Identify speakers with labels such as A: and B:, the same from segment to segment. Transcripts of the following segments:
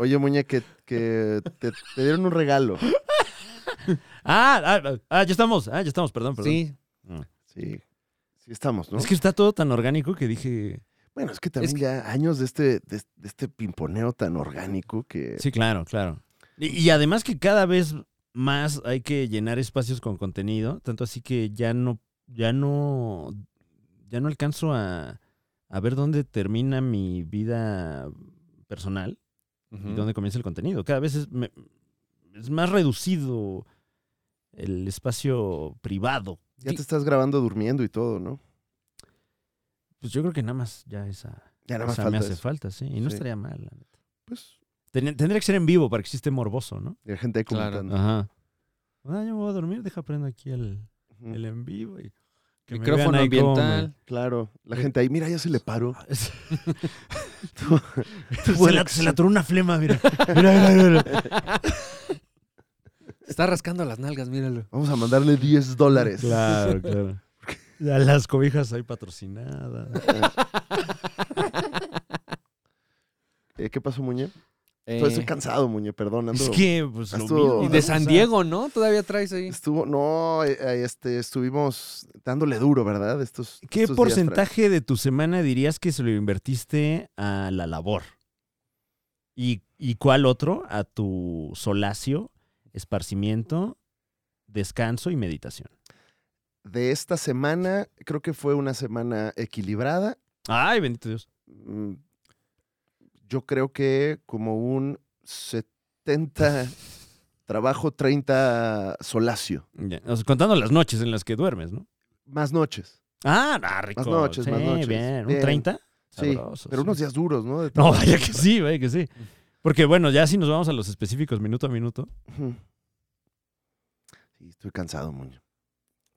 A: Oye, Muñe, que, que te, te dieron un regalo.
B: Ah, ah, ah, ya estamos. Ah, ya estamos, perdón, perdón.
C: Sí.
A: Sí. Sí estamos, ¿no?
B: Es que está todo tan orgánico que dije.
A: Bueno, es que también
C: que-
A: ya años de este, de, de este pimponeo tan orgánico que...
B: Sí, claro, claro. Y, y además que cada vez más hay que llenar espacios con contenido, tanto así que ya no, ya no, ya no alcanzo a, a ver dónde termina mi vida personal y dónde comienza el contenido. Cada vez es, me- es más reducido el espacio privado.
A: Ya te estás grabando durmiendo y todo, ¿no?
B: Pues yo creo que nada más ya esa,
A: Ya nada
B: o
A: más
B: sea,
A: falta
B: me hace
A: eso.
B: falta, sí. Y no
A: Sí.
B: estaría mal. la neta.
A: Pues,
B: Ten- Tendría que ser en vivo para que sí esté morboso, ¿no?
A: y la gente ahí
C: Claro.
A: comentando.
B: Ajá. Ah, yo me voy a dormir, deja prendo aquí el,
A: Ujú.
B: el en vivo y que me vean
C: Micrófono
B: ahí como
C: ambiental.
A: Claro.
C: Eh.
A: La gente ahí, mira, ya se le paró.
B: me- se,
A: Tú-
B: le la, se le atoró una flema, mira. Mira, mira, mira, mira.
C: Se Está rascando las nalgas, míralo.
A: Vamos a mandarle 10 dólares.
B: Claro, claro. A las cobijas ahí patrocinadas.
A: Eh, ¿Qué pasó, Muñe?
C: Eh,
A: Estoy- Estoy cansado, Muñe, perdón. ando-
B: Es que, pues, lo
A: Esto-
B: mismo,
C: y
B: ¿no?
C: de San Diego, ¿no? Todavía traes ahí.
A: Estuvo, no, eh, eh, este, estuvimos dándole duro, ¿verdad? Estos,
B: O sea, ¿Qué
A: estos días
B: porcentaje de tu semana dirías que se lo invertiste a la labor? ¿Y, y cuál otro? A tu solacio, esparcimiento, descanso y meditación.
A: tra- De esta semana, creo que fue una semana equilibrada.
B: Ay, bendito Dios.
A: Mm, Yo creo que como un 70 trabajo, 30 solacio.
B: Ya, o sea, contando las noches en las que duermes, ¿no?
A: Más noches.
B: Ah, ah, rico.
A: Más noches,
B: Sí,
A: más noches.
B: Bien, un
A: Bien.
B: 30.
A: Sí,
B: Sabroso,
A: pero
B: sí.
A: unos días duros, ¿no? De
B: No,
A: trabajo.
B: vaya que sí, vaya que sí. Porque bueno, ya si nos vamos a los específicos minuto a minuto.
A: Ujú. Sí, estoy cansado, Muñe.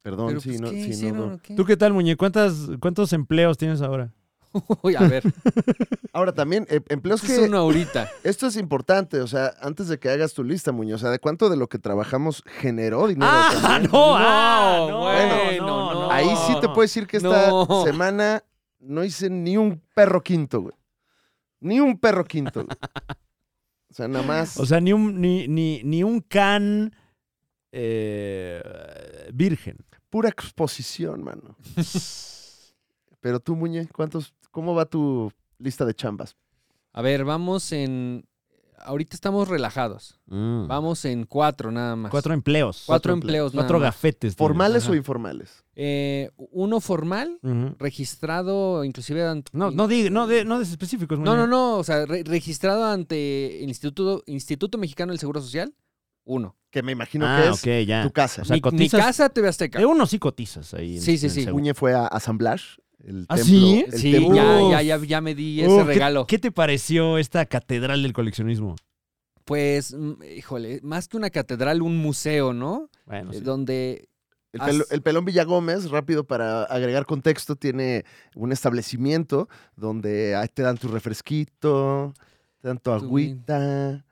A: Perdón,
C: Pero,
A: sí,
C: pues,
A: no,
C: ¿qué
A: sí, no,
C: hicieron
A: no.
C: o qué?
B: ¿Tú qué tal, Muñe? ¿Cuántas, ¿Cuántos empleos tienes ahora?
C: Uy, a ver,
A: Ahora también, eh, empleos
C: Pues, es
A: que...
C: uno ahorita.
A: Esto es importante, o sea, antes de que hagas tu lista, Muñoz, o sea, ¿de cuánto de lo que trabajamos generó dinero?
B: ¡Ah,
A: también?
B: no! ah,
C: No,
B: no,
C: bueno,
B: no,
C: no.
B: no.
A: Ahí sí te puedo decir que esta
C: No.
A: semana no hice ni un perro quinto, güey. Ni un perro quinto, güey. O sea, nada más.
B: O sea, ni un, ni, ni, ni un can eh, virgen.
A: pura exposición, mano. Pero tú, Muñe, ¿cuántos, ¿cómo va tu lista de chambas?
C: A ver, vamos en. Ahorita estamos relajados. Vamos en cuatro nada más.
B: Cuatro empleos.
C: Mm. Cuatro empleos nada
B: Cuatro
C: más.
B: gafetes. tienes.
A: ¿Formales
B: Ajá.
A: o informales?
C: Eh, uno formal,
B: Ujú.
C: registrado, inclusive. ant-
B: No, no, diga- no, de, no des específicos, Muñe.
C: No, no, no, O sea, re- registrado ante el Instituto, Instituto Mexicano del Seguro Social, uno.
A: Que me imagino
B: ah,
A: que es
B: ok, ya.
A: tu casa.
B: O sea,
C: mi, mi
B: cotizas-
C: casa TV Azteca.
B: De uno sí cotizas ahí. en-
C: Sí, sí,
B: en
C: sí.
B: seguro.
A: Muñe fue a Asamblash, el
B: ¿Ah,
A: templo.
B: sí?
A: el
C: Sí,
A: templo-
C: ya,
B: Uf.
C: ya, ya, ya me di
B: Oh,
C: ese
B: ¿qué-
C: regalo.
B: ¿Qué te pareció esta catedral del coleccionismo?
C: Pues, mm, híjole, más que una catedral, un museo, ¿no?
B: Bueno,
C: Eh,
B: Ah, sí.
C: Donde
A: El,
C: As-
A: pelo- el Pelón Villagómez, rápido para agregar contexto, tiene un establecimiento donde ahí te dan tu refresquito, te dan tu agüita,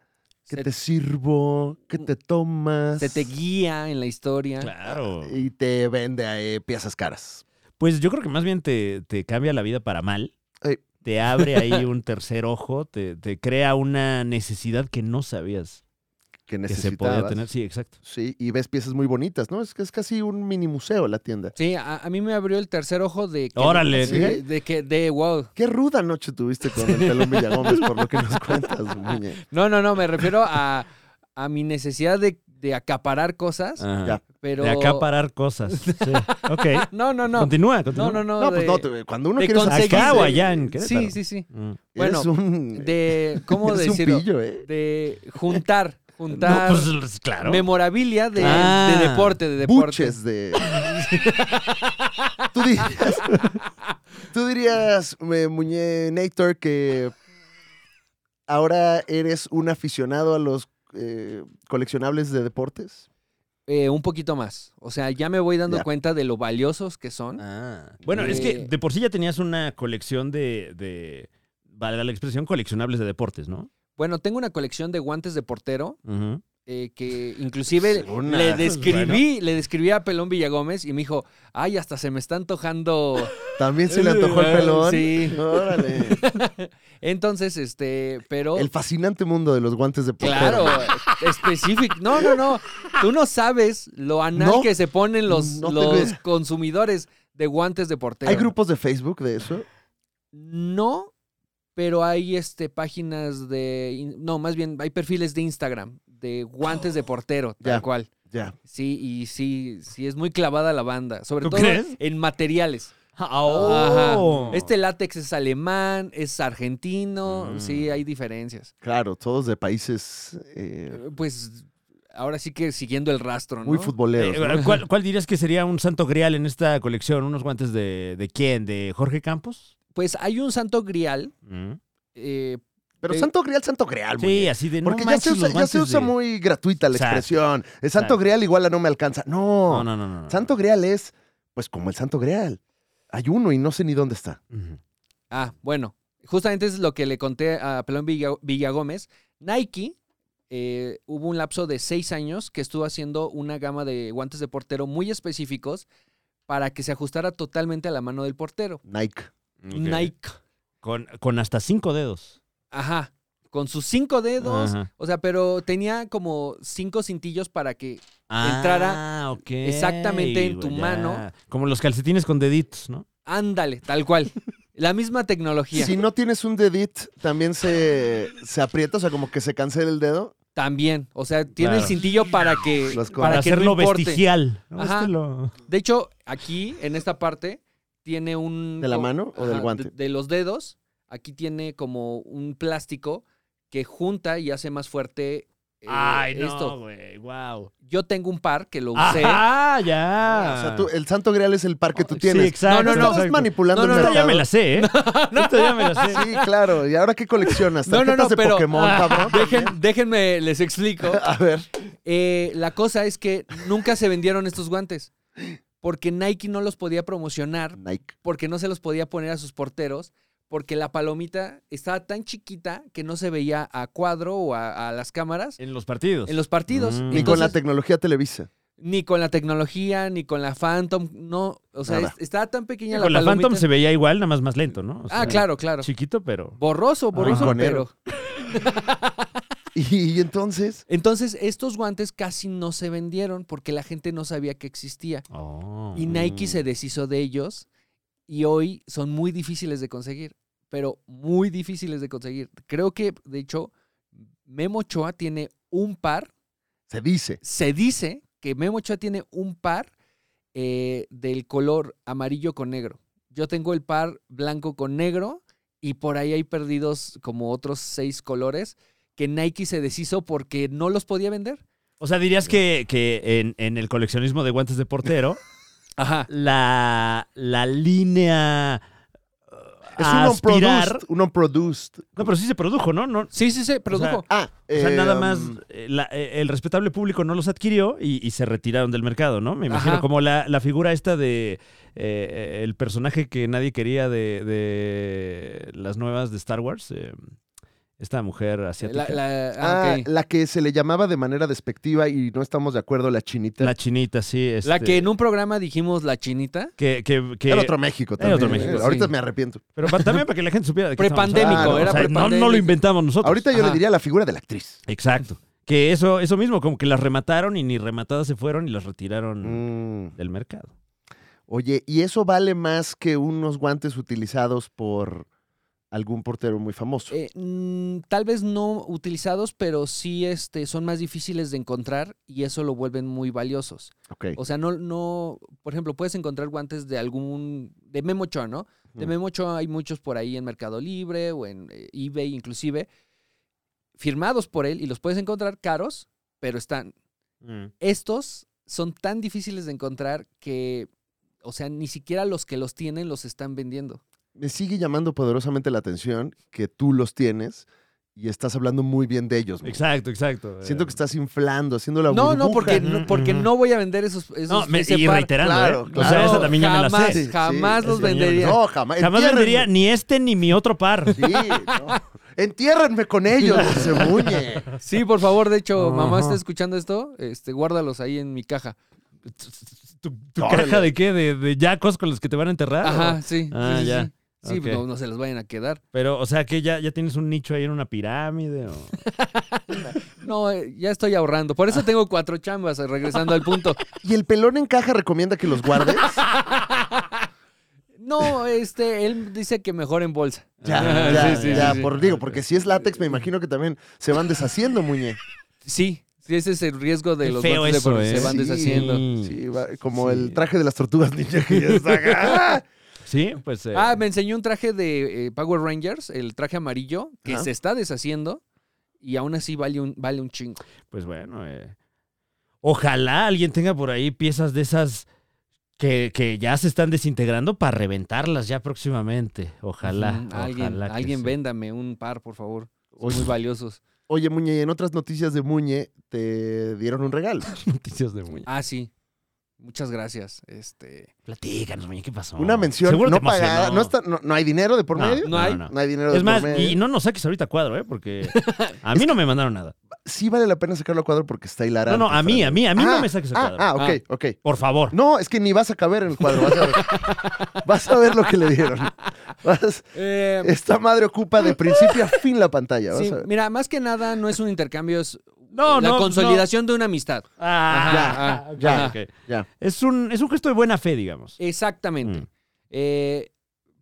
A: que
C: se,
A: te sirvo, que te tomas.
C: Uh, se te guía en la historia.
B: claro.
A: Y te vende ahí piezas caras.
B: Pues yo creo que más bien te, te cambia la vida para mal.
A: Ey.
B: Te abre ahí un tercer ojo, te, te crea una necesidad que no sabías
A: Que
B: que se
A: necesitabas.
B: podía tener. Sí, exacto.
A: Sí, y ves piezas muy bonitas, ¿no? Es que es casi un mini museo la tienda.
C: Sí, a, a mí me abrió el tercer ojo de que...
B: Órale,
C: sí,
A: ¿sí?
C: de que, de wow.
A: Qué ruda noche tuviste con el Pelón Villagómez, por lo que nos cuentas, Muñe.
C: No, no, no, me refiero a, a mi necesidad de, de acaparar cosas,
B: Ajá.
A: Ya.
C: pero...
B: De acá parar cosas. Sí. Ok.
C: No, no, no.
B: Continúa,
C: No,
B: continúa.
C: no, no.
A: No, pues
C: de-
A: no, te- cuando uno
C: de
A: quiere
C: conseguir-
B: Acá o
A: satisfacer,
B: allá en Querétaro.
C: Sí, sí, sí.
B: Mm.
C: Bueno,
A: eres un,
C: De, ¿cómo
A: Eh, eres un
C: decirlo?
A: pillo, ¿eh?
C: De juntar, juntar
B: No, pues, claro.
C: memorabilia de,
B: Ah.
C: de deporte, de deporte.
A: buches de. tú dirías, tú dirías eh, Muñe Nator, que ahora eres un aficionado a los eh, coleccionables de deportes.
C: Eh, un poquito más. O sea, ya me voy dando
A: Ya. Ah.
C: cuenta de lo valiosos que son.
B: Ah. Bueno, es que
C: Eh,
B: de por sí ya tenías una colección de, de valga la expresión, coleccionables de deportes, ¿no?
C: Bueno, tengo una colección de guantes de portero, eh, que inclusive
A: Una.
C: le describí, le describí a Pelón Villagómez y me dijo, ay, hasta se me está antojando.
A: También se le antojó el pelón.
C: Sí.
A: Órale.
C: Entonces, este, pero.
A: El fascinante mundo de los guantes de portero.
C: Claro, específico. No, no, no. Tú no sabes lo anal
A: No.
C: que se ponen los,
A: No tengo
C: los
A: idea.
C: consumidores de guantes de portero.
A: ¿Hay grupos de Facebook de eso?
C: No, pero hay este páginas de in- no, más bien hay perfiles de Instagram de guantes de portero, tal
A: Ya.
C: cual.
A: Ya.
C: Sí, y sí, sí es muy clavada la banda, sobre
B: ¿Tú
C: todo
B: crees?
C: en materiales.
B: Oh.
C: Ajá. Ah, Este látex es alemán, es argentino,
B: Mm.
C: sí hay diferencias.
A: Claro, todos de países eh,
C: Eh, Pues ahora sí que siguiendo el rastro, ¿no?
A: muy futboleros. ¿no?
B: Eh, ¿cuál, cuál dirías que sería un santo grial en esta colección? ¿Unos guantes de, de quién? ¿De Jorge Campos?
C: Pues hay un santo grial
B: Mm.
C: eh,
A: Pero
C: eh,
A: Santo Grial, Santo Grial,
B: Sí,
A: muñe.
B: así de no
A: Porque ya
B: manches,
A: se usa,
B: los
A: ya se
B: guantes
A: usa
B: de-
A: muy gratuita la
B: Exacto.
A: expresión. El Santo
B: Exacto.
A: Grial igual a no me alcanza. No,
B: No, no, no, no, no.
A: Santo Grial es, pues como el Santo Grial. Hay uno y no sé ni dónde está.
B: Ujú.
C: Ah, bueno, justamente es lo que le conté a Pelón Villa- Villagómez. Nike eh, hubo un lapso de seis años que estuvo haciendo una gama de guantes de portero muy específicos para que se ajustara totalmente a la mano del portero.
A: Nike.
C: Nike.
B: Con, con hasta cinco dedos.
C: Ajá. Con sus cinco dedos.
B: Ajá.
C: O sea, pero tenía como cinco cintillos para que. Entrara
B: Ah, ok,
C: exactamente en tu
B: güey, ya.
C: mano.
B: Como los calcetines con deditos, ¿no?
C: Ándale, tal cual. La misma tecnología.
A: Si no tienes un dedit, también se, se aprieta, o sea, como que se cancela el dedo.
C: También. O sea, tiene el
B: Claro.
C: cintillo para que.
A: Los con-
B: Para,
C: Para que no
B: hacerlo
C: importe.
B: vestigial. ¿no?
C: Ajá.
B: Este lo-
C: De hecho, aquí, en esta parte, tiene un...
A: ¿De la
C: co-
A: mano o del
C: Ajá,
A: guante?
C: De, de los dedos, aquí tiene como un plástico que junta y hace más fuerte eh,
B: Ay, no,
C: esto.
B: güey, wow.
C: Yo tengo un par que lo usé.
B: Ajá, ya.
A: O sea, tú- eh, el Santo Grial es el par que tú tienes.
B: Sí, exacto.
A: no, no, no. Estás
B: exacto.
A: manipulando
C: No, no,
A: el
B: Esta
A: mercado.
B: ya me la sé, ¿eh? Esta ya me la sé.
A: Sí, claro. ¿Y ahora qué coleccionas?
C: No, no,
A: ¿Tarjetas
C: no,
A: de
C: pero-
A: Pokémon,
B: ah,
A: cabrón?
C: Dejen- déjenme, les explico.
A: A ver.
C: Eh, la cosa es que nunca se vendieron estos guantes. Porque Nike no los podía promocionar,
A: Nike.
B: Mm,
C: porque no se los podía poner a sus porteros, porque la palomita estaba tan chiquita que no se veía a cuadro o a- a las cámaras.
B: En los partidos.
C: En los partidos.
A: Ni
B: Mm.
A: con la
C: Entonces,
A: tecnología Televisa.
C: ni con la tecnología, ni con la Phantom, no. O sea,
A: Nada.
C: es- estaba tan pequeña
B: Con la
C: palomita.
B: Phantom se veía igual, nada más más lento, ¿no? O
C: Ah,
B: sea,
C: claro, claro.
B: Chiquito, pero.
C: Borroso, borroso,
A: Rinconero.
C: pero.
A: Y, y entonces,
C: Entonces, estos guantes casi no se vendieron porque la gente no sabía que existía.
B: Oh.
C: Y Nike
B: Mm.
C: se deshizo de ellos y hoy son muy difíciles de conseguir, pero muy difíciles de conseguir. Creo que, de hecho, Memo Ochoa tiene un par
A: se dice.
C: se dice que Memo Ochoa tiene un par eh, del color amarillo con negro. Yo tengo el par blanco con negro y por ahí hay perdidos como otros seis colores que Nike se deshizo porque no los podía vender.
B: O sea, dirías que, que en, en el coleccionismo de guantes de portero,
C: Ajá.
B: la, la línea. uh,
A: Es
B: a
A: un
B: aspirar.
A: non-produced. Un non-produced.
B: No, pero sí se produjo, ¿no? no
C: Sí, sí, se produjo.
A: Ah,
B: o sea, nada
A: em,
B: más eh, la- eh, el respetable público no los adquirió y, y se retiraron del mercado, ¿no? Me imagino
C: Ajá.
B: como la, la figura esta de eh, el personaje que nadie quería de, de las nuevas de Star Wars, eh, esta mujer asiática,
C: La-
B: la,
C: la- ah,
A: Ah,
C: ok.
A: la que se le llamaba de manera despectiva y no estamos de acuerdo, la chinita.
B: chinita, sí, este,
C: La que en un programa dijimos la chinita.
B: que, que- que-
A: Era otro México
B: Era
A: también.
B: otro
A: ¿eh?
B: México,
A: Ahorita
C: sí.
A: me arrepiento.
B: pero pa- también para que la gente supiera de qué estamos hablando.
C: Prepandémico,
A: era
B: O sea, no, no
C: prepandémico.
B: lo inventamos nosotros.
A: Ahorita yo
C: Ajá.
A: le diría la figura de la actriz.
B: Exacto. Que eso, eso mismo, como que las remataron y ni rematadas se fueron y las retiraron
A: Mm.
B: del mercado.
A: Oye, ¿y eso vale más que unos guantes utilizados por algún portero muy famoso?
C: Eh, mm, tal vez no utilizados, pero sí este, son más difíciles de encontrar y eso lo vuelven muy valiosos.
A: ok.
C: O sea, no, no, por ejemplo, puedes encontrar guantes de algún, de Memo Ochoa, ¿no? De
A: Ujú.
C: Memo Ochoa hay muchos por ahí en Mercado Libre o en eh, eBay inclusive, firmados por él y los puedes encontrar caros, pero están.
A: Mm.
C: Estos son tan difíciles de encontrar que, o sea, ni siquiera los que los tienen los están vendiendo.
A: Me sigue llamando poderosamente la atención que tú los tienes y estás hablando muy bien de ellos. ¿no?
B: Exacto, exacto.
A: Siento que estás inflando, haciendo la
C: No, no,
A: burbuja.
C: porque,
B: Ujú,
C: no, porque
B: ujú.
C: no voy a vender esos.
B: No,
C: esos
B: me-
C: ese
B: y
C: par.
B: reiterando,
A: Claro,
B: ¿eh? O
A: claro.
B: sea, esa también ya me la
C: jamás,
B: sé.
A: Sí,
C: Pues Jamás
A: sí,
C: los
B: esa ya me la
C: vendería.
A: No, jamás.
B: Jamás
A: Entiérrenme.
B: vendería ni este ni mi otro par.
A: Sí, no. entiérrenme con ellos, se muñe.
C: Sí, por favor, de hecho,
B: Ajá.
C: mamá está escuchando esto, este, guárdalos ahí en mi caja.
B: ¿Tu, tu caja de qué? ¿De, de yacos con los que te van a enterrar?
C: Ajá, sí.
B: Ah,
C: sí, sí,
B: ya.
C: Sí, Sí, pues,
B: Ok.
C: no, no se los vayan a quedar.
B: Pero, o sea, que ya, ya tienes un nicho ahí en una pirámide. o-
C: No, eh, ya estoy ahorrando. Por
B: Ah.
C: eso tengo cuatro chambas, eh, regresando al punto.
A: ¿Y el pelón en caja recomienda que los guardes?
C: No, este, él dice que mejor en bolsa.
A: Ya, ya,
C: Sí, sí,
A: ya,
C: sí, sí.
A: por, digo, porque si es látex, me imagino que también se van deshaciendo, muñe.
C: Sí, sí, ese es el riesgo de
B: Qué
C: los
B: feo
C: guantes de
B: eso,
C: por-
B: ¿eh?
C: se van
A: Sí.
C: deshaciendo.
A: Sí, va- como
B: Sí.
A: el traje de las tortugas ninja que ya está acá.
B: Sí, pues. eh,
C: Ah, me enseñó un traje de eh, Power Rangers, el traje amarillo, que
A: Ajá.
C: se está deshaciendo y aún así vale un, vale un chingo.
B: Pues bueno. eh, Ojalá alguien tenga por ahí piezas de esas que, que ya se están desintegrando para reventarlas ya próximamente. Ojalá.
C: Ujú. Alguien,
B: ojalá que
C: alguien
B: sí.
C: véndame un par, por favor. Son
A: Oye.
C: muy valiosos.
A: Oye, Muñe, y en otras noticias de Muñe te dieron un regalo.
B: Noticias de Muñe.
C: Ah, sí. Muchas gracias. Este,
B: Platícanos, Muñe, ¿qué pasó?
A: Una mención
B: Seguro
A: no
B: te emocionó.
A: pagada. No, está- no- no hay dinero de por
B: No,
A: medio.
B: no hay. no.
A: No hay dinero de
B: Es más,
A: por medio.
B: y no nos saques ahorita cuadro, ¿eh? Porque a mí no me mandaron nada.
A: Sí vale la pena sacarlo a cuadro porque está hilarante.
B: No, no, a mí,
A: Fran.
B: a mí, a mí no
A: Ah,
B: me saques a
A: Ah,
B: cuadro.
A: ah, ok, ok.
B: Por favor.
A: No, es que ni vas a caber en el cuadro. Vas a ver, Vas a ver lo que le dieron. Vas-
C: eh,
A: Esta madre ocupa de principio a fin la pantalla. Vas
C: sí,
A: a ver.
C: mira, más que nada no es un intercambio, es
B: No,
C: la
B: no,
C: consolidación de una amistad.
B: Ah,
C: Ya,
A: ya,
B: ok, ok.
A: Ya.
B: Es un, es un gesto de buena fe, digamos.
C: Exactamente.
B: Mm.
C: Eh,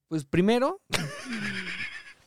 C: pues primero,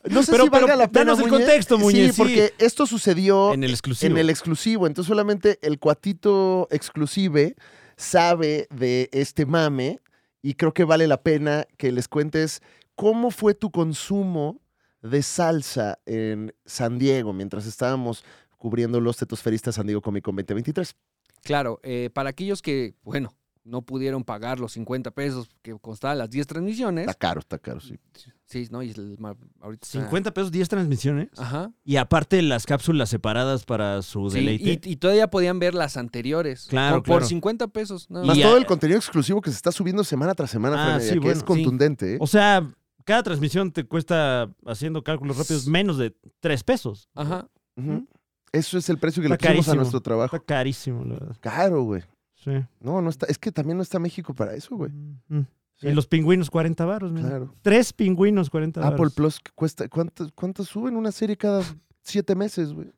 A: No sé
B: Pero-
A: si valga
B: pero
A: la pena.
B: danos el
A: Muñe.
B: contexto, Muñe,
A: Sí,
B: sí.
A: porque esto sucedió
B: En el exclusivo.
A: en el exclusivo. Entonces solamente el cuatito exclusive sabe de este mame y creo que vale la pena que les cuentes cómo fue tu consumo de salsa en San Diego mientras estábamos cubriendo los tetosferistas San Diego Comic Con 2023.
C: claro, eh, para aquellos que, bueno, no pudieron pagar los 50 pesos que costaban las 10 transmisiones.
A: Está caro, está caro, sí.
C: Sí, ¿no? Y el ma- ahorita está-
B: 50 pesos, 10 transmisiones.
C: Ajá.
B: Y aparte las cápsulas separadas para su
C: Sí,
B: Pues deleite.
C: y, y todavía podían ver las anteriores.
B: Claro,
C: Por, por
B: claro.
C: 50 pesos. nada
B: Y
A: Más
C: más.
B: ya- eh,
A: todo el contenido exclusivo que se está subiendo semana tras semana,
B: Ah,
A: Fran Evia,
B: sí,
A: que
B: bueno,
A: es
B: sí.
A: contundente. ¿eh?
B: O sea, cada transmisión te cuesta, haciendo cálculos rápidos, menos de 3 pesos.
C: Ajá.
A: Ujú. Eso es el precio que le
B: Está
A: pusimos a
B: carísimo.
A: nuestro trabajo.
B: Está carísimo, la verdad.
A: Caro, güey.
B: Sí.
A: No, no está. Es que también no está México para eso, güey.
B: Mm.
A: Sí.
B: Y los pingüinos, 40 baros, mira.
A: Claro.
B: Tres pingüinos, 40 baros.
A: Apple Plus que cuesta. ¿Cuántas suben una serie cada siete meses, güey?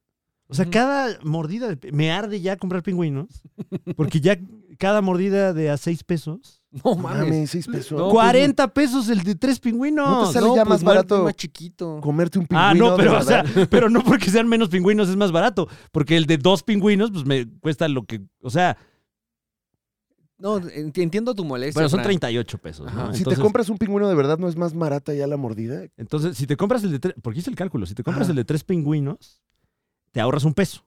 B: O sea,
C: Ujú.
B: cada mordida, de pi- me arde ya comprar pingüinos, porque ya cada mordida de a 6 pesos.
A: pues
C: No mames.
A: Mames, seis pesos.
C: No, pues,
B: ¡40 pesos el de tres pingüinos!
A: ¿No pues te sale ya más
C: muerto
A: barato
C: pues más chiquito.
A: comerte un pingüino.
B: Ah, no,
A: de
B: pero, o sea,
A: verdad?
B: pero no porque sean menos pingüinos es más barato. Porque el de dos pingüinos, pues me cuesta lo que. O sea,
C: No, ent- entiendo tu molestia.
B: bueno, son
C: Fran.
B: 38 pesos. ¿no?
C: Ajá.
A: Si te
B: Entonces-
A: compras un pingüino de verdad, ¿no es más barata ya la mordida?
B: Entonces, si te compras el de tres, porque hice el cálculo, si te compras
A: Ajá.
B: el de tres pingüinos, te ahorras un peso.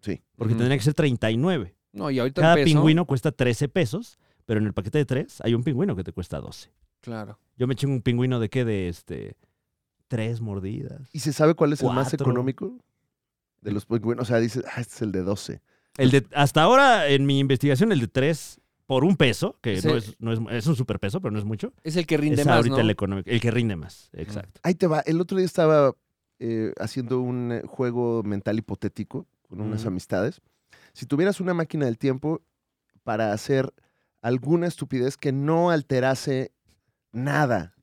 A: Sí.
B: Porque
C: Ujú.
B: tendría que ser 39.
C: No, y ahorita
B: Cada
C: el peso.
B: pingüino cuesta 13 pesos, pero en el paquete de tres hay un pingüino que te cuesta 12.
C: Claro.
B: Yo me chingo un pingüino de qué? De este. Tres mordidas.
A: ¿Y se sabe cuál es el más
B: Cuatro.
A: económico? De los pingüinos. O sea, dices, ah, este es el de 12.
B: El de, hasta ahora, en mi investigación, el de tres por un peso, que
C: Ese-
B: no, es, no es, es un superpeso, pero no es mucho.
C: Es el que rinde
B: es
C: más,
B: ahorita
C: ¿no?
B: el económico, el que rinde más, exacto.
A: Ahí te va. El otro día estaba eh, haciendo un eh, juego mental hipotético con unas
B: Ujú.
A: amistades. Si tuvieras una máquina del tiempo para hacer alguna estupidez que no alterase nada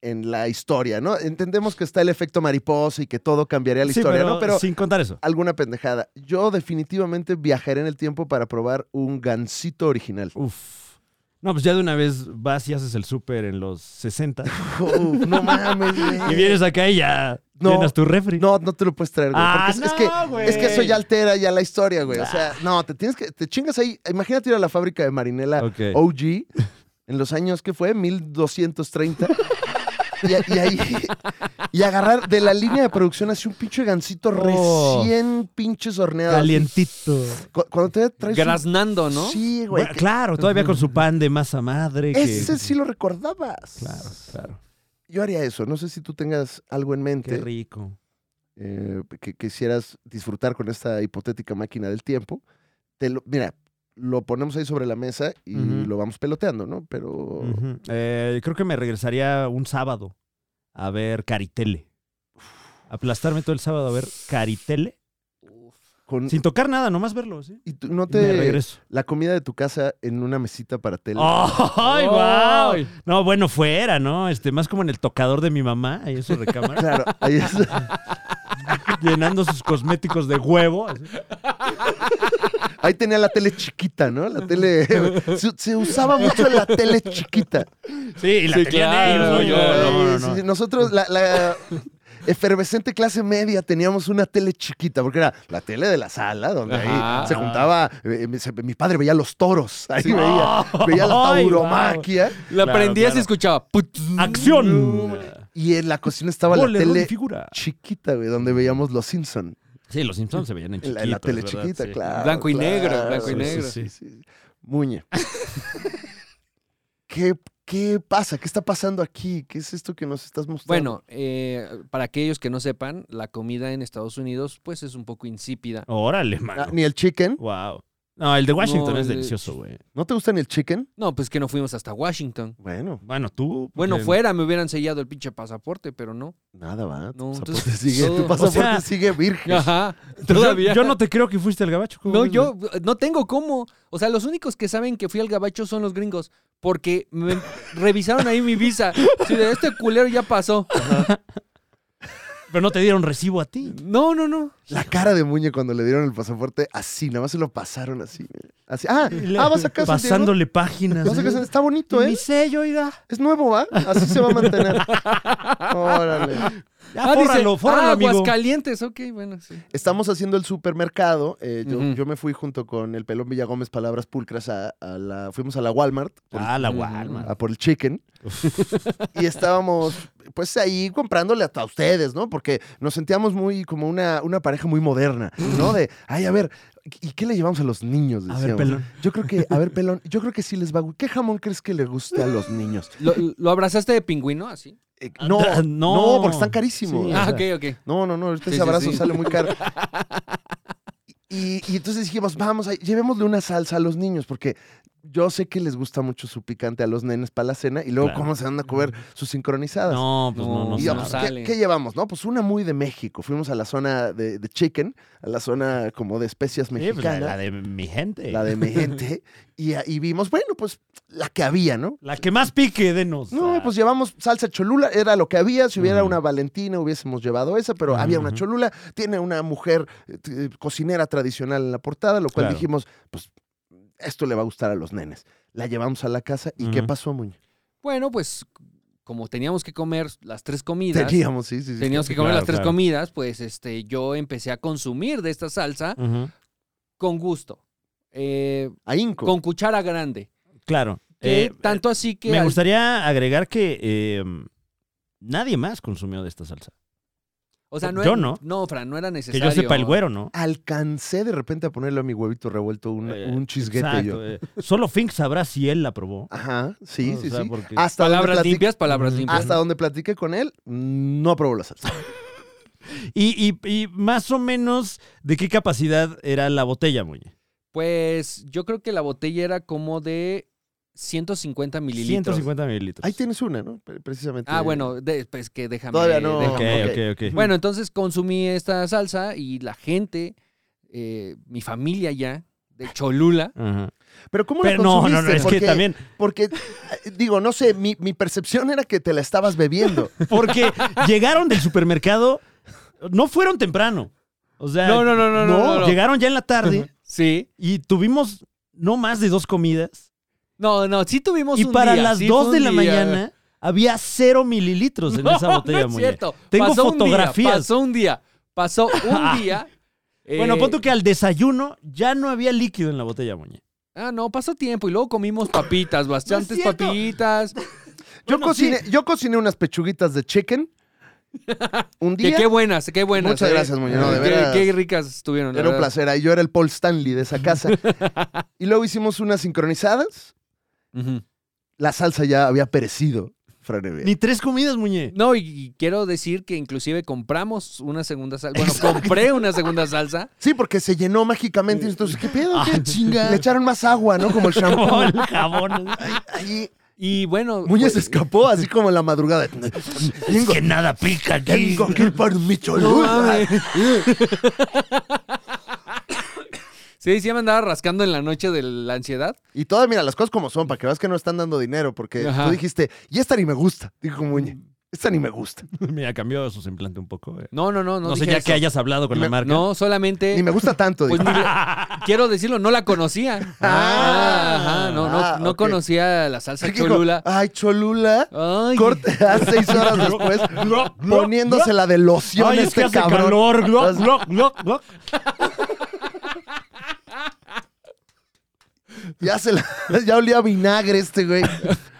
A: en la historia, ¿no? Entendemos que está el efecto mariposa y que todo cambiaría la
B: Sí,
A: historia,
B: pero,
A: ¿no? Pero
B: sin contar eso.
A: alguna pendejada. Yo definitivamente viajaré en el tiempo para probar un gansito original.
B: Uf. No, pues ya de una vez vas y haces el súper en los 60
A: Uf, no mames. güey.
B: y vienes acá y ya
A: No.
B: llenas tu refri.
A: No, no te lo puedes traer, güey.
B: Ah,
A: porque es, es que
B: no, güey.
A: Es que eso ya altera ya la historia, güey. O sea, no, te tienes que. Te chingas ahí. Imagínate ir a la fábrica de Marinela
B: Ok.
A: OG en los años, ¿qué fue? 1230. Y, a- y ahí. Y agarrar de la línea de producción así un pinche gancito
B: Oh.
A: recién pinches horneado.
B: Calientito.
A: Cu- Cuando te traes. un-
C: Graznando, ¿no?
A: Sí, güey.
B: Bueno, claro, todavía con su pan de masa madre. que-
A: Ese sí lo recordabas.
B: Claro, claro.
A: Yo haría eso. No sé si tú tengas algo en
B: Qué
A: mente
B: rico.
A: eh, que quisieras disfrutar con esta hipotética máquina del tiempo, te lo, mira, lo ponemos ahí sobre la mesa y
B: Ujú.
A: lo vamos peloteando, ¿no? Pero
B: Ujú. Eh, creo que me regresaría un sábado a ver Caritele. A aplastarme todo el sábado a ver Caritele.
C: Uf.
A: Con-
B: Sin tocar nada, nomás verlo, ¿sí?
A: y tú- no
B: Y me
A: te
B: regreso. Ah.
A: la comida de tu casa en una mesita para tele.
B: ¡Ay,
C: ¡Ay!
B: guau! No, bueno, fuera, ¿no? Este, más como en el tocador de mi mamá, ahí en su recámara,
A: Claro, ahí es.
B: llenando sus cosméticos de huevo. así.
A: Ahí tenía la tele chiquita, ¿no? La tele. Se, se usaba mucho la tele chiquita.
B: Sí, y la
C: Sí,
B: tenían
C: claro,
B: ellos, no yo,
C: güey.
B: no, no,
A: Sí,
B: no.
A: sí, Nosotros, la, la efervescente clase media, teníamos una tele chiquita, porque era la tele de la sala, donde ahí
C: Ajá.
A: se juntaba. eh, mi- se- mi padre veía los toros, ahí veía,
B: ¡Ay,
A: veía la
B: wow!
A: tauromaquia.
C: La
B: Claro,
C: prendías
B: claro.
C: y escuchaba. put-
B: ¡Acción!
A: Y en la cocina estaba la
B: Gol, error y
A: tele
B: figura.
A: chiquita, güey, donde veíamos los Simpson.
B: Sí, los Simpsons se veían en
A: En
B: chiquito.
A: la, en la tele
B: es verdad,
A: chiquita,
B: sí.
A: claro.
C: Blanco y negro,
A: claro.
C: blanco y
B: Sí,
C: negro.
B: sí, sí.
A: Sí, sí. Muñe. ¿Qué, ¿Qué pasa? ¿Qué está pasando aquí? ¿Qué es esto que nos estás mostrando?
C: Bueno, eh, para aquellos que no sepan, la comida en Estados Unidos pues es un poco insípida.
B: Órale, mano.
A: Ah, ni el chicken.
B: Wow. No, el de Washington
C: No,
B: es
C: el de-
B: delicioso, güey.
A: ¿No te gusta ni el chicken?
C: No, pues que no fuimos hasta Washington.
A: Bueno,
B: Bueno, tú.
C: Bueno,
B: porque-
C: fuera me hubieran sellado el pinche pasaporte, pero no.
A: nada va. Tu
C: No,
A: pasaporte,
C: entonces,
A: sigue, tu
C: todo- o
A: pasaporte
B: sea,
A: sigue virgen.
C: Ajá,
B: Yo-
C: todavía.
B: Yo, no te creo que fuiste al gabacho. ¿cómo
C: No,
B: ves,
C: yo eh, no tengo cómo. O sea, los únicos que saben que fui al gabacho son los gringos. Porque me revisaron ahí mi visa. Sí, de este culero ya pasó.
B: güey? Pero no te dieron recibo a ti.
C: No, no, no.
A: La cara de Muñe cuando le dieron el pasaporte, así, nada más se lo pasaron así. mira, así. Ah, ah, vas a casa. Diego.
B: Pasándole páginas.
A: Vas a
B: ¿eh?
A: casa. Está bonito,
B: Mi
A: ¿eh?
B: sello, oiga.
A: Es nuevo, ¿va? Así se va a mantener. Órale.
B: Ya, fórralo, fórralo,
C: ah,
B: amigo.
C: Aguascalientes. Ok, bueno, sí.
A: Estamos haciendo el supermercado. eh, yo,
C: Ujú.
A: yo me fui junto con el pelón Villagómez, palabras pulcras, a, a la, fuimos a la Walmart por,
B: Ah, la
C: Mm.
B: Walmart.
A: a por el chicken. y estábamos, pues, ahí comprándole hasta a ustedes, ¿no? Porque nos sentíamos muy como una, una pareja muy moderna, ¿no? De, ay, a ver, ¿y qué le llevamos a los niños?
B: A ver,
A: Decíamos.
B: pelón.
A: Yo creo que, a ver, pelón, yo creo que sí les va a gu- ¿Qué jamón crees que le guste a los niños?
C: ¿Lo, lo abrazaste de pingüino así?
A: Eh,
B: Ah,
A: no,
B: da- no.
A: no, porque están carísimos.
B: Sí,
C: Ah,
B: o
C: ok,
B: sea.
C: ok.
A: No, no, no, ahorita
C: Sí,
A: ese
C: sí,
A: abrazo
C: sí.
A: sale muy caro. Y, y entonces dijimos, vamos, ahí, llevémosle una salsa a los niños, porque yo sé que les gusta mucho su picante a los nenes para la cena y luego
B: Claro.
A: cómo se van a comer sus sincronizadas.
B: No, pues no, no.
C: No,
A: y
B: se
A: vamos,
B: habla.
C: sabe.
A: ¿qué, qué llevamos? No, pues una muy de México. Fuimos a la zona de, de chicken, a la zona como de especias
B: Sí, pues,
A: mexicanas,
B: la, la de mi gente.
A: la de mi gente, y, ahí vimos, bueno, pues la que había, ¿no?
B: La que más pique, denos. Ah.
A: No, pues llevamos salsa cholula, era lo que había. Si hubiera
B: Ujú.
A: una Valentina, hubiésemos llevado esa, pero había una
B: Ujú.
A: cholula. Tiene una mujer eh, t- eh, cocinera tradicional en la portada, lo cual
B: Claro.
A: dijimos, pues esto le va a gustar a los nenes. La llevamos a la casa y ¿qué
B: Ujú.
A: pasó, Muñoz?
C: Bueno, pues como teníamos que comer las tres comidas,
A: Teníamos, sí, sí, sí.
C: teníamos que comer
B: Claro,
C: las tres
B: claro.
C: comidas, pues este, yo empecé a consumir de esta salsa
B: Ujú.
C: con gusto. Eh,
A: A Inco.
C: con cuchara grande.
B: Claro.
C: Que
B: Eh,
C: tanto así que
B: Me
C: al-
B: gustaría agregar que eh, nadie más consumió de esta salsa.
C: O sea, no
B: Yo
C: era-
B: no.
C: No, Fran, no era
B: Que
C: necesario.
B: yo sepa el güero, ¿no?
A: Alcancé de repente a ponerle a mi huevito revuelto un,
B: Eh,
A: un chisguete
B: Exacto,
A: yo.
B: eh, Solo Fink sabrá si él la probó.
A: Ajá, sí,
B: O
A: sí,
B: sea,
A: sí. Ah.
B: porque-
A: Hasta donde,
C: Palabras
A: platic-
C: limpias, palabras
B: Ujú.
C: limpias.
A: hasta donde platiqué con él, no aprobó la salsa.
B: y, y- y más o menos, ¿de qué capacidad era la botella, Muñe?
C: Pues yo creo que la botella era como de 150 mililitros.
B: 150 mililitros.
A: Ahí tienes una, ¿no? Pre- Precisamente.
C: Ah, bueno, de- pues que déjame.
A: Todavía no.
B: Ok,
C: déjame.
A: Ok.
B: ok, ok.
C: Bueno, entonces consumí esta salsa y la gente, eh, mi familia ya, de Cholula.
B: Ajá.
A: Pero ¿cómo
B: Pero
A: la
B: no,
A: consumiste?
B: no, no, es que
A: Porque-
B: también.
A: Porque, eh, digo, no sé, mi, mi percepción era que te la estabas bebiendo.
B: Porque llegaron del supermercado, no fueron temprano. O sea,
C: No, no, no, no, no. no, no.
B: Ah, llegaron ya en la tarde
C: Sí.
B: y tuvimos no más de dos comidas.
C: No, no, sí tuvimos
B: Y
C: un
B: para
C: día,
B: las
C: sí
B: 2 de
C: fue un
B: la
C: día.
B: mañana había cero mililitros en
C: No,
B: esa botella,
C: no es
B: Muñe.
C: cierto.
B: Tengo
C: Pasó un día,
B: fotografías. Ah.
C: pasó un día. Pasó un día. eh,
B: Bueno, pon tú que al desayuno ya no había líquido en la botella, Muñe.
C: Ah, no, pasó tiempo y luego comimos papitas, bastantes
B: cierto.
C: papitas.
A: Yo,
B: Bueno,
A: cociné, yo cociné unas pechuguitas de chicken un
C: Que
A: día.
C: qué buenas, qué buenas. eh.
A: Muchas gracias, Muñoz, no, de
C: Qué-
A: veras.
C: Qué, ricas estuvieron. la
A: Era un
C: verdad.
A: placer. ahí Yo era el Paul Stanley de esa casa. y luego hicimos unas sincronizadas.
C: Ujú.
A: La salsa ya había perecido, Fran
C: Eh.
A: Evia.
B: Ni tres comidas, Muñe.
C: No, y, y quiero decir que inclusive compramos una segunda salsa. Bueno, compré una segunda salsa.
A: Sí, porque se llenó mágicamente. y Entonces, ¿qué pedo?
B: Ah,
A: ¿Qué?
B: chinga.
A: Le echaron más agua, ¿no? Como el shampoo.
B: Como el jabón.
A: Ahí
C: Y bueno.
A: Muñoz se
C: pues,
A: escapó así como en la madrugada.
B: Es que nada pica aquí.
A: Tengo que ir por mi
C: No
A: Cholula.
C: mames. Sí, sí me andaba rascando en la noche de la ansiedad.
A: Y todas, mira, las cosas como son, para que veas que no están dando dinero, porque
C: Ajá.
A: tú dijiste, y esta ni me gusta, dijo Muñe. Esta ni me gusta.
B: Mira, cambió su semblante un poco. eh.
C: No, no, no. No,
B: No, sé
C: dije
B: ya
C: eso.
B: que hayas hablado con
A: Dime-
B: la marca.
C: No,
A: Ni
C: solamente.
A: me gusta tanto.
C: Pues
A: dijo.
C: ni la- quiero decirlo, no la conocía.
A: Ah.
C: Ah, ajá, no, no,
A: Ah,
C: no
A: ok.
C: conocía la salsa
A: Así que dijo,
C: cholula.
A: Ay, Cholula.
C: Ay,
A: Corte a seis horas después, poniéndose la de loción
B: Ay, es
A: este
B: que hace
A: cabrón.
B: calor. Glock, glock, glock, glock.
A: Ya, se la- ya olía a vinagre este güey.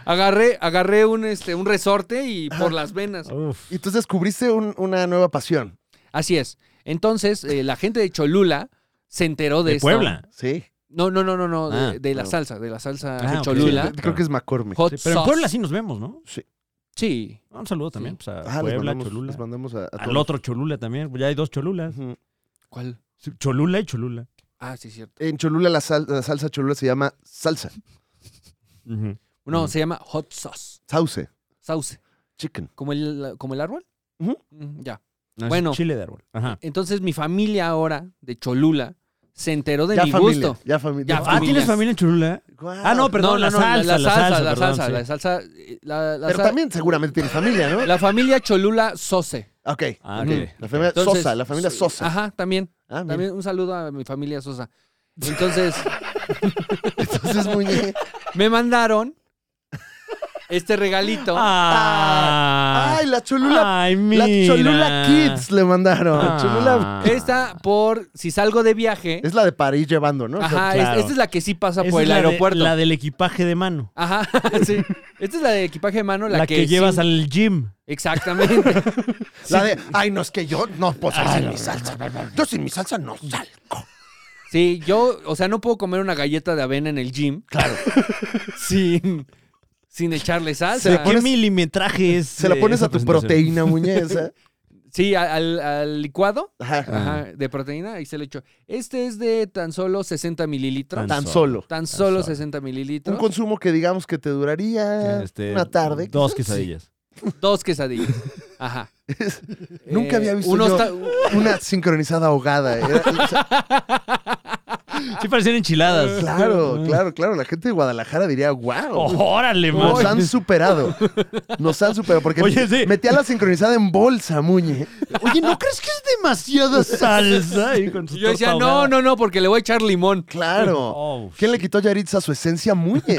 C: agarré, agarré un, este, un resorte y por las venas.
B: Uf.
A: Y entonces descubriste un- una nueva pasión.
C: Así es. Entonces, eh, la gente de Cholula se enteró de,
B: De
C: esto.
B: Puebla.
A: Sí.
C: No, no, no, no, no. de-
B: Ah,
C: de, la
A: no.
C: salsa, de la salsa
B: Ah,
C: de
B: ok.
C: Cholula.
A: Sí, creo que es McCormick.
C: Hot
B: Sí, pero en
C: sauce.
B: Puebla sí nos vemos, ¿no?
C: Sí.
B: Un saludo también
C: Sí.
B: pues, a
A: Ah, les
B: Puebla,
A: mandamos,
B: Cholula.
A: les mandamos a, a
B: Al
A: todos.
B: otro Cholula también. pues Ya hay dos Cholulas.
A: Ujú.
C: ¿Cuál?
B: Sí, Cholula y Cholula.
C: Ah, sí, cierto.
A: En Cholula la, sal- la salsa Cholula se llama salsa,
C: No,
B: Mm.
C: se llama hot sauce.
A: sauce,
C: Sauce.
A: chicken.
C: Como el, como el árbol.
A: Ujú.
C: Mm, Ya.
B: No, es
C: Bueno.
B: Chile de árbol. Ajá.
C: Entonces, mi familia ahora de Cholula se enteró de
A: ya
C: mi
A: familia,
C: gusto.
A: ya familia.
C: Ya
B: Ah, ¿tienes
C: familias.
B: familia en Cholula?
A: Guau.
B: Ah, no, pero- Perdón, la salsa, la salsa,
C: la
B: perdón,
C: salsa,
B: sí.
C: la salsa, eh, la- la
A: Pero
C: sal-
A: también seguramente tiene familia, ¿no?
C: La familia Cholula Sose.
A: Ok.
B: Ah,
A: Ujú.
B: ok.
A: La familia
C: Entonces,
A: Sosa, la familia
C: so-
A: Sosa.
C: Ajá, también.
A: Ah, mira.
C: También un saludo a mi familia Sosa. Entonces,
A: Entonces, Muñe.
C: me mandaron este regalito.
B: Ah.
A: Ay, la Cholula.
B: Ay,
A: la
B: mira.
A: Cholula Kids le mandaron.
B: Ah.
A: Cholula.
C: Esta por si salgo de viaje.
A: Es la de París llevando, ¿no? O sea,
C: Ajá, es-
B: claro.
C: esta es la que sí pasa
B: Esa
C: por
B: es
C: el
B: la de-
C: aeropuerto.
B: la del equipaje de mano.
C: Ajá, sí. Esta es la de equipaje de mano, la,
B: La, que, llevas
C: sí-
B: al gym.
C: Exactamente.
A: la de. Ay, no, es que yo no puedo
B: Ah,
A: salir sin mi salsa. Yo sin mi salsa no salgo.
C: Sí, yo, o sea, no puedo comer una galleta de avena en el gym. Claro. Sin, sin echarle
A: Se
C: salsa.
A: la
B: ¿Qué
A: pones-
B: milimetraje es?
A: Se la
B: eh,
A: pones
B: esa
A: a tu
B: presentación?
A: proteína, Muñe. esa.
C: Sí, a- al, al licuado
A: Ajá.
B: Ah.
C: ajá, de proteína, ahí se le echó. Este es de tan solo 60 mililitros.
B: Tan
A: Tan solo.
C: Tan
B: solo.
C: solo 60 mililitros.
A: Un consumo que digamos que te duraría
B: Este,
A: una tarde.
B: Dos
A: quizás.
B: quesadillas.
C: Dos quesadillas. Ajá. Eh,
A: Nunca había visto
C: unos
A: yo-
C: ta-
A: Una sincronizada ahogada. ¿eh? Era- o sea,
B: Sí parecían enchiladas.
A: claro, Oh, claro, claro. La gente de Guadalajara diría, wow.
B: Oh, Órale, man.
A: Nos han superado. Nos han superado. Porque
B: Oye, sí.
A: metía la sincronizada en bolsa, Muñe.
B: Oye, ¿no crees que es demasiada salsa? Ahí con su
C: Yo decía,
B: torta
C: no,
B: ahogada.
C: no, no, porque le voy a echar limón.
A: Claro.
B: Oh,
A: ¿Quién le quitó a Yaritza su esencia, Muñe?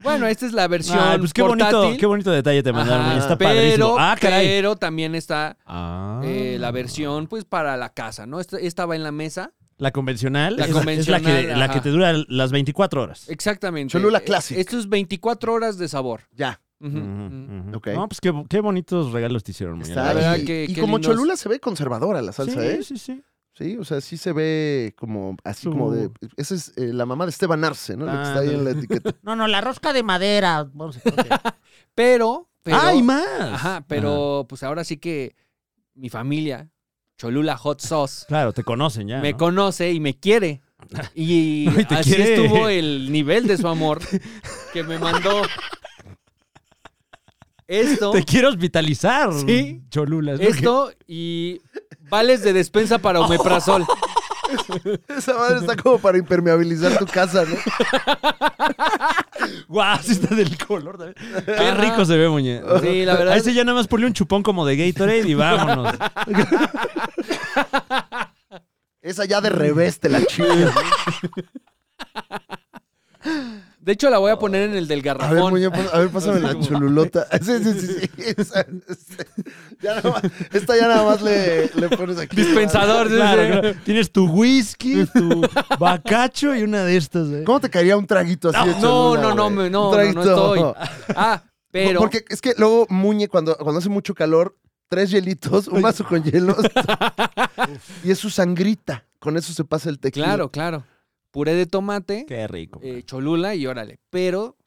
C: Bueno, esta es la versión
B: Ah, pues qué bonito,
C: portátil.
B: qué bonito detalle te mandaron.
C: Ajá,
B: Está
C: pero,
B: padrísimo. Ah, caray.
C: pero también está
B: Ah.
C: eh, la versión, pues, para la casa, ¿no? Esta, esta va en la mesa.
B: La convencional.
C: La
B: es es la, que,
C: convencional,
B: la que
C: ajá.
B: te dura las 24 horas.
C: Exactamente.
A: Cholula
C: Eh,
A: Classic.
C: Esto es 24 horas de sabor.
A: Ya.
C: Ujú, ujú.
B: Ujú, ujú.
A: Ok.
B: No, pues qué, qué bonitos regalos te hicieron. Muñe,
A: Está
C: La verdad
A: y,
C: que-
A: y
C: qué
A: como
C: lindos.
A: Cholula se ve conservadora la salsa,
B: sí,
A: ¿eh?
B: sí, sí.
A: Sí, o sea, sí se ve como así
B: Su-
A: como de. Esa es eh, la mamá de Esteban Arce, Ah, ¿no? Lo que está ahí en la etiqueta.
D: No, no, la rosca de madera. Vamos a-
C: Pero, pero-
B: ¡Ah, y más!
C: Ajá, pero pues ahora sí que mi familia, Cholula Hot Sauce,
B: Claro, te conocen ya.
C: me
B: Ah, ¿no?
C: conoce y me quiere. Y
B: No, y te
C: así
B: quiere.
C: estuvo el nivel de su amor que me mandó esto,
B: Te quiero hospitalizar.
C: Sí.
B: Cholula. es lo
C: esto y vales de despensa para omeprazol.
A: Esa madre está como para impermeabilizar tu casa, ¿no?
B: que- Guau, sí está del color. también. Qué
C: Ajá.
B: rico se ve, Muñe.
C: Sí, la verdad.
B: A ese ya nada más ponle un chupón como de Gatorade y vámonos.
A: Esa ya de revés te la chingas.
C: De hecho, la voy a poner en el del
A: A ver,
C: garrafón.
A: Muñe, pon- a ver, pásame la cholulota. Sí, sí, sí, sí. Esa- esa- ya nada más- esta ya nada más le, le pones aquí.
C: Dispensador. sí,
B: Claro,
C: sí.
B: claro. Tienes tu whisky, tu bacacho y una de estas. ¿eh?
A: ¿Cómo te caería un traguito así de
C: No,
A: cholula,
C: no, no,
A: güey?
C: me-
A: Un
C: no, no, no
A: traguito.
C: estoy. Ah, pero
A: Porque es que luego Muñe, cuando, cuando hace mucho calor, tres hielitos, un vaso con hielos. y es su sangrita. Con eso se pasa el tequila.
C: claro, claro. Puré de tomate.
B: Qué rico.
C: eh, Cholula y órale. Pero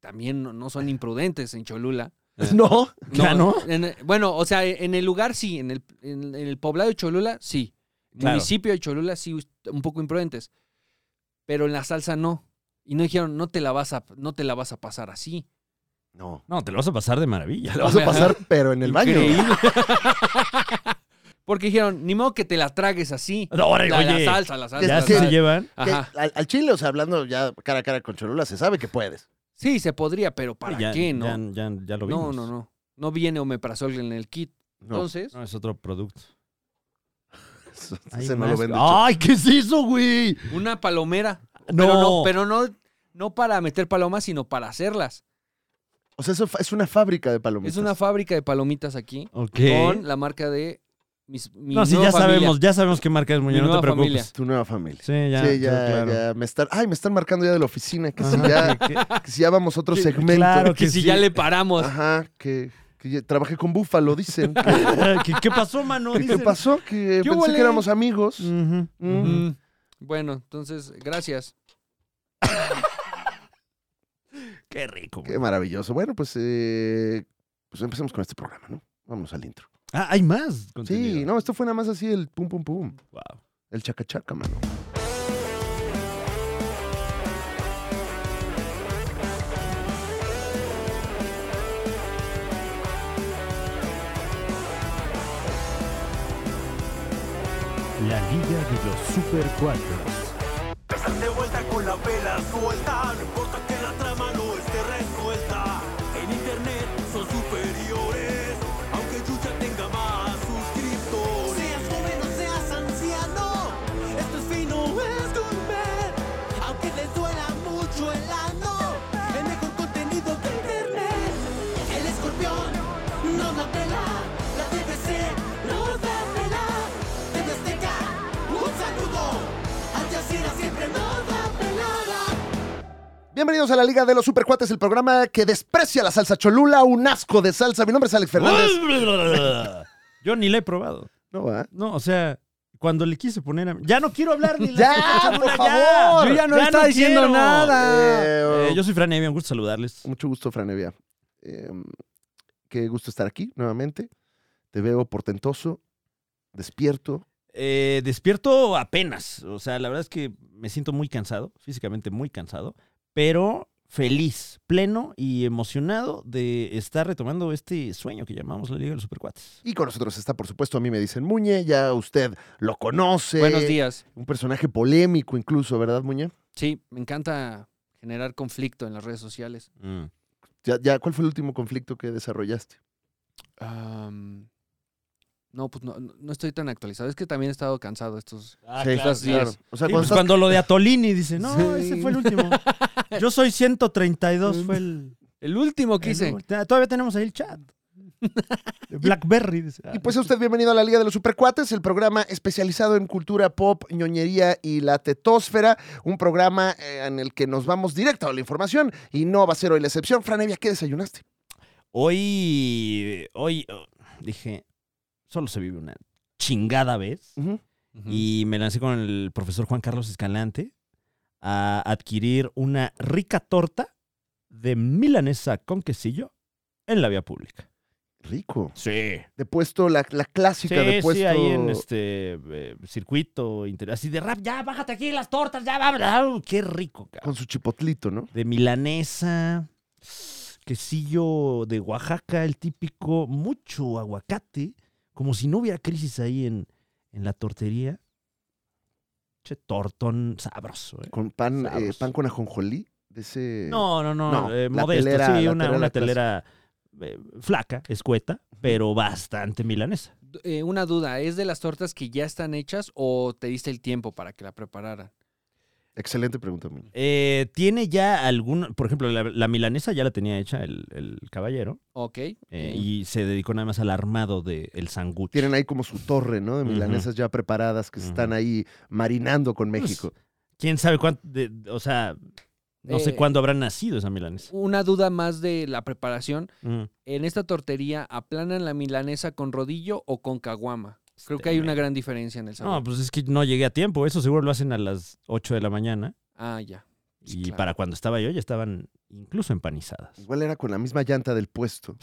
C: también no, no son imprudentes en Cholula.
A: Pues ¿No?
B: ¿Ya no?
C: en- bueno, o sea, en el lugar sí, en el, en, en el poblado de Cholula sí.
B: Claro.
C: Municipio de Cholula sí, un poco imprudentes. Pero en la salsa no. Y no dijeron, no te la vas a, no te la vas a pasar así.
A: No.
B: No, te lo vas a pasar de maravilla.
A: Te la vas a pasar, pero en el baño.
C: Increíble. Porque dijeron, ni modo que te la tragues así.
B: No, Ahora,
C: La, la
B: oye,
C: salsa, la salsa.
B: ya
C: la
A: que-
B: se
C: salsa.
B: llevan.
A: Que
C: Ajá.
A: al, al chile, o sea, hablando ya cara a cara con Cholula, se sabe que puedes.
C: Sí, se podría, pero ¿para
B: ya,
C: qué, no?
B: Ya, ya- ya lo
C: no,
B: vimos.
C: no, no. No viene omeprazol en el kit.
A: No,
C: Entonces,
B: No, Ah. es otro producto.
A: eso-
B: Hay
A: ese no
B: más-
A: lo vende.
B: ¡Ay, qué es eso, güey!
C: una palomera.
B: No,
C: Pero no, pero no, no para meter palomas, sino para hacerlas.
A: O sea, eso fa- es una fábrica de palomitas.
C: Es una fábrica de palomitas aquí
B: Ok.
C: con la marca de mis, mi
B: no, sí,
C: nueva
B: ya
C: familia.
B: sabemos, ya sabemos qué marca es,
C: Mi
B: Muñoz, no te
C: nueva
B: preocupes.
A: tu nueva familia.
B: Sí, ya.
A: sí, ya,
B: claro.
A: ya. Me están, ay, me están marcando ya de la oficina. Que si
B: Ajá,
A: ya,
B: que- que-
A: que si ya vamos a otro segmento.
B: Claro que
C: Que si ya
B: sí. Ah.
C: le paramos.
A: Ajá, que, que ya- trabajé con Búfalo, dicen. Que-
B: ¿Qué, qué pasó, mano?
A: ¿Qué,
B: Dicen.
A: pasó? Que pensé
C: huele?
A: que éramos amigos.
B: Ujú.
A: Mm.
C: Mm. Bueno, entonces, gracias.
B: Qué rico. güey.
A: Qué maravilloso. Bueno, pues, eh, pues empecemos con este programa, ¿no? Vamos al intro.
B: Ah, hay más.
A: Sí,
B: contenido.
A: no, esto fue nada más así el pum pum pum.
B: Wow.
A: El chacachaca, mano.
B: La Liga de los Super 4.
E: Están de vuelta con la vela suelta, no importa que la trama no esté resuelta. En internet son superiores, aunque Yuya tenga más suscriptores. Seas joven o seas anciano, esto es fino, es gourmet. Aunque les duela mucho el ano, el mejor contenido de internet. El escorpión no la pela, la TVC no da pela. TV Azteca, un saludo. Al Jazeera siempre nos da pelada.
A: Bienvenidos a la Liga de los Supercuates, el programa que desprecia la salsa cholula, un asco de salsa. Mi nombre es Alex Fernández.
B: Yo ni la he probado.
A: No va.
B: No, o sea, cuando le quise poner a... Ya no quiero hablar ni la
A: ¡Ya, por
B: favor!
A: favor!
C: Yo ya no
B: Ya
C: estaba
B: no
C: diciendo
B: quiero.
C: nada.
A: Eh,
B: Eh, yo soy Fran Evia, un gusto saludarles.
A: Mucho gusto, Franevia. qué gusto estar aquí nuevamente. Te veo portentoso, despierto.
B: Eh, despierto apenas. O sea, la verdad es que me siento muy cansado, físicamente muy cansado, pero feliz, pleno y emocionado de estar retomando este sueño que llamamos la Liga de los Supercuates.
A: Y con nosotros está, por supuesto, a mí me dicen Muñe, ya usted lo conoce.
C: Buenos días.
A: Un personaje polémico incluso, ¿verdad, Muñe?
C: Sí, me encanta generar conflicto en las redes sociales.
A: Ya, ya, ¿Cuál fue el último conflicto que desarrollaste?
C: Am, no, pues no, no no estoy tan actualizado. Es que también he estado cansado estos.
B: Ah,
A: Sí,
C: Ah, claro, claro.
A: O sea, cuando
B: Sí, pues,
A: estás-
B: cuando lo de Atolini dice, no,
A: Sí.
B: ese fue el último. Yo soy 132, fue el.
C: El último que
B: el
C: hice.
B: último. Todavía tenemos ahí el chat. Blackberry dice.
A: Y pues a usted bienvenido a la Liga de los Supercuates, el programa especializado en cultura pop, ñoñería y la tetósfera, un programa eh, en el que nos vamos directo a la información y no va a ser hoy la excepción. Franevia, ¿qué desayunaste?
B: Hoy. Hoy oh, dije, solo se vive una chingada vez.
A: Ujú.
B: Y me lancé con el profesor Juan Carlos Escalante a adquirir una rica torta de milanesa con quesillo en la vía pública.
A: Rico.
B: Sí.
A: De puesto, la, la clásica de puesto.
B: sí, ahí en este eh, circuito, inter- así de rap, ya bájate aquí las tortas, ya, va, ah, qué rico, cabrón.
A: Con su chipotlito, ¿no?
B: De milanesa, quesillo de Oaxaca, el típico, mucho aguacate, como si no hubiera crisis ahí en, en la tortería. Che, tortón sabroso, ¿eh?
A: Con pan, eh,
B: Sabroso.
A: pan con ajonjolí. De ese...
B: No, no, no,
A: no,
B: eh,
A: la
B: modesto,
A: telera-
B: sí,
A: la
B: una,
A: telera
B: una
A: clásica.
B: telera eh, flaca, escueta, pero bastante milanesa.
C: D- eh, una duda, ¿es de las tortas que ya están hechas o te diste el tiempo para que la prepararan?
A: Excelente pregunta, Muñe.
B: Eh, tiene ya algún, por ejemplo, la, la milanesa ya la tenía hecha el, el caballero
C: Ok.
B: eh,
C: Eh,
B: y se dedicó nada más al armado del el sándwich.
A: Tienen ahí como su torre, ¿no? De
B: Ujú.
A: milanesas ya preparadas que se
B: Ujú.
A: están ahí marinando con
B: Pues,
A: México.
B: ¿Quién sabe cuánto? de- o sea, no sé
C: Eh,
B: cuándo habrá nacido esa milanesa.
C: Una duda más de la preparación.
B: Mm.
C: ¿En esta tortería aplanan la milanesa con rodillo o con caguama? Creo que hay una gran diferencia en el sabor.
B: No, pues es que no llegué a tiempo. Eso seguro lo hacen a las 8 de la mañana.
C: Ah, ya. Pues
B: Y
C: claro.
B: para cuando estaba yo ya estaban incluso empanizadas.
A: Igual era con la misma llanta del puesto.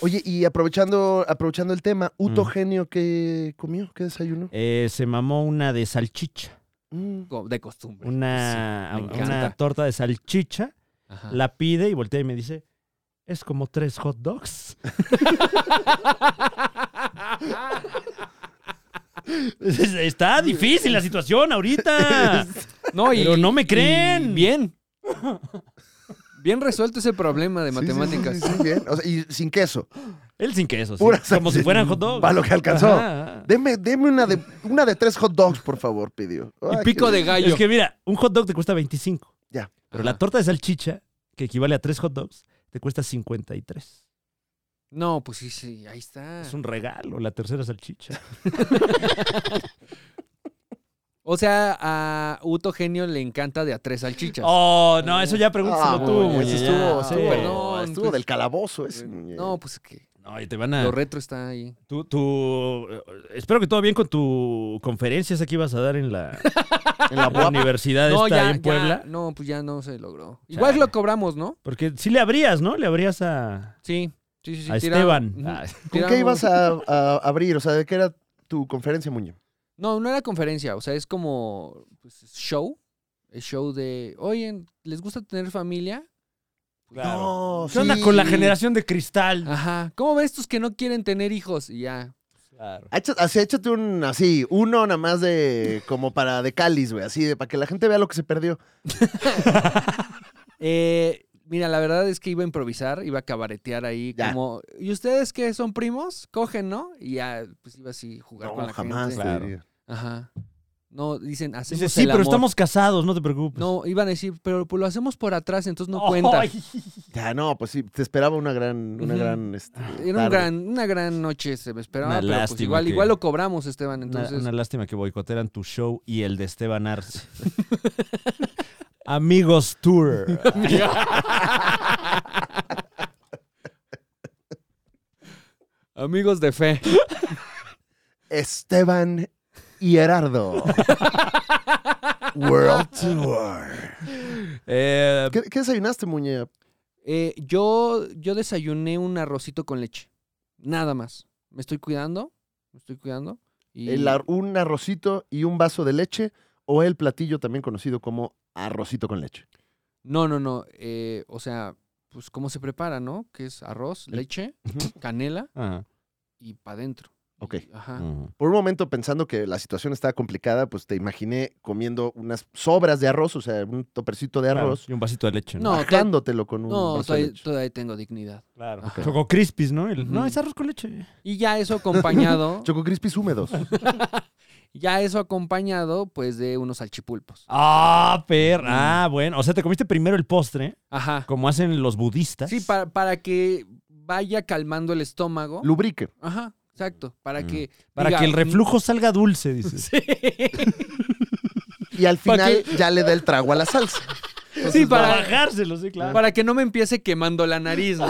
A: Oye, y aprovechando, aprovechando el tema, Uto Genio, ¿qué comió? ¿Qué desayunó?
B: Eh, se mamó una de salchicha.
A: Mm.
C: Co- de costumbre.
B: Una,
C: Sí, me
B: una
C: encanta. Ah.
B: torta de salchicha.
C: Ajá.
B: La pide y voltea y me dice, es como tres hot dogs. Está difícil la situación ahorita.
C: No, y,
B: Pero no me
C: y
B: creen.
C: bien. Bien resuelto ese problema de
A: Sí, sí, sí,
C: matemáticas.
A: Sí, sí, bien. O sea, y sin queso.
B: Él sin queso, sí.
A: Pura
B: como
A: salchicha.
B: si fueran hot dogs.
A: Pa' lo que alcanzó.
B: Ajá.
A: Deme, deme una, de, una de tres hot dogs, por favor, pidió.
C: Y
A: Ay,
C: pico
A: qué-
C: de gallo.
B: Es que mira, un hot dog te cuesta 25.
A: Ya.
B: Pero
C: Ajá.
B: la torta de salchicha, que equivale a tres hot dogs, te cuesta 53.
C: No, pues sí, sí, ahí está.
B: Es un regalo, la tercera salchicha.
C: O sea, a Uto Genio le encanta de a tres salchichas.
B: Oh, no, eso ya pregúntaselo
A: Ah,
B: tú,
A: bueno,
B: muñe,
A: ese
B: ya.
A: estuvo,
B: Sí.
A: estuvo-
C: Perdón,
A: estuvo
C: pues.
A: del calabozo ese. muñe.
C: No, pues es que
B: No, y te van a...
C: lo retro está ahí.
B: Tu, tu- espero que todo bien con tu conferencia esa que ibas a dar en la,
A: En la
B: en la
C: pues,
A: guapa.
B: universidad
C: no,
B: esta
C: ya,
B: en Puebla.
C: ya, no, pues ya no se logró. Igual
B: Chale.
C: lo cobramos, ¿no?
B: Porque sí le abrías, ¿no? Le abrías a,
C: Sí, sí, sí. sí
B: a
C: tira-
B: Esteban.
C: Ujú,
B: Ah,
A: ¿Con
C: tiramos-
A: qué ibas a, a abrir? O sea, ¿de qué era tu conferencia, Muño?
C: No, no era conferencia, o sea, es como pues, show. Es show de, oye, ¿les gusta tener familia?
B: claro.
A: No,
B: ¿Qué onda
A: sí.
B: con la generación de cristal?
C: Ajá. ¿Cómo ves estos que no quieren tener hijos? Y ya.
B: Claro.
A: Echa- Así, échate un así, uno nada más de como para de cáliz, güey, así de para que la gente vea lo que se perdió.
C: Eh, mira, la verdad es que iba a improvisar, iba a cabaretear ahí
A: Ya.
C: como, ¿y ustedes qué son primos? Cogen, ¿no? Y ya, pues iba así a jugar con
A: No,
C: la
A: jamás.
C: gente.
A: te
B: Claro.
A: diría.
C: Ajá. No, dicen, hacemos
B: Dice, sí,
C: el
B: pero
C: amor".
B: estamos casados, no te preocupes.
C: No, iban a decir, pero pues, lo hacemos por atrás, entonces no cuenta.
B: Ay.
A: Ya, no, pues sí, te esperaba una gran, una
C: Ujú. Ah,
A: gran, este,
C: Era un
A: tarde.
C: gran- una gran noche, se me esperaba.
B: Una
C: pero, pues,
B: lástima
C: igual,
B: que-
C: igual lo cobramos, Esteban.
B: Una,
C: Entonces,
B: una lástima que boicotearan tu show y el de Esteban Arce. Amigos Tour.
C: amigos de fe.
A: Esteban y Gerardo. World Tour.
B: Eh,
A: ¿Qué, qué desayunaste, Muñe?
C: Eh, yo, yo desayuné un arrocito con leche. Nada más. Me estoy cuidando. Me estoy cuidando. Y
A: El ar- ¿Un arrocito y un vaso de leche o el platillo también conocido como arrocito con leche?
C: No, no, no. eh, o sea, pues cómo se prepara, ¿no? Que es arroz,
B: Eh,
C: leche, canela
B: ah,
C: y pa' dentro.
A: Ok.
C: Ajá.
B: mm.
A: Por un momento pensando que la situación estaba complicada, pues te imaginé comiendo unas sobras de arroz, o sea, un topercito de
B: Claro,
A: arroz,
B: Y un vasito de leche.
C: No,
A: no, con un
C: No,
A: vaso de
C: todavía,
A: leche.
C: todavía tengo dignidad.
B: Claro.
C: Ajá.
B: Choco Crispis, ¿no? El- No,
C: Ujú.
B: es arroz con leche.
C: Y ya eso acompañado,
A: Choco Crispis húmedos.
C: ya eso acompañado, pues, de unos salchipulpos.
B: Ah, per. Ah, bueno. O sea, te comiste primero el postre,
C: Ajá.
B: como hacen los budistas.
C: Sí, para, para que vaya calmando el estómago.
A: Lubrique.
C: Ajá, exacto. Para
B: Mm.
C: que.
B: Para
C: diga,
B: que el
C: "Mm,
B: reflujo Pues salga dulce, dices.
A: Y al
C: Pa'
A: final ya le da el trago a la salsa.
C: Sí, para,
B: bajárselo, sí, claro.
C: para que no me empiece quemando la nariz, ¿no?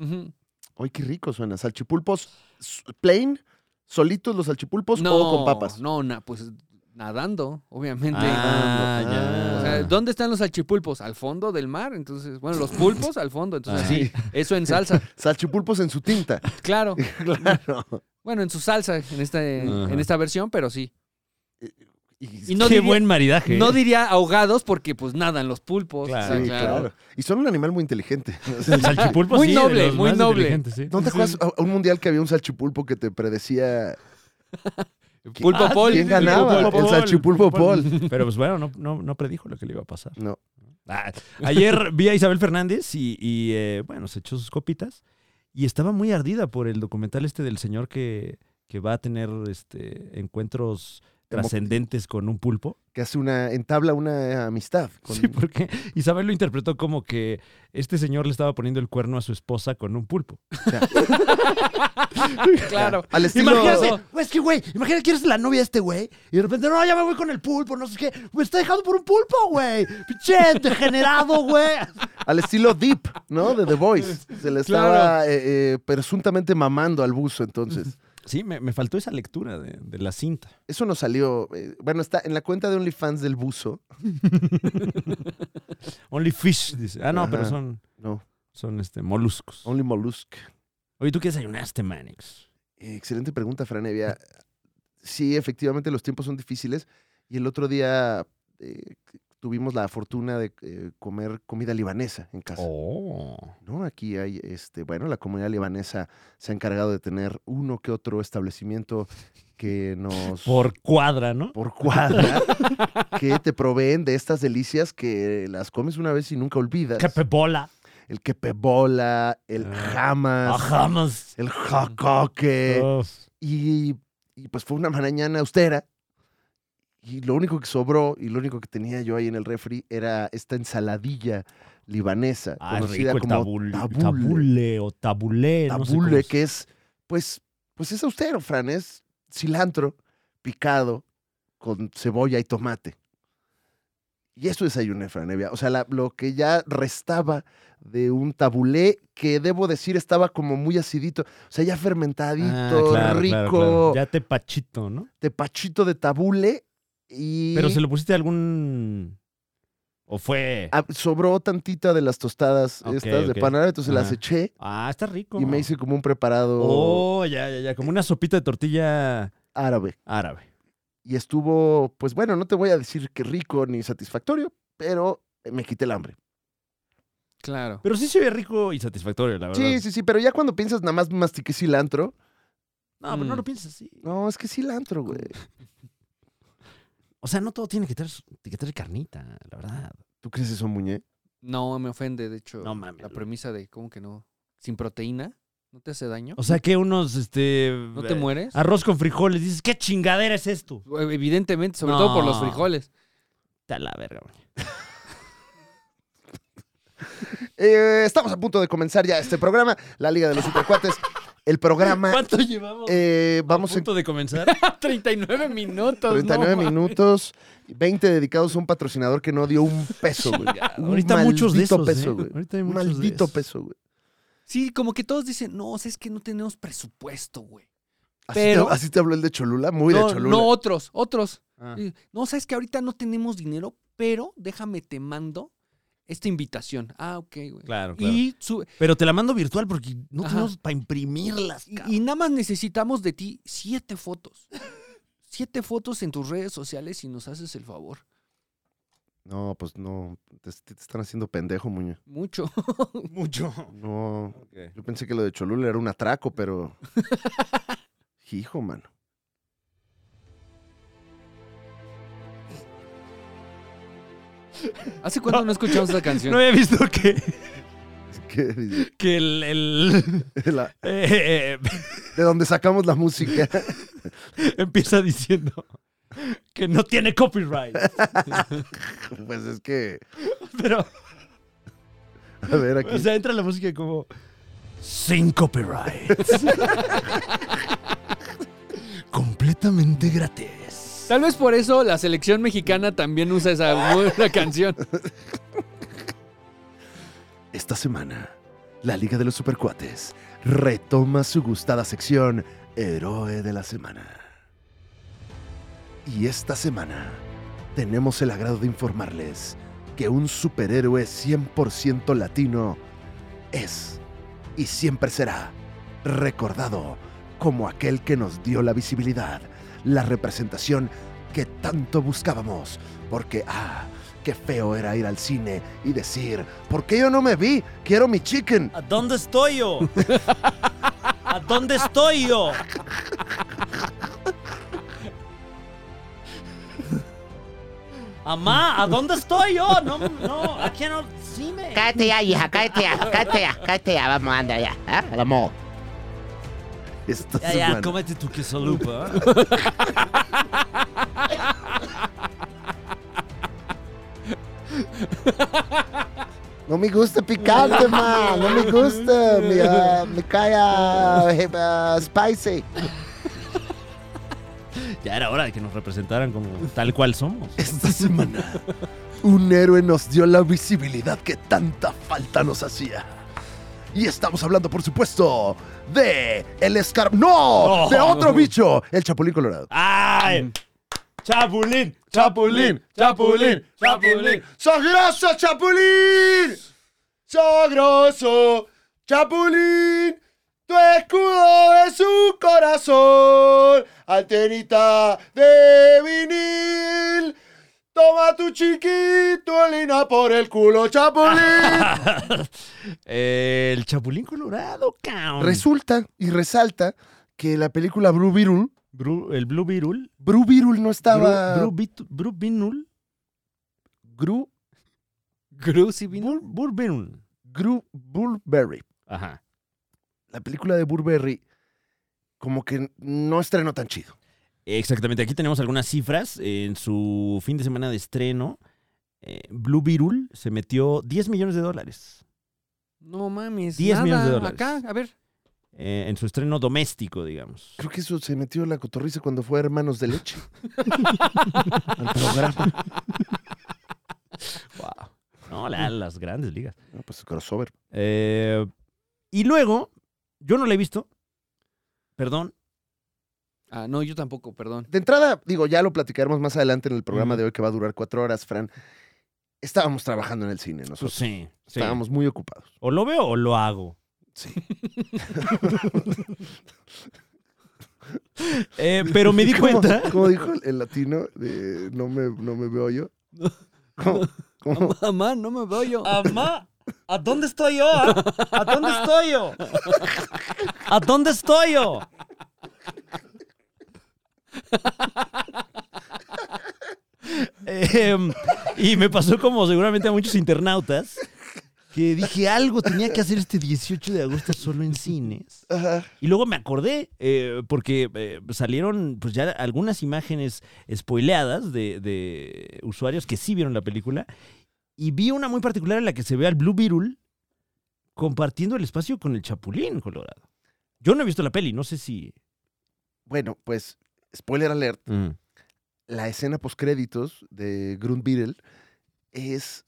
C: Ujú.
A: Ay, qué rico suena. Salchipulpos s- plain, solitos los salchipulpos
C: no,
A: o con papas.
C: No, na- pues nadando, obviamente.
B: Ah,
A: Ah.
B: ya.
C: O sea, ¿dónde están los salchipulpos? Al fondo del mar, entonces, bueno, los pulpos al fondo, entonces
B: Ah.
C: sí, eso en salsa,
A: Salchipulpos en su tinta.
C: claro.
A: claro.
C: Bueno, en su salsa en esta,
B: Ajá.
C: en esta versión, pero sí.
A: Y,
C: Y no
B: Qué
C: diría,
B: buen maridaje.
C: no
B: ¿eh?
C: diría ahogados porque pues nadan los pulpos.
B: Claro.
C: o sea,
A: sí, claro. Y son un animal muy inteligente.
B: El salchipulpo
C: Muy
B: sí, de
C: noble,
B: los
C: muy
B: más
C: noble.
B: inteligentes, sí.
A: ¿No te acuerdas a a un mundial que había un salchipulpo que te predecía
C: Pulpo
B: Ah,
C: Pol.
B: sí,
A: quién
B: sí,
A: ganaba?
B: Pulpo
A: el
B: Pol.
A: salchipulpo Pol.
B: Pero pues bueno, no, no, no predijo lo que le iba a pasar.
A: No.
B: Ah, ayer vi a Isabel Fernández y, y, eh, bueno, se echó sus copitas y estaba muy ardida por el documental este del señor que, que va a tener este, encuentros
A: Demo-
B: trascendentes con un pulpo.
A: Que hace una, entabla una eh, amistad. con-
B: Sí, porque Isabel lo interpretó como que este señor le estaba poniendo el cuerno a su esposa con un pulpo.
C: Claro.
A: Al estilo.
B: Imagínate, güey, es que güey, imagínate que eres la novia de este güey y de repente, no, ya me voy con el pulpo, no sé qué, me está dejando por un pulpo, güey. Pinche degenerado, güey.
A: Al estilo Deep, ¿no? De The Voice. Se le estaba eh, eh, presuntamente mamando al buzo, entonces.
B: Sí, me, me faltó esa lectura de, de la cinta.
A: Eso nos salió. eh, bueno, está en la cuenta de OnlyFans del buzo.
B: Only fish, dice. Ah, no,
A: Ajá.
B: pero son,
A: No,
B: son este, moluscos.
A: Only Mollusk.
B: Oye, ¿tú qué desayunaste, Manix?
A: Excelente pregunta, Franevia. Sí, efectivamente los tiempos son difíciles y el otro día eh, tuvimos la fortuna de eh, comer comida libanesa en casa.
B: Oh.
A: ¿no? Aquí hay, este, bueno, la comunidad libanesa se ha encargado de tener uno que otro establecimiento que nos...
B: Por cuadra, ¿no?
A: por cuadra, que te proveen de estas delicias que las comes una vez y nunca olvidas.
B: Capebola.
A: El quepebola, el
B: Ah.
A: jamas,
B: Ajamas.
A: el jacoque.
B: Uf.
A: Y, y, pues fue una mañana austera. Y lo único que sobró y lo único que tenía yo ahí en el refri era esta ensaladilla libanesa,
B: Ah,
A: conocida
B: rico el
A: como
B: tabul-
A: tabule.
B: tabule o tabulé. no sé
A: Tabule,
B: cómo
A: que es, pues, pues es austero, Fran, es cilantro picado con cebolla y tomate. Y eso desayuné, Fran Evia. O sea, la- lo que ya restaba de un tabulé, que debo decir estaba como muy acidito. O sea, ya fermentadito,
B: Ah, claro, claro,
A: rico,
B: claro. Ya te pachito, ¿no?
A: tepachito de tabule. Y
B: Pero se lo pusiste a algún. ¿O fue.?
A: ah, sobró tantita de las tostadas
B: Ok,
A: estas de
B: ok.
A: panara, entonces las
B: Ajá.
A: eché
B: Ah, está rico.
A: y me hice como un preparado
B: Oh, ya, ya, ya. Como una sopita de tortilla
A: árabe.
B: árabe.
A: y estuvo, pues bueno, no te voy a decir que rico ni satisfactorio, pero eh, me quité el hambre.
C: Claro.
B: Pero sí se ve rico y satisfactorio, la verdad.
A: Sí, sí, sí, pero ya cuando piensas nada más mastiqué cilantro,
B: No, pero no
C: Mm.
B: lo pienses así.
A: no, es que cilantro, güey.
B: O sea, no todo tiene que tener, que tener carnita, la verdad.
A: ¿Tú crees eso, Muñe?
C: No, me ofende, de hecho,
B: No mames.
C: la premisa de cómo que no. Sin proteína, ¿no te hace daño?
B: O sea, que unos, este.
C: ¿No te
B: eh,
C: mueres?
B: Arroz con frijoles. Dices, ¿qué chingadera es esto?
C: Evidentemente, sobre todo por los
B: No.
C: frijoles.
B: Está la verga, güey.
A: Eh, estamos a punto de comenzar ya este programa, La Liga de los Supercuates. El programa,
B: ¿Cuánto llevamos?
A: eh,
B: ¿A
A: vamos en
B: punto de comenzar?
C: 39 minutos.
A: 39
C: no, ma-
A: minutos, 20 dedicados a un patrocinador que no dio un peso, güey. Un
B: Ahorita muchos de
A: maldito
B: esos,
A: peso,
B: ¿eh?
A: güey.
B: Ahorita hay
A: Un
B: muchos de
A: Maldito
B: esos.
A: peso, güey.
C: Sí, como que todos dicen, no, o sea, es que no tenemos presupuesto, güey.
A: Así,
C: Pero-
A: te, así te habló el de Cholula, muy
C: no,
A: de Cholula.
C: no, otros, otros.
B: Ah.
C: Sí, No, sabes que ahorita no tenemos dinero, pero déjame te mando esta invitación. Ah, ok, güey.
B: Claro, claro.
C: Y, sube-
B: Pero te la mando virtual porque no
C: Ajá.
B: tenemos para imprimirlas.
C: y-
B: cabrón.
C: y nada más necesitamos de ti siete fotos. siete fotos en tus redes sociales y nos haces el favor.
A: No, pues no, te, te están haciendo pendejo, Muñe.
C: Mucho.
B: Mucho.
A: No, Yo pensé que lo de Cholula era un atraco, pero. Hijo, mano.
C: ¿Hace cuánto no escuchamos esa canción?
B: No había visto que,
A: Es que dice,
B: que el. el-
A: la-
B: eh, eh,
A: de donde sacamos la música.
B: empieza diciendo que no tiene copyright.
A: Pues es que.
B: Pero,
A: A ver, aquí.
B: o sea, entra la música como. Sin copyright. Completamente gratis.
C: Tal vez por eso la selección mexicana también usa esa mu- la canción.
A: Esta semana, la Liga de los Supercuates retoma su gustada sección Héroe de la Semana. Y esta semana, tenemos el agrado de informarles que un superhéroe 100% latino es y siempre será recordado como aquel que nos dio la visibilidad, la representación que tanto buscábamos, porque ah, qué feo era ir al cine y decir, ¿por qué yo no me vi? Quiero mi chicken.
B: ¿A dónde estoy yo? ¿A dónde estoy yo? Amá, ¿a dónde estoy yo? No, no, aquí no. Sí me.
D: Cállate ya, hija, cállate ya, cállate ya, cállate ya. Vamos, anda ya. ¿eh? Vamos.
A: Esta
B: Ya,
A: semana-
B: ya, cómete tu quesalupa.
A: No me gusta picante, man. No me gusta. Me, ah, me cae ah, eh, ah, spicy.
B: Ya era hora de que nos representaran como tal cual somos.
A: Esta semana, un héroe nos dio la visibilidad que tanta falta nos hacía. Y estamos hablando, por supuesto, de el escar... ¡No!
B: No.
A: De otro bicho, el chapulín colorado.
B: ¡Ay! ¡Chapulín! ¡Chapulín!
A: ¡Chapulín! ¡Chapulín! ¡Sos grosso, Chapulín! ¡Sos grosso! ¡Chapulín! Tu escudo es un corazón, antenita de vinil. Toma tu chiquito, Lina, por el culo, chapulín.
B: el Chapulín Colorado, cabrón.
A: Resulta y resalta que la película Blue Virul,
B: Bru- el Blue Virul.
A: Blue Virul no estaba...
B: Bru, Bru Vit- Bru Vinul.
A: Gru,
C: Grus y vino.
B: Bur, Bur Vinul.
A: Gru Burberry.
B: Ajá.
A: La película de Burberry como que no estrenó tan chido.
B: Exactamente. Aquí tenemos algunas cifras. En su fin de semana de estreno, eh, Blue Virul se metió 10 millones de dólares.
C: No mames.
B: 10
C: nada.
B: millones de dólares.
C: Acá, a ver.
B: eh, en su estreno doméstico, digamos.
A: Creo que eso se metió la cotorriza cuando fue Hermanos de Leche. Al programa.
B: Wow. No, la- las grandes ligas.
A: No, pues crossover.
B: Eh, y luego, yo no la he visto. Perdón.
C: Ah, no, yo tampoco, perdón.
A: De entrada, digo, ya lo platicaremos más adelante en el programa
B: Ujú.
A: de hoy que va a durar cuatro horas, Fran. Estábamos trabajando en el cine
B: Pues
A: nosotros.
B: sí, sí.
A: Estábamos muy ocupados.
B: O lo veo o lo hago.
A: Sí.
B: Eh, pero me di
A: ¿Cómo,
B: cuenta.
A: cómo dijo el, el latino? de, no, me, no me veo yo. ¿Cómo? ¿Cómo?
C: Mamá, no me veo yo.
B: Amá, ¿a dónde estoy yo? ah? ¿A dónde estoy yo? ¿A dónde estoy yo? Em, y me pasó como seguramente a muchos internautas que dije algo tenía que hacer este 18 de agosto solo en cines.
A: Ajá.
B: Y luego me acordé, eh, porque eh, salieron pues ya algunas imágenes spoileadas de, de usuarios que sí vieron la película. Y vi una muy particular en la que se ve al Blue Virul compartiendo el espacio con el Chapulín Colorado. Yo no he visto la peli, no sé si.
A: Bueno, pues, spoiler alert. la escena postcréditos de Grundbirel es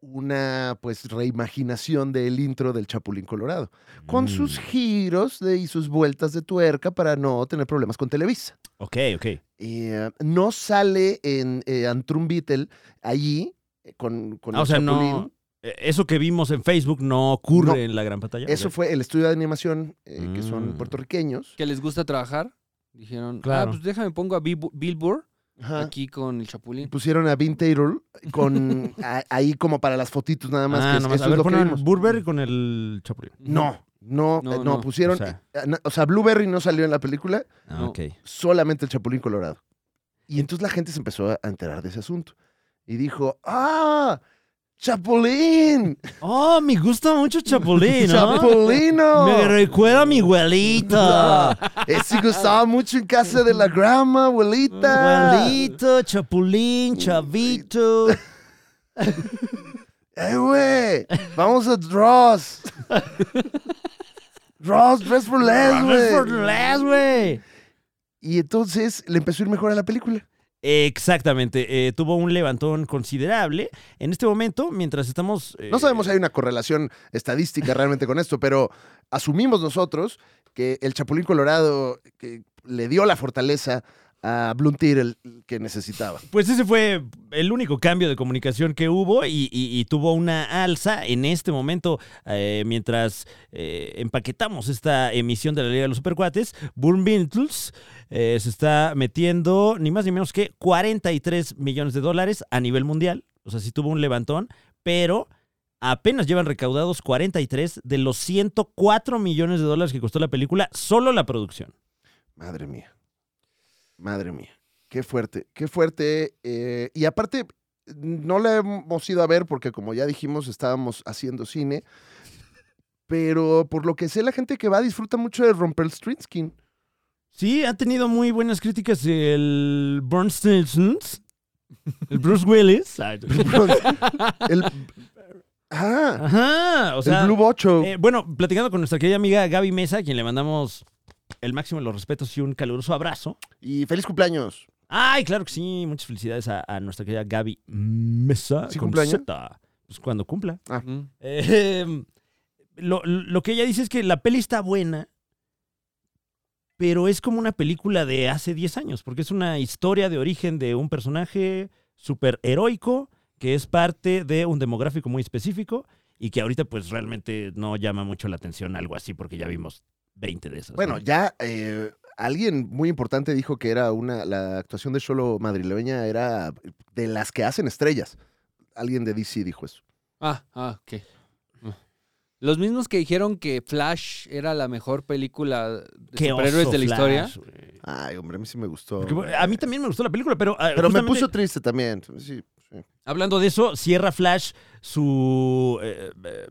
A: una pues reimaginación del intro del Chapulín Colorado, con
B: Mm.
A: sus giros de- y sus vueltas de tuerca para no tener problemas con Televisa.
B: Ok, ok. E,
A: Eh, no sale en eh, Antrum Beatle allí eh, con, con
B: Ah,
A: el
B: o sea,
A: Chapulín.
B: no. eh, Eso que vimos en Facebook no ocurre
A: No.
B: en la gran pantalla.
A: Eso
B: Ok.
A: fue el estudio de animación, eh, que son
B: Mm.
A: puertorriqueños.
C: Que les gusta trabajar. Dijeron,
B: Claro.
C: ah, pues déjame pongo a Bill Bu- Bill Burr
A: Ajá.
C: aquí con el Chapulín.
A: Pusieron a Vin Taylor con, a- ahí como para las fotitos nada más.
B: Ah,
A: que es-
B: nomás,
A: eso
B: a ver,
A: es lo que
B: ponen
A: vimos.
B: Burberry con el Chapulín.
A: No, no, eh,
C: No,
A: no,
C: no.
A: pusieron.
B: O sea.
A: eh, na- O sea, Blueberry no salió en la película,
B: Ah,
C: No.
B: ok.
A: solamente el Chapulín Colorado. Y entonces la gente se empezó a enterar de ese asunto. Y dijo: ¡Ah! ¡Chapulín!
B: Oh, me gusta mucho Chapulín, ¿no? Me
A: ¡Chapulino!
B: recuerda a mi abuelita.
A: Ese Eh, gustaba mucho en casa de la grama, abuelita.
B: Abuelito, Chapulín, Chavito.
A: ¡Eh, güey! ¡Vamos a Dross! Dross, Dress for Less,
B: Brothers for
A: güey.
B: Less, güey.
A: Y entonces le empezó a ir mejor a la película.
B: Exactamente, eh, tuvo un levantón considerable. En este momento, mientras estamos... eh,
A: No sabemos si hay una correlación estadística realmente con esto, pero asumimos nosotros que el Chapulín Colorado que le dio la fortaleza a Bluntir el que necesitaba.
B: Pues ese fue el único cambio de comunicación que hubo y, y- y tuvo una alza en este momento, eh, mientras eh, empaquetamos esta emisión de la Liga de los Supercuates, Burn Beatles eh, se está metiendo ni más ni menos que 43 millones de dólares a nivel mundial. O sea, sí tuvo un levantón, pero apenas llevan recaudados 43 de los 104 millones de dólares que costó la película, solo la producción.
A: Madre mía. Madre mía. Qué fuerte, qué fuerte. eh, y aparte, no la hemos ido a ver porque, como ya dijimos, estábamos haciendo cine. Pero por lo que sé, la gente que va disfruta mucho de Romper Streetskin.
B: Sí, ha tenido muy buenas críticas el Bernstein, el Bruce Willis.
A: El, ah,
B: Ajá, o sea,
A: el Blue Bocho.
B: eh, bueno, platicando con nuestra querida amiga Gaby Mesa, a quien le mandamos el máximo de los respetos y un caluroso abrazo.
A: Y feliz cumpleaños.
B: Ay, claro que sí, muchas felicidades a, a nuestra querida Gaby Mesa.
A: ¿Sí
B: con
A: cumpleaños?
B: Z. Pues cuando cumpla.
A: Ah,
C: Ujú.
B: Eh, lo, lo que ella dice es que la peli está buena, pero es como una película de hace 10 años, porque es una historia de origen de un personaje superheroico que es parte de un demográfico muy específico y que ahorita pues realmente no llama mucho la atención algo así porque ya vimos 20 de esas.
A: Bueno,
B: ¿no?
A: ya eh, alguien muy importante dijo que era una. La actuación de Solo madrileña era de las que hacen estrellas. Alguien de DC dijo eso.
C: Ah, ah, ok. Los mismos que dijeron que Flash era la mejor película de
B: Qué
C: superhéroes
B: oso
C: de la
B: Flash,
C: historia.
B: güey.
A: Ay, hombre, a mí sí me gustó.
B: Porque, bueno, a mí también me gustó la película, pero... ah,
A: Pero me
B: justamente-
A: puso triste también. Sí, sí.
B: Hablando de eso, cierra Flash su eh, eh,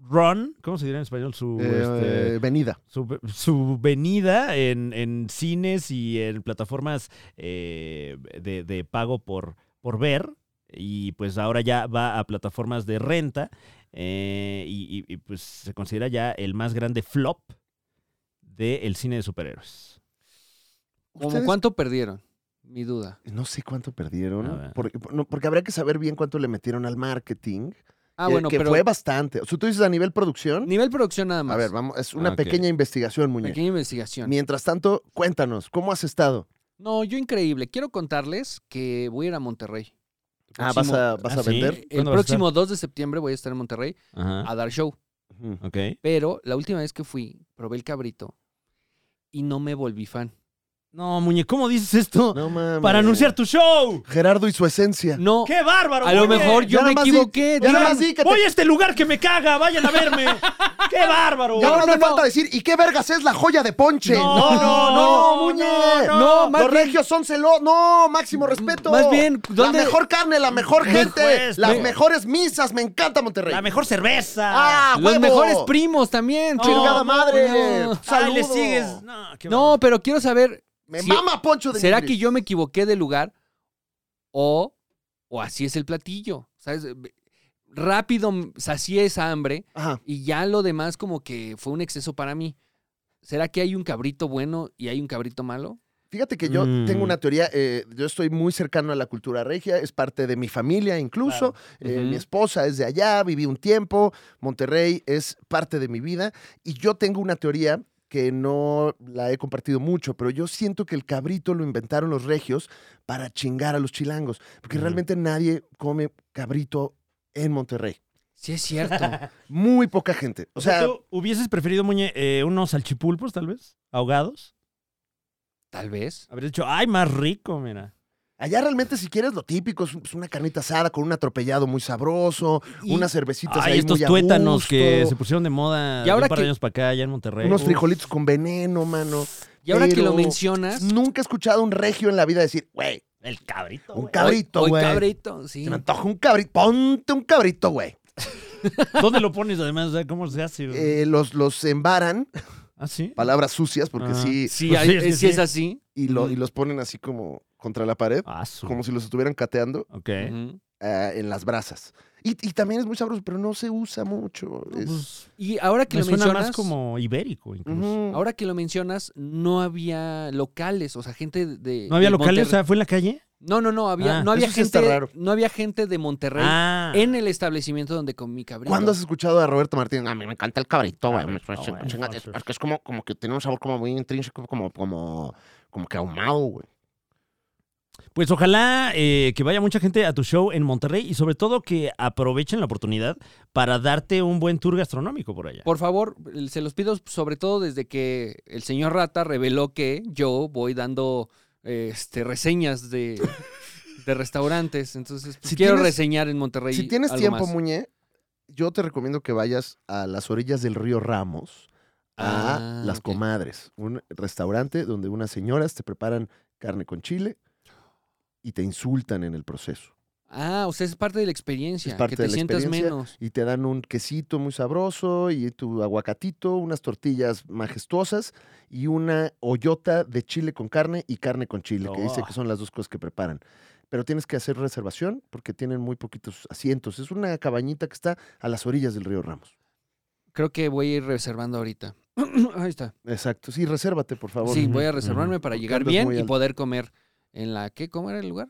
B: run, ¿cómo se dirá en español? Su,
A: Eh,
B: este,
A: venida.
B: su, su venida en, en cines y en plataformas eh, de, de pago por, por ver. Y pues ahora ya va a plataformas de renta. eh, y, y- y, pues se considera ya el más grande flop del cine de superhéroes.
C: ¿Cómo
A: ¿Ustedes
C: cuánto perdieron? Mi duda.
A: No sé cuánto
B: A
A: perdieron,
B: ver.
A: porque, no, porque habría que saber bien cuánto le metieron al marketing,
C: Ah,
A: que,
C: bueno,
A: que
C: pero
A: fue bastante. O sea, tú dices a nivel producción.
C: nivel producción nada más.
A: A ver, vamos, es una
B: Ah, ok.
A: pequeña investigación, Muñe.
C: Pequeña investigación.
A: Mientras tanto, cuéntanos, ¿cómo has estado?
C: No, yo increíble. Quiero contarles que voy a ir a Monterrey.
A: Ah, ¿vas
C: Próximo- eh,
A: a, vas
B: Ah,
A: a
B: sí.
A: vender?
C: El
B: ¿Cuándo vas a Ah.
C: próximo 2 de septiembre voy a estar en Monterrey
B: Ajá.
C: a dar show.
A: Ujú.
B: Ok.
C: Pero la última vez que fui, probé el cabrito y no me volví fan.
B: No, Muñe, ¿cómo dices esto?
A: No mames.
B: Para anunciar tu show.
A: Gerardo y su esencia.
C: No,
B: ¡Qué bárbaro!
C: a lo
B: Muñe!
C: mejor yo
A: Ya
C: me
A: nada más di-
C: equivoqué.
A: ya
C: digan,
A: nada más di que te-
B: Voy a este lugar que me caga, vayan a verme. ¡Qué bárbaro!
A: Ya no,
C: no,
A: me
C: no.
A: falta decir, ¿y qué vergas es la joya de Ponche?
B: No, no, no,
A: Muñe.
B: no,
C: no, más
A: Los
C: bien-
A: regios son celos. No, máximo respeto.
C: Más bien, ¿dónde-
A: La mejor carne, la mejor
B: Mejor
A: gente,
B: juez,
A: las
B: me-
A: mejores misas. Me encanta Monterrey.
B: La mejor cerveza.
A: ¡Ah,
C: Los
A: huevo!
C: mejores primos también.
B: No,
A: ¡Chingada
B: no,
A: madre!
C: no.
B: Ay,
A: ¡Saludo!
B: le sigues. No, qué
C: No, pero quiero saber,
A: Me
C: Sí.
A: mama Poncho de
C: ¿será
A: Nigris.
C: que yo me equivoqué de lugar? O, o así es el platillo. ¿Sabes? Rápido sacié esa hambre
A: Ajá.
C: y ya lo demás como que fue un exceso para mí. ¿Será que hay un cabrito bueno y hay un cabrito malo?
A: Fíjate que yo
B: Mm.
A: tengo una teoría, eh, yo estoy muy cercano a la cultura regia, es parte de mi familia incluso, eh,
C: Ujú.
A: mi esposa es de allá, viví un tiempo, Monterrey es parte de mi vida y yo tengo una teoría que no la he compartido mucho, pero yo siento que el cabrito lo inventaron los regios para chingar a los chilangos, porque
B: Ujú.
A: realmente nadie come cabrito en Monterrey,
C: Sí es cierto.
A: muy poca gente. O sea,
B: ¿tú hubieses preferido, Muñe, eh, unos salchipulpos, tal vez? ¿Ahogados?
C: Tal vez.
B: Habrías dicho, ¡ay, más rico, mira!
A: allá realmente si quieres lo típico es es una carnita asada con un atropellado muy sabroso,
C: Y-
A: unas cervecitas
B: ¡Ay,
A: ahí
B: estos
A: muy a
B: tuétanos que
A: gusto.
B: se pusieron de moda
C: Y ahora
B: de un par de
C: que-
B: años para acá, allá en Monterrey!
A: Unos
B: Uf.
A: frijolitos con veneno, mano.
C: Y ahora que lo
A: Pero-
C: mencionas.
A: Nunca he escuchado a un regio en la vida decir, güey,
B: El cabrito,
A: un
B: güey.
A: cabrito,
C: hoy- hoy
A: güey.
C: cabrito, sí.
A: Se me antoja un cabrito. Ponte un cabrito, güey.
B: ¿Dónde lo pones, además? O sea, ¿Cómo se hace? güey?
A: Eh, los, los embaran,
B: ¿Ah, sí?
A: palabras sucias, porque
B: Ah.
A: sí,
C: Sí,
B: Pues
C: hay-
B: sí,
C: eh,
B: sí,
C: sí es
B: sí.
C: así.
A: y, lo, y los ponen así como contra la pared,
B: Ah, su-
A: como si los estuvieran cateando
B: Ok.
C: Ujú.
A: ah, en las brasas. Y, y también es muy sabroso, pero no se usa mucho.
B: No,
A: Es-
B: pues,
C: Y ahora que
B: me
C: lo
B: suena
C: mencionas.
B: más como ibérico, incluso.
A: Ujú.
C: Ahora que lo mencionas, no había locales, o sea, gente de.
B: ¿No había
C: de
B: locales? O
C: Monterrey-
B: sea, ¿fue en la calle?
C: No, no, no, había,
B: Ah,
C: no había
A: eso sí
C: gente.
A: está raro.
C: No había gente de Monterrey
B: Ah.
C: en el establecimiento donde comí cabrito.
A: ¿Cuándo has escuchado a Roberto Martínez?
D: A mí me encanta el
A: Ah,
D: cabrito, güey. Me-
A: pues,
B: Cabrito, güey.
C: Ah,
D: chinga- Es, es que es como, como que tiene un sabor como muy intrínseco, como, como, como que ahumado, güey.
B: Pues ojalá eh, que vaya mucha gente a tu show en Monterrey y sobre todo que aprovechen la oportunidad para darte un buen tour gastronómico por allá.
C: Por favor, se los pido sobre todo desde que el señor Rata reveló que yo voy dando eh, este, reseñas de, de restaurantes. Entonces, pues,
A: Si
C: quiero
A: tienes-
C: reseñar en Monterrey.
A: Si tienes
C: algo
A: tiempo,
C: más.
A: Muñe, yo te recomiendo que vayas a las orillas del río Ramos, a
C: Ah,
A: Las
C: ok.
A: Comadres, un restaurante donde unas señoras te preparan carne con chile y te insultan en el proceso.
C: Ah, o sea, es parte de la experiencia.
A: Es parte
C: que te
A: de la
C: sientas
A: experiencia.
C: menos.
A: Y te dan un quesito muy sabroso y tu aguacatito, unas tortillas majestuosas y una hoyota de chile con carne y carne con chile, que dice
B: Oh.
A: que son las dos cosas que preparan. Pero tienes que hacer reservación porque tienen muy poquitos asientos. Es una cabañita que está a las orillas del río Ramos.
C: Creo que voy a ir reservando ahorita. Ahí está.
A: Exacto, sí, resérvate, por favor.
C: Sí, voy a
B: Ujú,
C: reservarme para
A: Porque
C: llegar
A: andas
C: bien
A: muy
C: y
A: alto.
C: poder comer en la ¿qué? ¿Cómo era el lugar?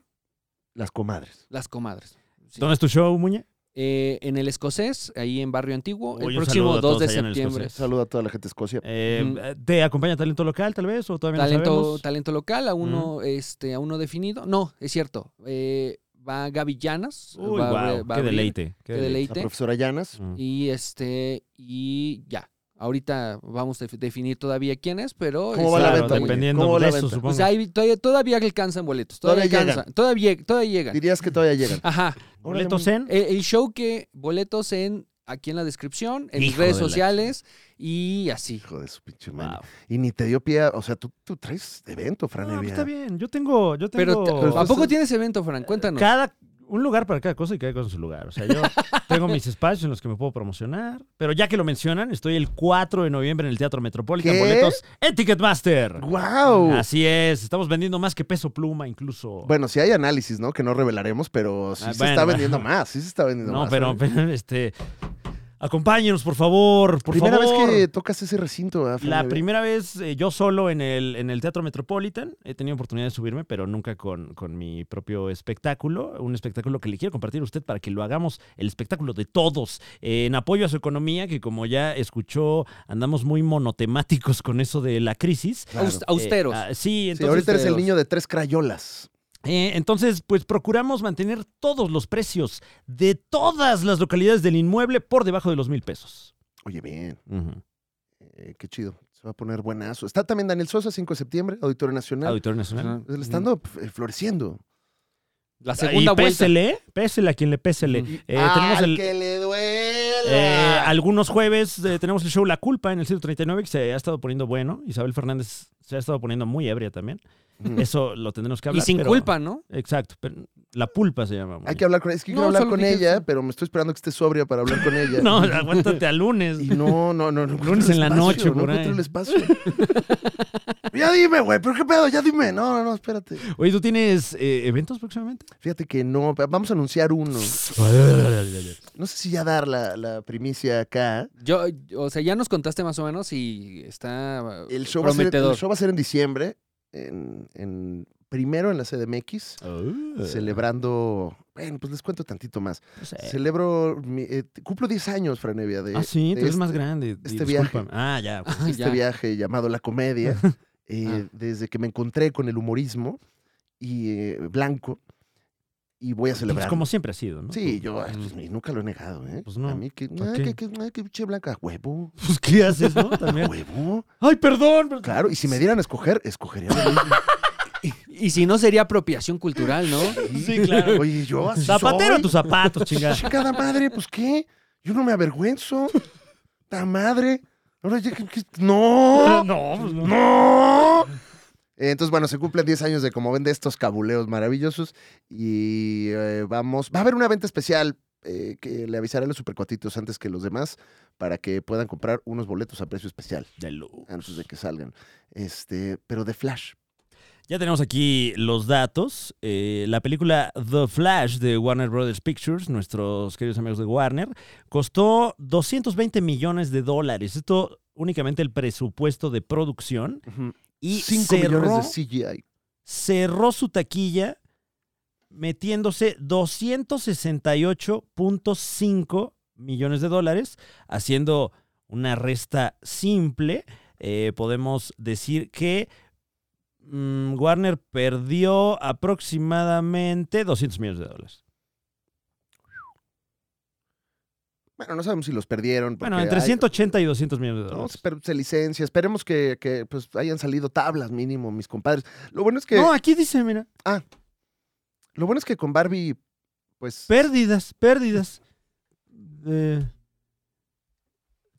A: Las comadres.
C: Las comadres. Sí.
B: ¿Dónde es tu show, Muñe?
C: Eh, en el escocés, ahí en Barrio Antiguo,
B: Oye,
C: el
B: un
C: próximo
B: saludo a
C: 2 de
B: todos allá en el
C: septiembre.
B: Escocés.
A: Saludo a toda la gente de Escocia.
B: Eh,
C: Ujú.
B: ¿Te acompaña talento local, tal vez? ¿O todavía no
C: Talento,
B: sabemos?
C: talento local, a uno, este, a uno definido. No, es cierto. eh, va Gaby Llanas.
B: Uy,
C: va-
B: guau,
C: va a
B: qué
C: abrir,
B: deleite. Qué deleite.
C: qué
A: La
C: deleite.
A: profesora Llanas.
B: Mm.
C: Y este, y ya. Ahorita vamos a def- definir todavía quién es, pero.
A: ¿Cómo va la
B: Claro,
A: venta, güey? ¿Cómo
B: dependiendo
A: va
B: de
A: la
B: eso,
A: venta?
B: supongo.
C: O sea, ahí todavía, todavía alcanzan boletos. Todavía,
A: Todavía llegan.
C: alcanzan. Todavía, todavía llegan.
A: Dirías que todavía llegan.
C: Ajá.
B: ¿Boletos en?
C: El, el show que boletos en aquí en la descripción, en mis
B: Hijo
C: redes
B: de la
C: sociales y así.
A: Hijo de su pinche madre.
B: Wow.
A: Y ni te dio pie. a- O sea, tú, tú traes evento, Fran.
B: No, pues
A: Evia.
B: está bien. Yo tengo, yo tengo
C: Pero te-
A: Pero
C: ¿a poco
A: entonces-
C: tienes evento, Fran? Cuéntanos.
B: cada un lugar para cada cosa y cada cosa en su lugar. O sea, yo tengo mis espacios en los que me puedo promocionar. Pero ya que lo mencionan, estoy el 4 de noviembre en el Teatro Metropolitan.
A: ¿Qué?
B: Boletos en Ticketmaster.
A: ¡Guau!
B: Así es. Estamos vendiendo más que peso pluma incluso.
A: Bueno, sí hay análisis, ¿no? Que no revelaremos, pero sí
B: Ah,
A: se
B: bueno,
A: está
B: bueno.
A: vendiendo más. Sí se está vendiendo
B: no,
A: más.
B: pero,
A: ¿eh?
B: pero, este... Acompáñenos, por favor. Por
A: Primera
B: favor.
A: vez que tocas ese recinto, ¿verdad, Fran
B: La
A: Evia?
B: primera vez eh, yo solo en el, en el Teatro Metropolitan. He tenido oportunidad de subirme, pero nunca con, con mi propio espectáculo. Un espectáculo que le quiero compartir a usted para que lo hagamos el espectáculo de todos. eh, en apoyo a su economía, que como ya escuchó, andamos muy monotemáticos con eso de la crisis.
A: Claro.
C: Aus- austeros.
B: Eh, ah, sí,
A: Sí,
B: entonces,
A: ahorita eres el
C: ustedes-
A: niño de tres crayolas.
B: eh, entonces, pues procuramos mantener todos los precios de todas las localidades del inmueble por debajo de los mil pesos.
A: Oye, bien.
B: Ujú.
A: Eh, qué chido. Se va a poner buenazo. Está también Daniel Sosa, 5 de septiembre, Auditorio Nacional.
B: Auditorio Nacional. Mm.
C: Ajá.
A: el stand-up eh, floreciendo.
C: La
B: Segunda
C: segunda vuelta.
B: pésele, pésele a quien le pésele.
C: Ujú.
B: Eh, tenemos el-
A: que le
B: eh,
A: duela!
B: algunos jueves eh, tenemos el show La Culpa en el 139 que se ha estado poniendo bueno. Isabel Fernández se ha estado poniendo muy ebria también.
A: Mm.
B: Eso lo tendremos que hablar.
C: Y sin
B: pero-
C: culpa, ¿no?
B: Exacto. pero la pulpa se llama.
A: Hay que hablar con ella. Es que
C: No,
A: quiero hablar
C: solo
A: con
C: dije
A: ella,
C: eso.
A: pero me estoy esperando que esté sobria para hablar con ella.
B: No, aguántate al lunes.
A: Y no, no, no. no encuentro
B: Lunes
A: el
B: en la
A: espacio,
B: noche,
A: No
B: por ahí.
A: encuentro el espacio. ya dime, güey. ¿Pero qué pedo? Ya dime. No, no, no, espérate.
B: Oye, ¿tú tienes eh, eventos próximamente?
A: Fíjate que no. pero Vamos a anunciar uno. No sé si ya dar la, la primicia acá.
C: Yo, o sea, ya nos contaste más o menos y está
A: El show, va a ser, el
C: prometedor.
A: show va a ser en diciembre. En, en- primero en la CDMX.
B: Oh.
A: Celebrando. Bueno, pues les cuento tantito más.
B: No sé.
A: Celebro. mi- eh, cumplo 10 años, Franevia, de,
B: Ah, sí, tú
A: de
B: eres
A: este-
B: más grande. di-
A: este viaje.
B: discúlpame. Ah, ya. ok.
C: Ah,
A: este
C: ya.
A: viaje llamado La Comedia, eh,
C: Ah.
A: desde que me encontré con el humorismo y eh, blanco, y voy a celebrar.
B: Pues como siempre ha sido, ¿no?
A: Sí, yo ay, pues,
B: Mm.
A: mi- nunca lo he negado, ¿eh?
B: Pues no,
A: A mí que,
B: ¿pa'
A: ah,
B: qué?
A: que, que, ah, que pinche blanca, huevo,
B: Pues, ¿qué haces, no? También.
A: huevo.
B: Ay, perdón. pero-
A: Claro, y si me dieran a escoger, escogería lo mismo.
C: Y si no sería apropiación cultural, ¿no?
B: Sí, claro.
A: Oye, yo así
B: Zapatero a
A: soy.
B: tus zapatos, chingada.
A: Chingada madre, pues qué, yo no me avergüenzo, ta madre. Ahora ya que- que- no.
B: No, pues no.
A: ¡No! Eh, Entonces, bueno, se cumplen 10 años de como ven de estos cabuleos maravillosos. Y eh, vamos. Va a haber una venta especial eh, que le avisaré a los supercuatitos antes que los demás para que puedan comprar unos boletos a precio especial antes de que salgan. Este, pero de Flash.
B: Ya tenemos aquí los datos. Eh, la película The Flash de Warner Brothers Pictures, nuestros queridos amigos de Warner, costó 220 millones de dólares. Esto únicamente el presupuesto de producción. Y
A: 5
B: cerró,
A: millones de CGI.
B: cerró su taquilla metiéndose 268.5 millones de dólares, haciendo una resta simple. eh, podemos decir que mm, Warner perdió aproximadamente 200 millones de dólares.
A: Bueno, no sabemos si los perdieron. porque
B: Bueno, entre
A: hay-
B: 180 y 200 millones de
A: No,
B: dólares.
A: esper- se licencia. Esperemos que, que, pues, hayan salido tablas mínimo, mis compadres. Lo bueno es que,
B: No, aquí dice, mira,
A: lo bueno es que con Barbie, pues.
B: pérdidas, pérdidas. Eh,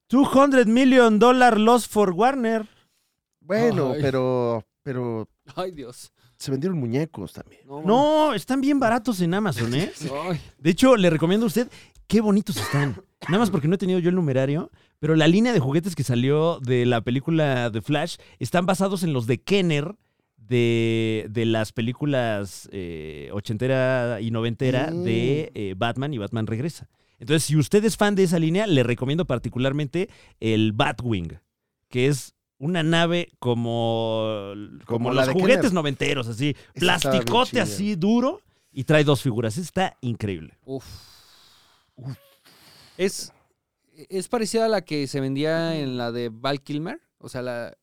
B: 200 million dollar loss for Warner.
A: Bueno,
C: Ay.
A: pero pero
C: Ay, Dios.
A: se vendieron muñecos también.
C: man.
B: No, están bien baratos en Amazon, ¿eh?
C: Ay,
B: De hecho, le recomiendo a usted qué bonitos están. Nada más porque no he tenido yo el numerario, pero la línea de juguetes que salió de la película The Flash están basados en los de Kenner de, de las películas eh, ochentera y noventera
A: Mm.
B: de eh, Batman y Batman Regresa. Entonces, si usted es fan de esa línea, le recomiendo particularmente el Batwing, que es una nave como, como,
A: Como la
B: los
A: de
B: juguetes
A: Kenner.
B: noventeros, así,
A: Esa estaba bien
B: plasticote
A: chida.
B: así duro y trae dos figuras. Está increíble.
C: uf. Es, es parecida a la que se vendía en la de Val Kilmer, o sea, la,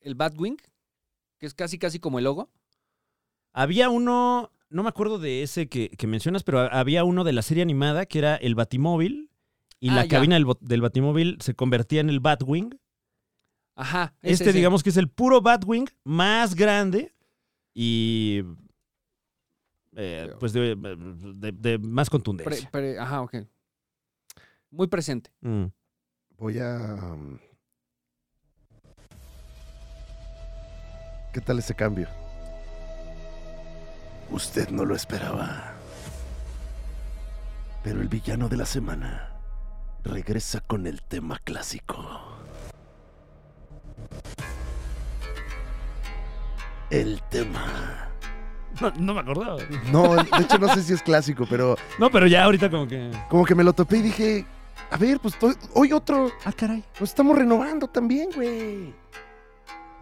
C: el Batwing, que es casi, casi como el logo.
B: Había uno. no me acuerdo de ese que, que mencionas, pero ha- había uno de la serie animada que era el Batimóvil y
C: Ah,
B: la
C: ya.
B: cabina del, bot- del Batimóvil se convertía en el Batwing.
C: Ajá. ese,
B: Este,
C: ese.
B: digamos que es el puro Batwing más grande y. eh, pues de, de- de más
C: Pre-
B: contundencia.
C: pre- ajá, ok. Muy presente.
B: Mm.
A: Voy a. um, ¿Qué tal ese cambio?
F: Usted no lo esperaba. Pero el villano de la semana regresa con el tema clásico. El tema.
B: No, no me acordaba.
A: No, de hecho no sé si es clásico, pero
B: No, pero ya ahorita como que.
A: como que me lo topé y dije, a ver, pues to- hoy otro.
B: Ah, caray.
A: Nos Pues estamos renovando también, güey.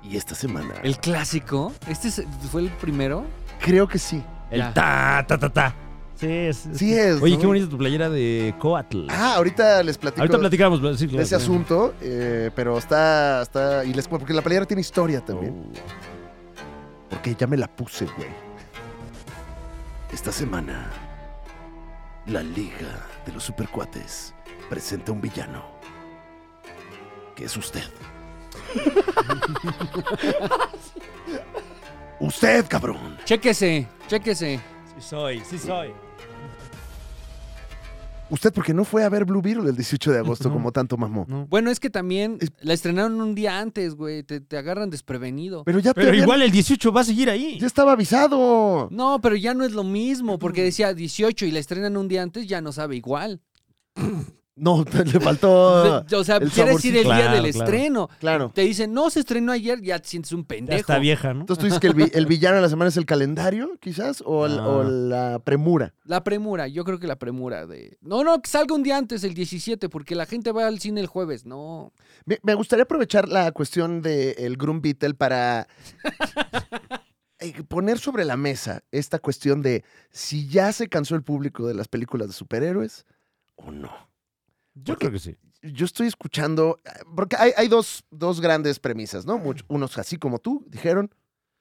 F: Y esta semana.
C: El clásico. Este es- fue el primero.
A: Creo que sí.
B: El
C: Ya.
B: ta, ta, ta, ta. Sí, es.
A: Sí es.
B: Oye,
A: ¿no?
B: qué bonita tu playera de Coatl.
A: Ah, ahorita les platico.
B: ahorita platicamos. sí,
A: de
B: claro. Oh.
A: ese asunto, eh, pero está, está, y les porque la playera tiene historia también,
F: Oh,
A: porque ya me la puse, güey.
F: Esta semana, la Liga de los Supercuates presenta un villano. Que es usted. usted, cabrón.
C: Chéquese, chéquese.
B: Sí soy, sí soy.
A: Usted porque no fue a ver Blue Beetle el 18 de agosto
B: No.
A: como tanto mamó.
B: No.
C: Bueno, es que también
A: Es-
C: la estrenaron un día antes, güey. Te, te agarran desprevenido.
A: Pero ya te
B: Pero
A: habían-
B: igual el 18 va a seguir ahí.
A: ya estaba avisado.
C: No, pero ya no es lo mismo, porque decía 18 y la estrenan un día antes, ya no sabe igual.
A: No, le faltó.
C: o sea,
A: el
C: quiere decir
B: saborcito.
C: el día
B: Claro,
C: del
B: claro.
C: estreno.
A: claro.
C: Te dicen, no, se estrenó ayer, ya te sientes un
B: Ya
C: pendejo.
B: está vieja, ¿no?
A: Entonces tú dices que el, vi- el villano de la semana es el calendario, quizás, o, el-
B: Ah.
A: o la premura.
C: La premura, yo creo que la premura de... No, no, que salga un día antes, el 17, porque la gente va al cine el jueves. No,
A: Me, me gustaría aprovechar la cuestión del el Groom Beetle para eh, poner sobre la mesa esta cuestión de si ya se cansó el público de las películas de superhéroes o no.
B: Yo creo que sí.
A: Yo estoy escuchando, eh, porque hay, hay dos, dos grandes premisas, ¿no? Much- unos así como tú dijeron,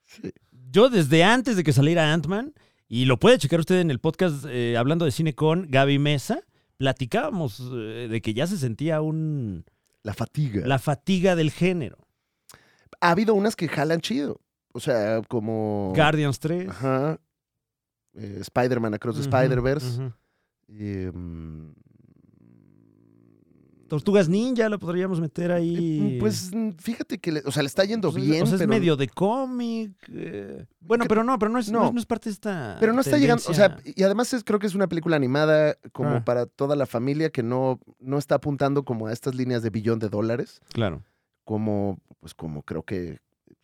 A: sí,
B: Yo desde antes de que saliera Ant-Man, y lo puede checar usted en el podcast eh, hablando de cine con Gaby Mesa, platicábamos eh, de que ya se sentía un
A: la fatiga.
B: la fatiga del género.
A: Ha habido unas que jalan chido, o sea, como...
B: Guardians 3.
A: Ajá. Eh, Spider-Man Across the
B: Ujú,
A: Spider-Verse.
B: ujú.
A: y, mm,
B: Tortugas Ninja la podríamos meter ahí.
A: Mm, Pues mm, fíjate que, le- o sea, le está yendo
B: O sea,
A: bien,
B: o sea, Pues es
A: pero,
B: medio de cómic. eh, Bueno, pero no, pero no es, no.
A: No.
B: es- no es parte de esta.
A: pero no está llegando, o sea,
B: tendencia.
A: y además es- creo que es una película animada como
B: Ah.
A: para toda la familia que no, no está apuntando como a estas líneas de billón de dólares,
B: Claro.
A: como, pues como creo que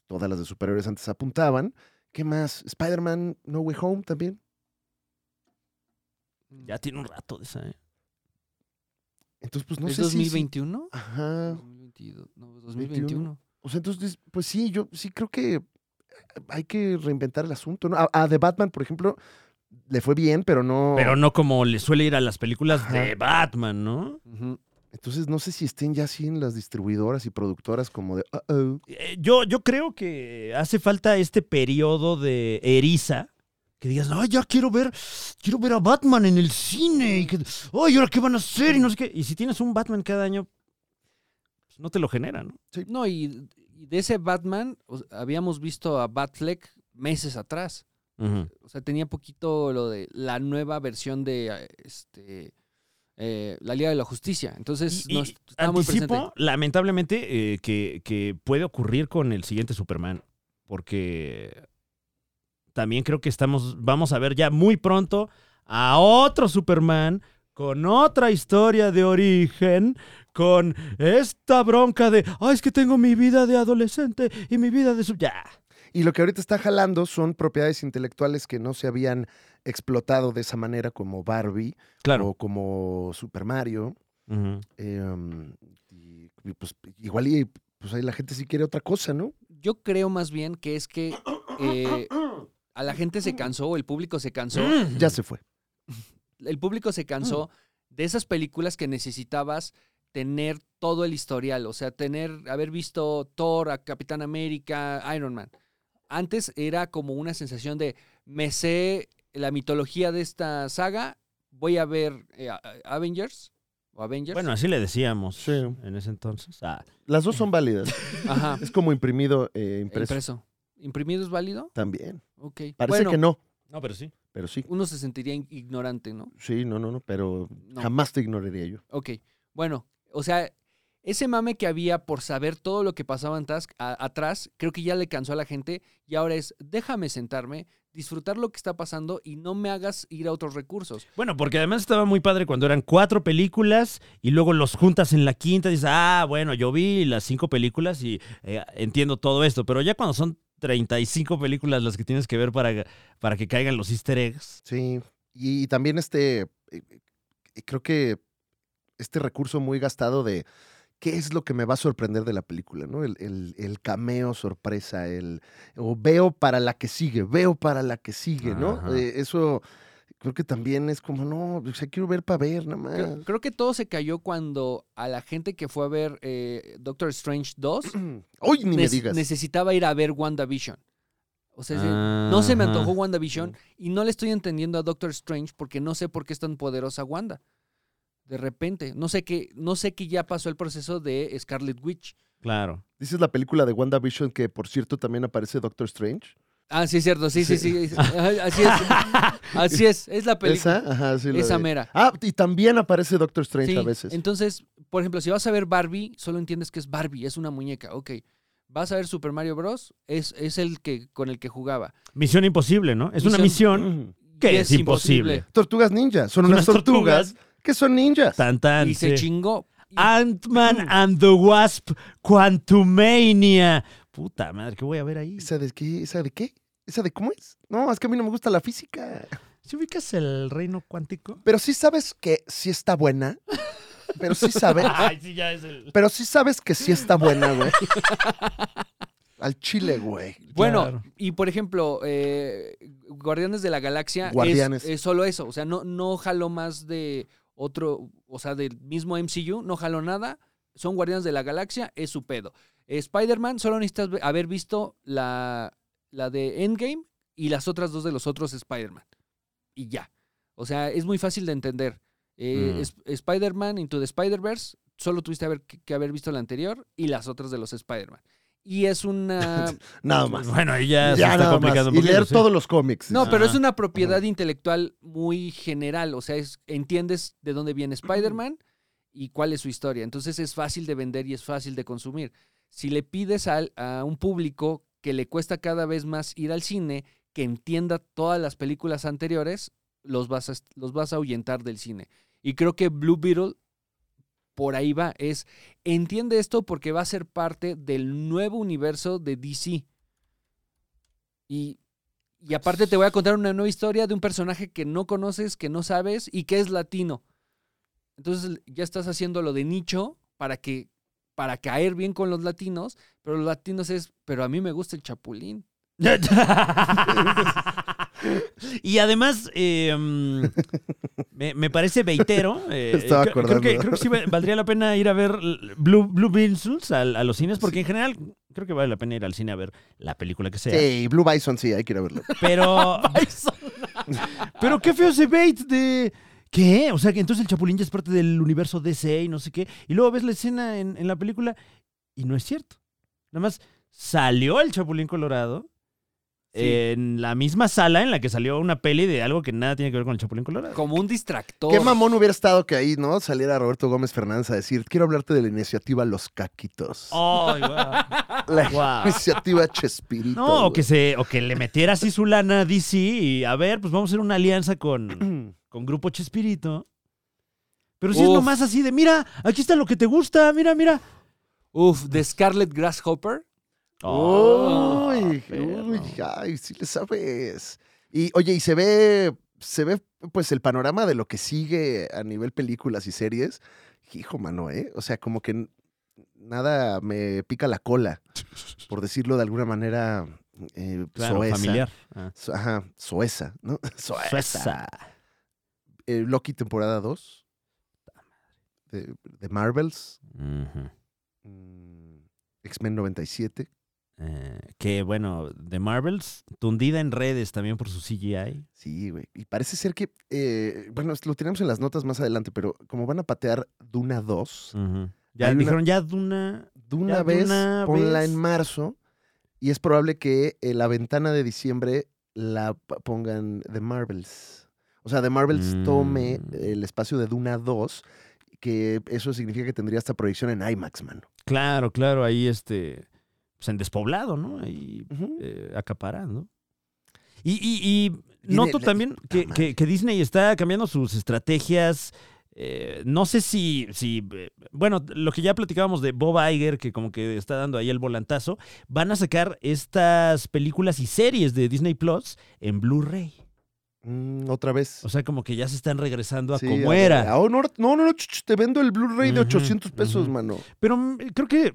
A: todas las de superhéroes antes apuntaban. ¿Qué más? Spider-Man No Way Home también.
B: Ya tiene un rato de esa, ¿eh?
A: Entonces, pues no
C: ¿es
A: sé si- si-
C: 2021?
B: Ah.
A: Ajá.
C: 2022, no,
A: 2021.
C: 2021.
A: O sea, entonces, pues sí, yo sí creo que hay que reinventar el asunto, ¿no? A, a The Batman, por ejemplo, le fue bien, pero no...
B: Pero no como le suele ir a las películas
A: Oh. Ajá.
B: de Batman, ¿no?
C: Ujú.
A: Entonces, no sé si estén ya así en las distribuidoras y productoras como de, "Uh-oh".
B: Eh, Yo, yo creo que hace falta este periodo de eriza. Que digas, ay, ya quiero ver, quiero ver a Batman en el cine. Y que, ay, ahora qué van a hacer y no sé qué. Y si tienes un Batman cada año, pues, no te lo genera, ¿no?
C: No, y, y de ese Batman, o sea, habíamos visto a Batfleck meses atrás. O sea, tenía poquito lo de la nueva versión de eh, este, eh, la Liga de la Justicia. Entonces,
B: Y-
C: no,
B: y
C: est- estaba muy presente.
B: Anticipo, lamentablemente, eh, que, que puede ocurrir con el siguiente Superman. Porque también creo que estamos, vamos a ver ya muy pronto a otro Superman con otra historia de origen, con esta bronca de, ay, es que tengo mi vida de adolescente y mi vida de... su-". Ya.
A: Y lo que ahorita está jalando son propiedades intelectuales que no se habían explotado de esa manera como Barbie o como Super Mario.
B: Ujú.
A: Eh, um, y, y pues igual y pues ahí la gente sí quiere otra cosa, ¿no?
C: Yo creo más bien que es que eh, a la gente se cansó, o el público se cansó.
A: Ya se fue.
C: El público se cansó
A: Mm.
C: de esas películas que necesitabas tener todo el historial. O sea, tener, haber visto Thor, a Capitán América, Iron Man. Antes era como una sensación de me sé la mitología de esta saga. Voy a ver eh, a- a- Avengers o Avengers.
B: Bueno, así le decíamos
A: Sí.
B: en ese entonces. Ah,
A: Las dos son válidas.
C: Ajá.
A: Es como imprimido, eh, impreso.
C: Impreso. ¿Imprimido es válido?
A: También.
C: Ok.
A: Parece
C: bueno,
A: que no,
B: no, pero sí.
A: pero sí.
C: uno se sentiría in- ignorante, ¿no?
A: Sí, no, no, no, pero
C: No.
A: jamás te ignoraría yo.
C: Ok. Bueno, o sea, ese mame que había por saber todo lo que pasaba atrás, a- atrás, creo que ya le cansó a la gente y ahora es déjame sentarme, disfrutar lo que está pasando y no me hagas ir a otros recursos.
B: Bueno, porque además estaba muy padre cuando eran cuatro películas y luego los juntas en la quinta y dices, ah, bueno, yo vi las cinco películas y eh, entiendo todo esto. Pero ya cuando son 35 películas las que tienes que ver para, para que caigan los easter eggs.
A: Sí. Y, y también este, eh, eh, creo que este recurso muy gastado de qué es lo que me va a sorprender de la película, ¿no? El, el- el cameo sorpresa, el o veo para la que sigue, veo para la que sigue, ¿no?
B: Ajá.
A: Eh, eso creo que también es como, no, o sea, quiero ver para ver, nada más.
C: Creo, creo que todo se cayó cuando a la gente que fue a ver eh, Doctor Strange 2
A: Uy, ni me
C: nes-
A: digas.
C: necesitaba ir a ver WandaVision. O sea, es decir, no se me
B: Ajá.
C: antojó WandaVision y no le estoy entendiendo a Doctor Strange porque no sé por qué es tan poderosa Wanda. De repente, no sé qué, no sé qué ya pasó el proceso de Scarlet Witch.
B: Claro.
A: Dices la película de WandaVision que, por cierto, también aparece Doctor Strange.
C: Ah, sí es cierto, sí, sí, sí. es- ajá, Así es. Así es, es la película.
A: Esa, ajá, sí. la
C: Esa
A: de-
C: mera.
A: Ah, y también aparece Doctor Strange
C: Sí,
A: a veces.
C: Entonces, por ejemplo, si vas a ver Barbie, solo entiendes que es Barbie, es una muñeca, ok. Vas a ver Super Mario Bros. Es, es el que con el que jugaba.
B: Misión imposible, ¿no? Es una
C: Misión-
B: misión.
C: Y
B: Que es imposible.
A: Tortugas ninja. Son unas,
B: Unas
A: tortugas,
B: tortugas.
A: que son ninjas.
B: Tan, tan.
C: Y se Mm.
B: sí. Ah,
C: chingó. Y-
B: Ant-Man and the Wasp Quantumania. Puta madre, ¿qué voy a ver ahí?
A: ¿Esa de qué? ¿Esa de qué? ¿Esa de cómo es? No, es que a mí no me gusta la física.
B: ¿Se ubicas el reino cuántico?
A: Pero sí sabes que sí está buena. Pero sí sabes.
B: Ay, sí, ya es el.
A: pero sí sabes que sí está buena, güey. Al chile, güey.
C: Bueno,
B: Claro.
C: y por ejemplo, eh, Guardianes de la Galaxia es-
A: Guardianes.
C: Es, solo eso. O sea, no, no jaló más de otro, o sea, del mismo MCU, no jaló nada. Son Guardianes de la Galaxia, es su pedo. Eh, Spider-Man, solo necesitas ve- haber visto la, la de Endgame y las otras dos de los otros Spider-Man. Y ya. O sea, es muy fácil de entender. Eh,
B: Mm.
C: es- Spider-Man Into the Spider-Verse, solo tuviste haber- que, que haber visto la anterior y las otras de los Spider-Man. Y es una
A: Nada más.
B: Bueno, ahí ya, se
A: Ya
B: está
A: nada más.
B: complicando un
A: Y
B: poquito,
A: leer
B: sí.
A: todos los cómics.
C: No, pero es
B: Ajá.
C: una propiedad intelectual muy general. O sea, es- entiendes de dónde viene Spider-Man y cuál es su historia. Entonces es fácil de vender y es fácil de consumir. Si le pides al- a un público que le cuesta cada vez más ir al cine, que entienda todas las películas anteriores, los vas a, los vas a ahuyentar del cine. Y creo que Blue Beetle por ahí va. Es, entiende esto porque va a ser parte del nuevo universo de DC. Y, y aparte te voy a contar una nueva historia de un personaje que no conoces, que no sabes y que es latino. Entonces ya estás haciendo lo de nicho para que para caer bien con los latinos, pero los latinos es, pero a mí me gusta el chapulín.
B: y además, eh, mm, me, me parece veitero. eh,
A: Estaba
B: creo-
A: acordando.
B: Creo que, creo que sí va- valdría la pena ir a ver l- Blue, Blue Beetles a, a los cines, porque en general creo que vale la pena ir al cine a ver la película que sea.
A: Sí, Blue Bison sí, hay que ir a verlo.
B: Pero,
C: Bison.
B: pero qué feo ese bait de... ¿Qué? O sea, que entonces el Chapulín ya es parte del universo DC y no sé qué. Y luego ves la escena en, en la película y no es cierto. Nada más salió el Chapulín Colorado en la misma sala en la que salió una peli de algo que nada tiene que ver con el Chapulín Colorado.
C: Como un distractor.
A: Qué mamón hubiera estado que ahí, ¿no? Saliera Roberto Gómez Fernández a decir, quiero hablarte de la iniciativa Los Caquitos.
B: Ay, guau. Oh, Guau.
A: Iniciativa Chespirito.
B: No, o
A: güey.
B: que, se, o que le metiera así su lana a DC y a ver, pues vamos a hacer una alianza con, con Grupo Chespirito. Pero si es
C: Uf.
B: nomás así de, mira, aquí está lo que te gusta, mira, mira.
C: Uf, de Scarlet Grasshopper.
B: Oh, Ah,
A: Uy,
B: perro.
A: uy, ay, sí le sabes. Y oye, y se ve, se ve pues el panorama de lo que sigue a nivel películas y series. Hijo, mano, ¿eh? O sea, como que n- nada me pica la cola, por decirlo de alguna manera eh,
B: Claro,
A: soesa.
B: familiar. Ah.
A: So- Ajá, soesa, ¿no? Soesa.
B: Sueza.
A: Eh, Loki temporada 2 de, de Marvels.
B: Ujú.
A: Mm, X-Men 97.
B: eh, que bueno, de Marvels, tundida en redes también por su CGI.
A: Sí, güey. Y parece ser que, eh, bueno, lo tenemos en las notas más adelante, pero como van a patear Duna 2,
B: Ya
A: Hay una-
B: dijeron, ya Duna.
A: de una
B: Ya de
A: vez
B: una
A: ponla
B: vez.
A: en marzo y es probable que eh, la ventana de diciembre la p- pongan The Marvels. O sea, The Marvels
B: Mm.
A: tome el espacio de Duna 2, que eso significa que tendría esta proyección en IMAX, mano.
B: Claro, claro, ahí este. Pues en despoblado, ¿no? Ahí eh, acaparando. Y, y- y
A: Tiene
B: noto
A: la-
B: también que,
A: madre.
B: que- que Disney está cambiando sus estrategias. eh, no sé si, si. eh, Bueno, lo que ya platicábamos de Bob Iger, que como que está dando ahí el volantazo, van a sacar estas películas y series de Disney Plus en Blu-ray.
A: Mm, Otra vez.
B: O sea, como que ya se están regresando a
A: Sí,
B: como
A: a-
B: era.
A: a- oh, no, no, no, ch- ch- te vendo el Blu-ray de
B: Ujú,
A: 800 pesos,
B: ujú.
A: mano.
B: Pero mm, creo que,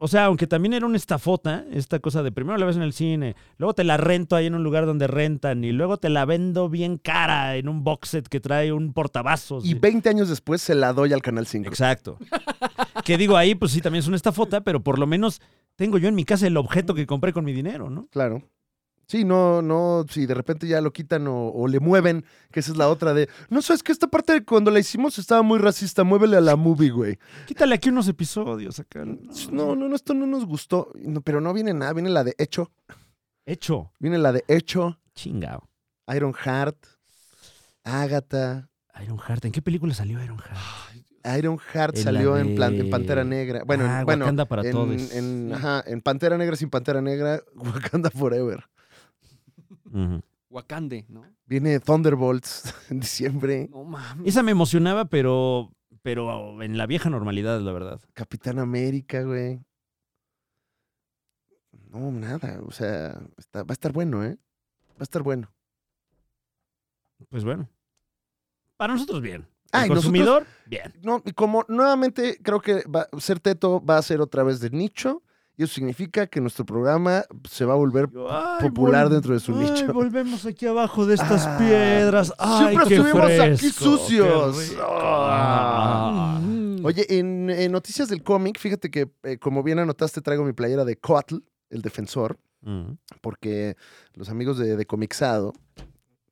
B: o sea, aunque también era una estafota, esta cosa de primero la ves en el cine, luego te la rento ahí en un lugar donde rentan y luego te la vendo bien cara en un box set que trae un portavasos.
A: Y 20 años después se la doy al Canal 5.
B: Exacto. que digo ahí, pues sí, también es una estafota, pero por lo menos tengo yo en mi casa el objeto que compré con mi dinero, ¿no?
A: Claro. Sí, no, no, si de repente ya lo quitan o, o le mueven, que esa es la otra de, no sabes que esta parte de cuando la hicimos estaba muy racista, muévele a la movie, güey.
B: Quítale aquí unos episodios acá. ¿no?
A: No, no, no, esto no nos gustó, No, pero no viene nada, viene la de hecho,
B: Hecho.
A: viene la de hecho,
B: Chingao.
A: Iron Heart, Agatha,
B: Iron Heart. ¿En qué película salió Iron Heart?
A: Iron Heart
B: En la
A: salió en, plan,
B: de- Ah,
A: en Pantera Negra, bueno, en- bueno,
B: Wakanda para
A: en,
B: todos.
A: en- ajá, en Pantera Negra sin Pantera Negra, Wakanda Forever.
B: Ujú.
C: Wakande, ¿no?
A: Viene Thunderbolts en diciembre,
C: No mames.
B: Esa me emocionaba, pero, pero en la vieja normalidad, la verdad.
A: Capitán América, güey. No, nada. O sea, está- va a estar bueno, ¿eh? Va a estar bueno.
B: Pues bueno. Para nosotros, bien.
A: Ah,
B: El
A: y nosotros-
B: consumidor, bien.
A: No, y como nuevamente creo que va, ser teto va a ser otra vez de nicho, y eso significa que nuestro programa se va a volver. Popular dentro de su nicho.
B: Volvemos aquí abajo de estas
A: Ah,
B: piedras. Ay,
A: siempre
B: qué
A: estuvimos aquí
B: fresco, qué
A: sucios.
B: rico.
A: Ah.
C: Mm.
A: Oye, en, en noticias del cómic, fíjate que, eh, como bien anotaste, traigo mi playera de Coatl, el defensor,
B: Mm.
A: porque los amigos de, de Comixado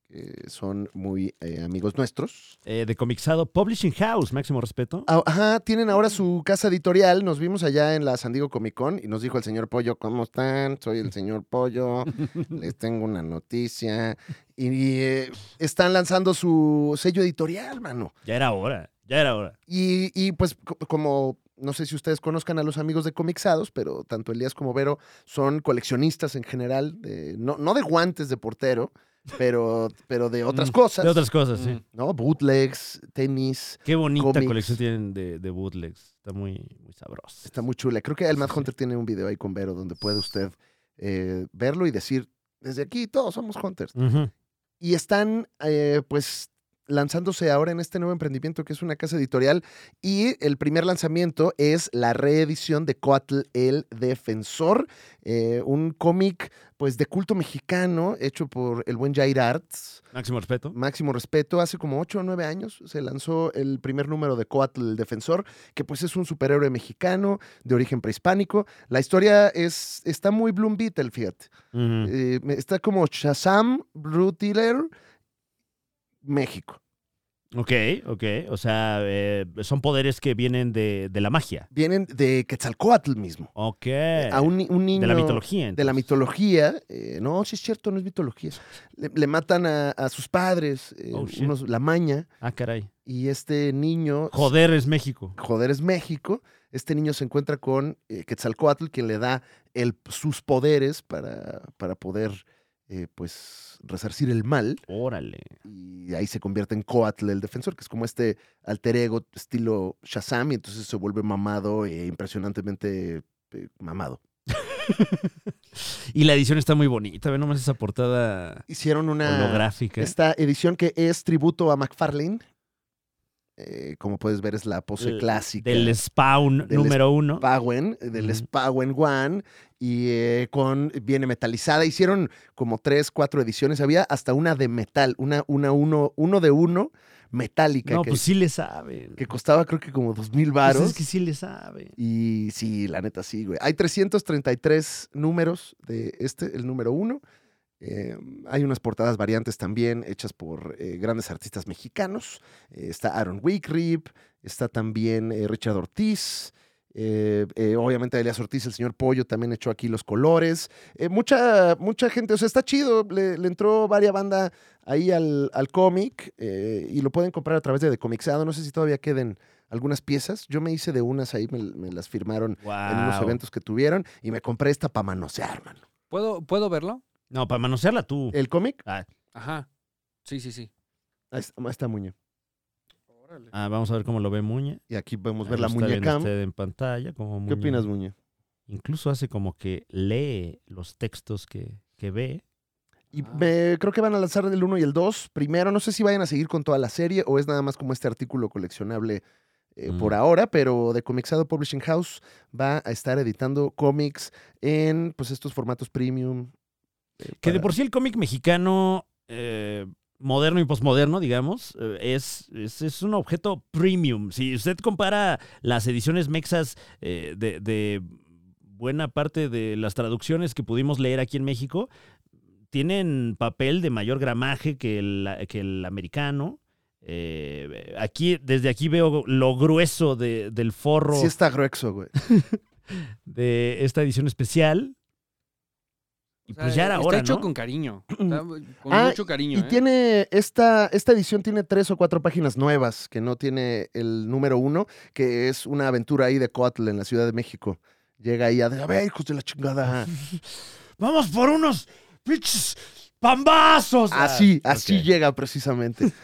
A: eh, son muy eh, amigos nuestros.
B: Eh, de Comixado Publishing House, máximo respeto.
A: Ah, Ajá, tienen ahora su casa editorial. Nos vimos allá en la San Diego Comic Con y nos dijo el señor Pollo, ¿cómo están? Soy el señor Pollo, les tengo una noticia. Y eh, están lanzando su sello editorial, mano.
B: Ya era hora, ya era hora.
A: Y, y, pues co- como, no sé si ustedes conozcan a los amigos de Comixados, pero tanto Elías como Vero son coleccionistas en general, de- no, no de guantes de portero, pero, pero de otras
B: Mm,
A: cosas.
B: De otras cosas, sí.
C: Mm.
A: ¿No? Bootlegs, tenis,
B: Qué bonita
A: Cómics.
B: colección tienen de, de bootlegs. Está muy, muy sabrosa.
A: Está muy chula. Creo que el Mad Hunter tiene un video ahí con Vero donde puede usted eh, verlo y decir, desde aquí todos somos Hunters.
B: Ujú.
A: Y están, eh, pues, lanzándose ahora en este nuevo emprendimiento que es una casa editorial. Y el primer lanzamiento es la reedición de Coatl el Defensor, eh, un cómic, pues, de culto mexicano hecho por el buen Jair Arts.
B: Máximo respeto.
A: Máximo respeto, hace como 8 o 9 años se lanzó el primer número de Coatl, el defensor, que pues es un superhéroe mexicano de origen prehispánico. La historia es, está muy Bloom Beetle, fíjate.
B: Ujú.
A: Eh, me- está como Shazam, Blue Tiller, México.
B: Ok, ok. O sea, eh, son poderes que vienen de, de la magia.
A: Vienen de Quetzalcoatl mismo.
B: Ok.
A: A un, ni- un niño...
B: Eh, de la
A: de
B: mitología.
A: la
B: entonces.
A: mitología. eh, no, sí es cierto, no es mitología. Le, le matan a, a sus padres, eh,
B: Oh, shit.
A: unos- la maña,
B: Ah, caray.
A: y este niño...
B: Joder es México.
A: joder es México, este niño se encuentra con eh, Quetzalcóatl, quien le da el- sus poderes para, para poder eh, pues resarcir el mal.
B: Órale.
A: Y ahí se convierte en Coatl, el defensor, que es como este alter ego estilo Shazam, y entonces se vuelve mamado e impresionantemente eh, mamado.
B: Y la edición está muy bonita. Ve nomás esa portada
A: Hicieron una.
B: holográfica.
A: Esta edición que es tributo a McFarlane. eh, como puedes ver, es la pose
B: Del-
A: clásica.
B: Del spawn
A: Del
B: número uno.
A: Spawen, del
B: Ujú.
A: Spawen One, y eh, con, viene metalizada. Hicieron como tres, cuatro ediciones. Había hasta una de metal, una, una uno, uno de uno metálica,
B: No,
A: que,
B: pues sí le saben.
A: que costaba creo que como dos mil
B: Pues
A: varos.
B: es que sí le saben.
A: Y sí, la neta sí, güey. Hay 333 números de este, el número uno. Eh, hay unas portadas variantes también hechas por eh, grandes artistas mexicanos. Eh, está Aaron Wickrip, está también eh, Richard Ortiz. eh, eh, obviamente Elias Ortiz, el señor Pollo, también echó aquí los colores. Eh, mucha, mucha gente, o sea, está chido. Le, le entró varia banda ahí al, al cómic eh, y lo pueden comprar a través de Comixado. No sé si todavía queden algunas piezas. Yo me hice de unas ahí, me, me las firmaron en unos
B: Guau.
A: eventos que tuvieron y me compré esta para manosear, mano.
C: ¿Puedo, ¿Puedo verlo?
B: No, para manosearla tú.
A: ¿El cómic?
B: Ah,
C: Ajá. Sí, sí, sí.
A: Ahí está, ahí está Muñe.
B: ah, vamos a ver cómo lo ve Muñe.
A: Y aquí podemos
B: Ahí
A: ver la
B: lo está viendo
A: muñeca.
B: usted en pantalla. Como
A: ¿Qué
B: Muñe.
A: opinas, Muñe?
B: Incluso hace como que lee los textos que, que ve.
A: Y
C: Ah.
A: me- creo que van a lanzar el 1 y el 2 primero. No sé si vayan a seguir con toda la serie o es nada más como este artículo coleccionable eh,
B: Mm.
A: por ahora, pero de Comixado Publishing House va a estar editando cómics en pues estos formatos premium. eh,
B: Que de
A: para-
B: por sí el cómic mexicano eh, moderno y posmoderno, digamos, eh, es, es, es un objeto premium. Si usted compara las ediciones mexas eh, de, de buena parte de las traducciones que pudimos leer aquí en México, tienen papel de mayor gramaje que el, que el americano. Eh, aquí, desde aquí veo lo grueso de- del forro
A: Sí está grueso, güey.
B: de esta edición especial. Y
C: O sea,
B: pues ya era
C: está
B: hora,
C: hecho
B: ¿no?
C: con cariño. Está con
A: Ah,
C: mucho cariño.
A: Y
C: ¿eh?
A: tiene esta, esta edición tiene tres o cuatro páginas nuevas que no tiene el número uno, que es una aventura ahí de Coatl en la Ciudad de México. Llega ahí a, de- a ver, hijos de la chingada.
B: Vamos por unos pinches pambazos.
A: Así,
B: Ah,
A: así
B: ok.
A: llega precisamente.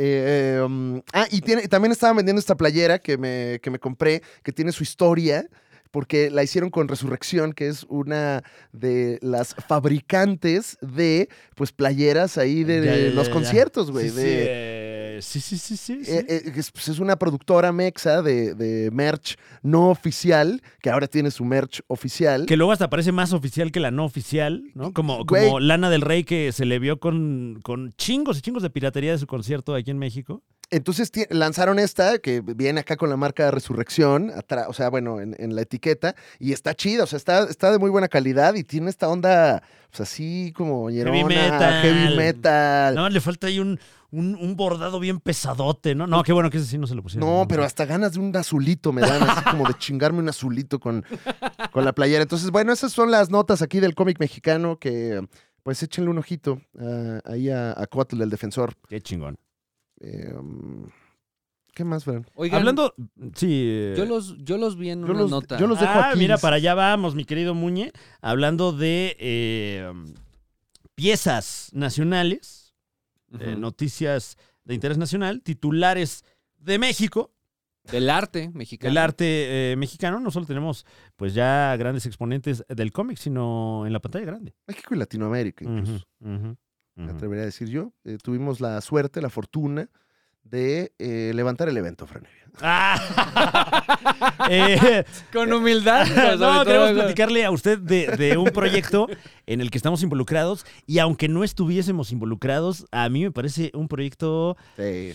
A: Eh, um, ah, y tiene, también estaban vendiendo esta playera que me, que me compré, que tiene su historia, porque la hicieron con Resurrección, que es una de las fabricantes de pues playeras ahí de,
B: Ya, ya,
A: los
B: ya, ya.
A: conciertos, güey.
B: Sí,
A: de-
B: sí, eh, Sí, sí, sí, sí. sí.
A: Eh, eh, es, pues es una productora mexa de, de merch no oficial, que ahora tiene su merch oficial.
B: que luego hasta parece más oficial que la no oficial, ¿no? Como,
A: Güey.
B: como Lana del Rey que se le vio con, con chingos y chingos de piratería de su concierto aquí en México.
A: Entonces ti- lanzaron esta, que viene acá con la marca Resurrección, atrás, o sea, bueno, en, en la etiqueta, y está chida, o sea, está, está de muy buena calidad y tiene esta onda, pues así como ñerona, heavy metal.
B: metal. Nada más le falta ahí un, un, un bordado bien pesadote, ¿no? No, qué bueno que ese sí no se lo pusieron.
A: No, pero hasta ganas de un azulito me dan, así como de chingarme un azulito con, con la playera. Entonces, bueno, esas son las notas aquí del cómic mexicano que, pues, échenle un ojito ah, ahí a, a Coatl, el defensor.
B: Qué chingón.
A: Eh, um, ¿Qué más, Fran?
C: Oigan,
B: Hablando, sí. eh,
C: yo los, yo los vi en
A: Yo
C: una
A: los-
C: nota.
A: yo los- dejo
B: ah,
A: aquí.
B: mira, para allá vamos, mi querido Muñe, hablando de eh, piezas nacionales,
C: Ujú.
B: eh, noticias de interés nacional, titulares de México,
C: Del arte mexicano.
B: el arte eh, mexicano. No solo tenemos pues ya grandes exponentes del cómic, sino en la pantalla grande.
A: México y Latinoamérica, incluso.
B: Ujú, ujú,
A: me
B: ujú.
A: atrevería a decir yo. Eh, tuvimos la suerte, la fortuna de eh, levantar el evento, Fran.
B: Ah. Eh,
C: Con humildad. pues, sobre
B: no,
C: todo,
B: queremos
C: ¿no?
B: platicarle a usted de, de un proyecto en el que estamos involucrados y aunque no estuviésemos involucrados, a mí me parece un proyecto
A: Sí.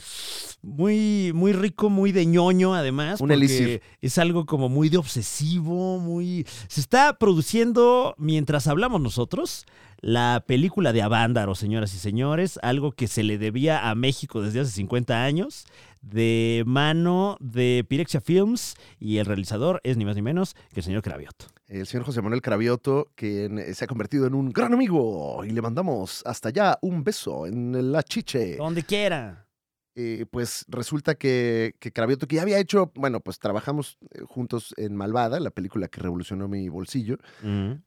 B: muy, muy rico, muy de ñoño además.
A: Un
B: porque
A: elixir.
B: Es algo como muy de obsesivo, muy... Se está produciendo, mientras hablamos nosotros, la película de Avándaro, señoras y señores, algo que se le debía a México desde hace 50 años, de mano de Pirexia Films y el realizador es ni más ni menos que el señor Cravioto.
A: El señor José Manuel Cravioto, quien eh, se ha convertido en un gran amigo. Y le mandamos hasta allá un beso en la chiche.
B: Donde quiera.
A: eh, pues resulta que, que Cravioto, que ya había hecho, bueno, pues trabajamos eh, juntos en Malvada, la película que revolucionó mi bolsillo,
B: Mm.
A: Eh.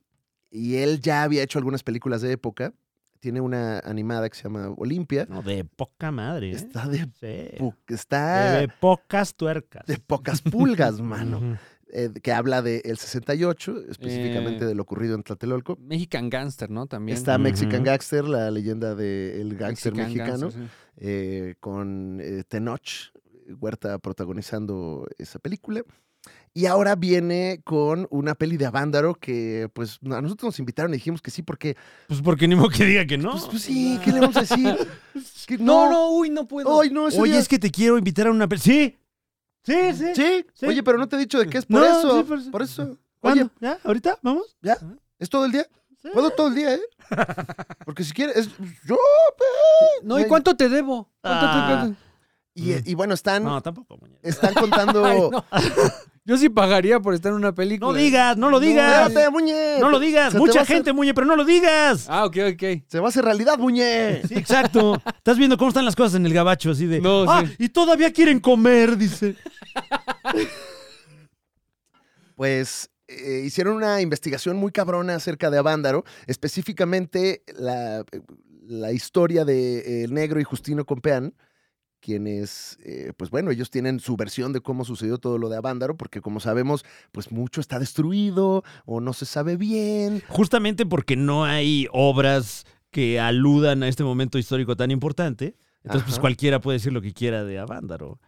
A: y él ya había hecho algunas películas de época. Tiene una animada que se llama Olimpia.
B: No, de poca madre. ¿eh?
A: Está de,
B: Sí.
A: po-
B: De,
A: está
B: de pocas tuercas.
A: de pocas pulgas, mano.
B: Ujú.
A: eh, que habla de el 68, específicamente
C: Eh,
A: de lo ocurrido en Tlatelolco.
C: Mexican Gangster, ¿no? También.
A: Está
B: Ujú.
A: Mexican Gangster, la leyenda del el gángster
C: Mexican
A: mexicano,
C: Gangster, sí.
A: eh, con eh, Tenoch, Huerta protagonizando esa película. Y ahora viene con una peli de Avándaro que pues a nosotros nos invitaron y dijimos que sí porque...
B: Pues porque ni modo que diga que no.
A: Pues, pues sí, ¿qué le vamos a decir? Que
C: No, no, uy, no puedo.
A: Ay, no, ese
B: Oye,
A: día-
B: es que te quiero invitar a una peli. Sí. Sí, sí.
A: Pues ¿Sí?
B: sí.
A: oye, pero no te he dicho de qué es por
B: No,
A: eso.
B: sí, por-
A: por eso.
B: ¿Cuándo?
A: Oye,
B: ¿Ya? ¿Ahorita? ¿Vamos?
A: ¿es todo el día?
B: Sí.
A: Puedo todo el día, ¿eh? Porque si quieres, es- pues, yo.
C: No, ¿y cuánto te debo? ¿Cuánto te-
B: Ah.
A: Y,
B: Mm.
A: y bueno, están,
B: No, tampoco, muñeca.
A: están contando.
C: Ay, no. Yo sí pagaría por estar en una película.
B: No digas, no lo digas.
A: Espérate, Muñe.
B: No lo
A: Se
B: digas.
A: te va a
B: Mucha
A: hacer-
B: gente, Muñe, pero no lo digas.
C: Ah, ok, ok.
A: Se va a hacer realidad, Muñe.
B: Sí, exacto. Estás viendo cómo están las cosas en el gabacho, así de.
C: No,
B: ah,
C: sí.
B: y todavía quieren comer, dice.
A: Pues eh, hicieron una investigación muy cabrona acerca de Avándaro, específicamente la, la historia de eh, El Negro y Justino Compeán, quienes, eh, pues bueno, ellos tienen su versión de cómo sucedió todo lo de Avándaro, porque como sabemos, pues mucho está destruido o no se sabe bien.
B: Justamente porque no hay obras que aludan a este momento histórico tan importante. Entonces, pues
A: Ajá.
B: cualquiera puede decir lo que quiera de Avándaro.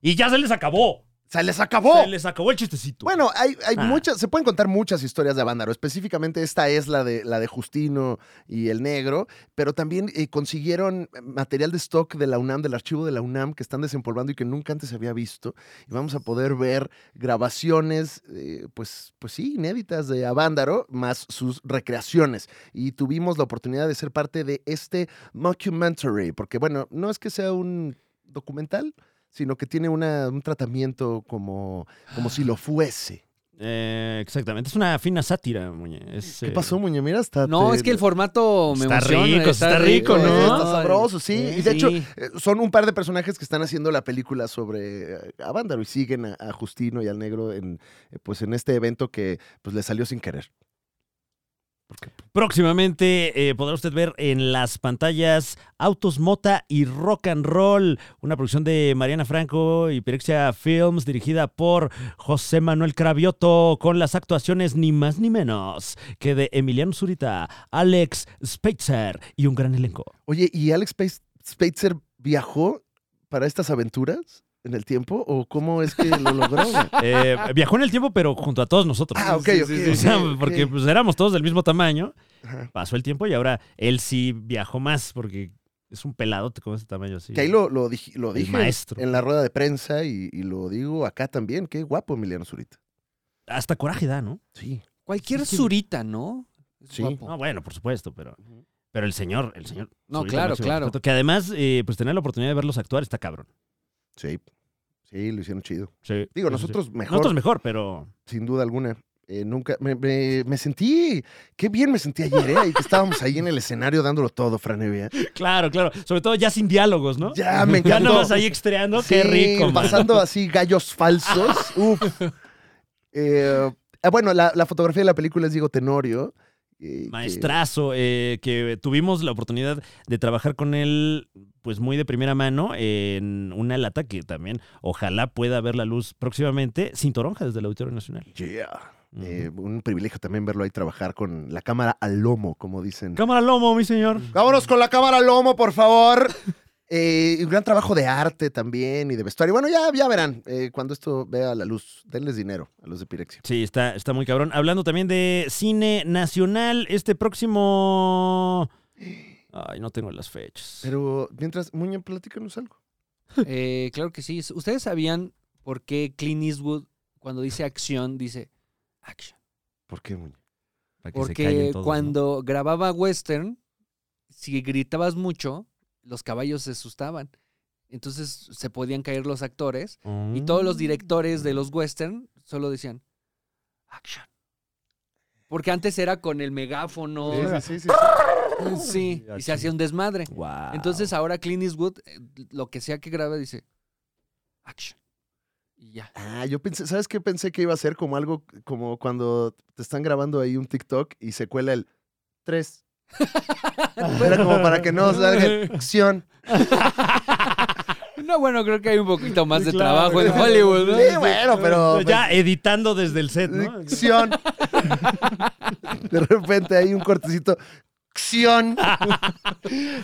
B: Y ya se les acabó.
A: ¡Se les acabó!
B: Se les acabó el chistecito.
A: Oh. Bueno, hay, hay
B: Ah.
A: muchas, se pueden contar muchas historias de Avándaro. Específicamente esta es la de, la de Justino y el Negro, pero también eh, consiguieron material de stock de la UNAM, del archivo de la UNAM, que están desempolvando y que nunca antes había visto. Y vamos a poder ver grabaciones, eh, pues, pues sí, inéditas de Avándaro, más sus recreaciones. Y tuvimos la oportunidad de ser parte de este mockumentary, porque bueno, no es que sea un documental, sino que tiene una- un tratamiento como, como si lo fuese.
B: Eh, exactamente. Es una fina sátira, Muñe. Es,
A: ¿Qué
B: eh,
A: pasó, Muñe? Mira, hasta
C: No,
A: te-
C: es que el formato me
B: Está
C: emociona,
B: rico, está rico,
A: Eh,
B: ¿no?
A: Está sabroso, sí.
C: Eh,
A: y de hecho,
C: sí.
A: eh, son un par de personajes que están haciendo la película sobre eh, Avándaro y siguen a, a Justino y al Negro en, eh, pues, en este evento que pues, le salió sin querer.
B: Próximamente eh, podrá usted ver en las pantallas Autos Mota y Rock and Roll, una producción de Mariana Franco y Pirexia Films, dirigida por José Manuel Cravioto, con las actuaciones ni más ni menos que de Emiliano Zurita, Alex Spitzer y un gran elenco.
A: Oye, ¿y Alex Spitz- Spitzer viajó para estas aventuras en el tiempo? ¿O cómo es que lo logró? güey?
B: Eh, viajó en el tiempo, pero junto a todos nosotros.
A: ah, ok,
C: Sí, sí,
A: ok,
B: O sea,
A: ok, ok.
B: porque pues, éramos todos del mismo tamaño.
A: Ajá.
B: Pasó el tiempo y ahora él sí viajó más porque es un peladote con ese tamaño así.
A: Que ahí lo, lo dij- lo
B: El
A: dije
B: maestro.
A: en la rueda de prensa y, y lo digo acá también. Qué guapo Emiliano Zurita.
B: Hasta coraje da, ¿no?
A: Sí.
C: Cualquier
B: Sí, sí.
C: surita, ¿no? Es
A: Sí.
C: guapo.
B: No, bueno, por supuesto, pero. Pero el señor, el señor.
C: No,
B: Zurita,
C: claro,
B: máximo
C: claro.
B: respeto, que además, eh, pues tener la oportunidad de verlos actuar está cabrón.
A: Sí. Sí, lo hicieron chido.
B: Sí,
A: Digo,
B: sí,
A: nosotros
B: sí.
A: mejor,
B: Nosotros mejor, pero.
A: sin duda alguna. Eh, nunca, me, me- me sentí, qué bien me sentí ayer, ¿eh? Y que estábamos ahí en el escenario dándolo todo, ¿eh? Franevia.
B: Claro, claro. Sobre todo ya sin diálogos, ¿no?
A: Ya, me
B: Ya
A: encantó.
B: no vas ahí extreando.
A: Sí,
B: Qué rico. man.
A: Pasando así gallos falsos. Uf. Eh, ah, bueno, la, la fotografía de la película es Diego Tenorio. eh, que-
B: Maestrazo, eh, que tuvimos la oportunidad de trabajar con él, pues muy de primera mano, en una lata que también ojalá pueda ver la luz próximamente, sin toronja desde el Auditorio Nacional.
A: Yeah. Eh, un privilegio también verlo ahí trabajar con la cámara al lomo, como dicen.
B: Cámara Lomo, mi señor.
A: Vámonos con la cámara lomo, por favor. Eh, y un gran trabajo de arte también y de vestuario. Bueno, ya, ya verán eh, cuando esto vea la luz. Denles dinero a los de Pirexia.
B: Sí, está, está muy cabrón. Hablando también de cine nacional, este próximo... Ay, no tengo las fechas.
A: Pero mientras, Muñoz, platícanos algo.
C: Eh, claro que sí. ¿Ustedes sabían por qué Clint Eastwood, cuando dice acción, dice action?
A: ¿Por qué, Muñoz?
B: Para que se
C: Porque
B: callen todos, ¿no?
C: cuando grababa western, si gritabas mucho, los caballos se asustaban. Entonces se podían caer los actores
B: Mm.
C: y todos los directores de los western solo decían action. Porque antes era con el megáfono,
A: sí, sí.
C: sí, y se hacía un desmadre.
B: Guau.
C: Entonces ahora Clint Eastwood, eh, lo que sea que grabe, dice action. Y ya.
A: Ah, yo pensé, ¿sabes qué pensé que iba a ser? Como algo, como cuando te están grabando ahí un TikTok y se cuela el 3. Era como para que no eh. salga acción.
C: No, bueno, creo que hay un poquito más de
B: Claro,
C: trabajo en
B: claro.
C: Hollywood, ¿no? Pues
A: Sí, bueno, pero.
B: Ya editando
A: eh.
B: desde el set, ¿no?
A: Acción. De repente hay un cortecito. acción.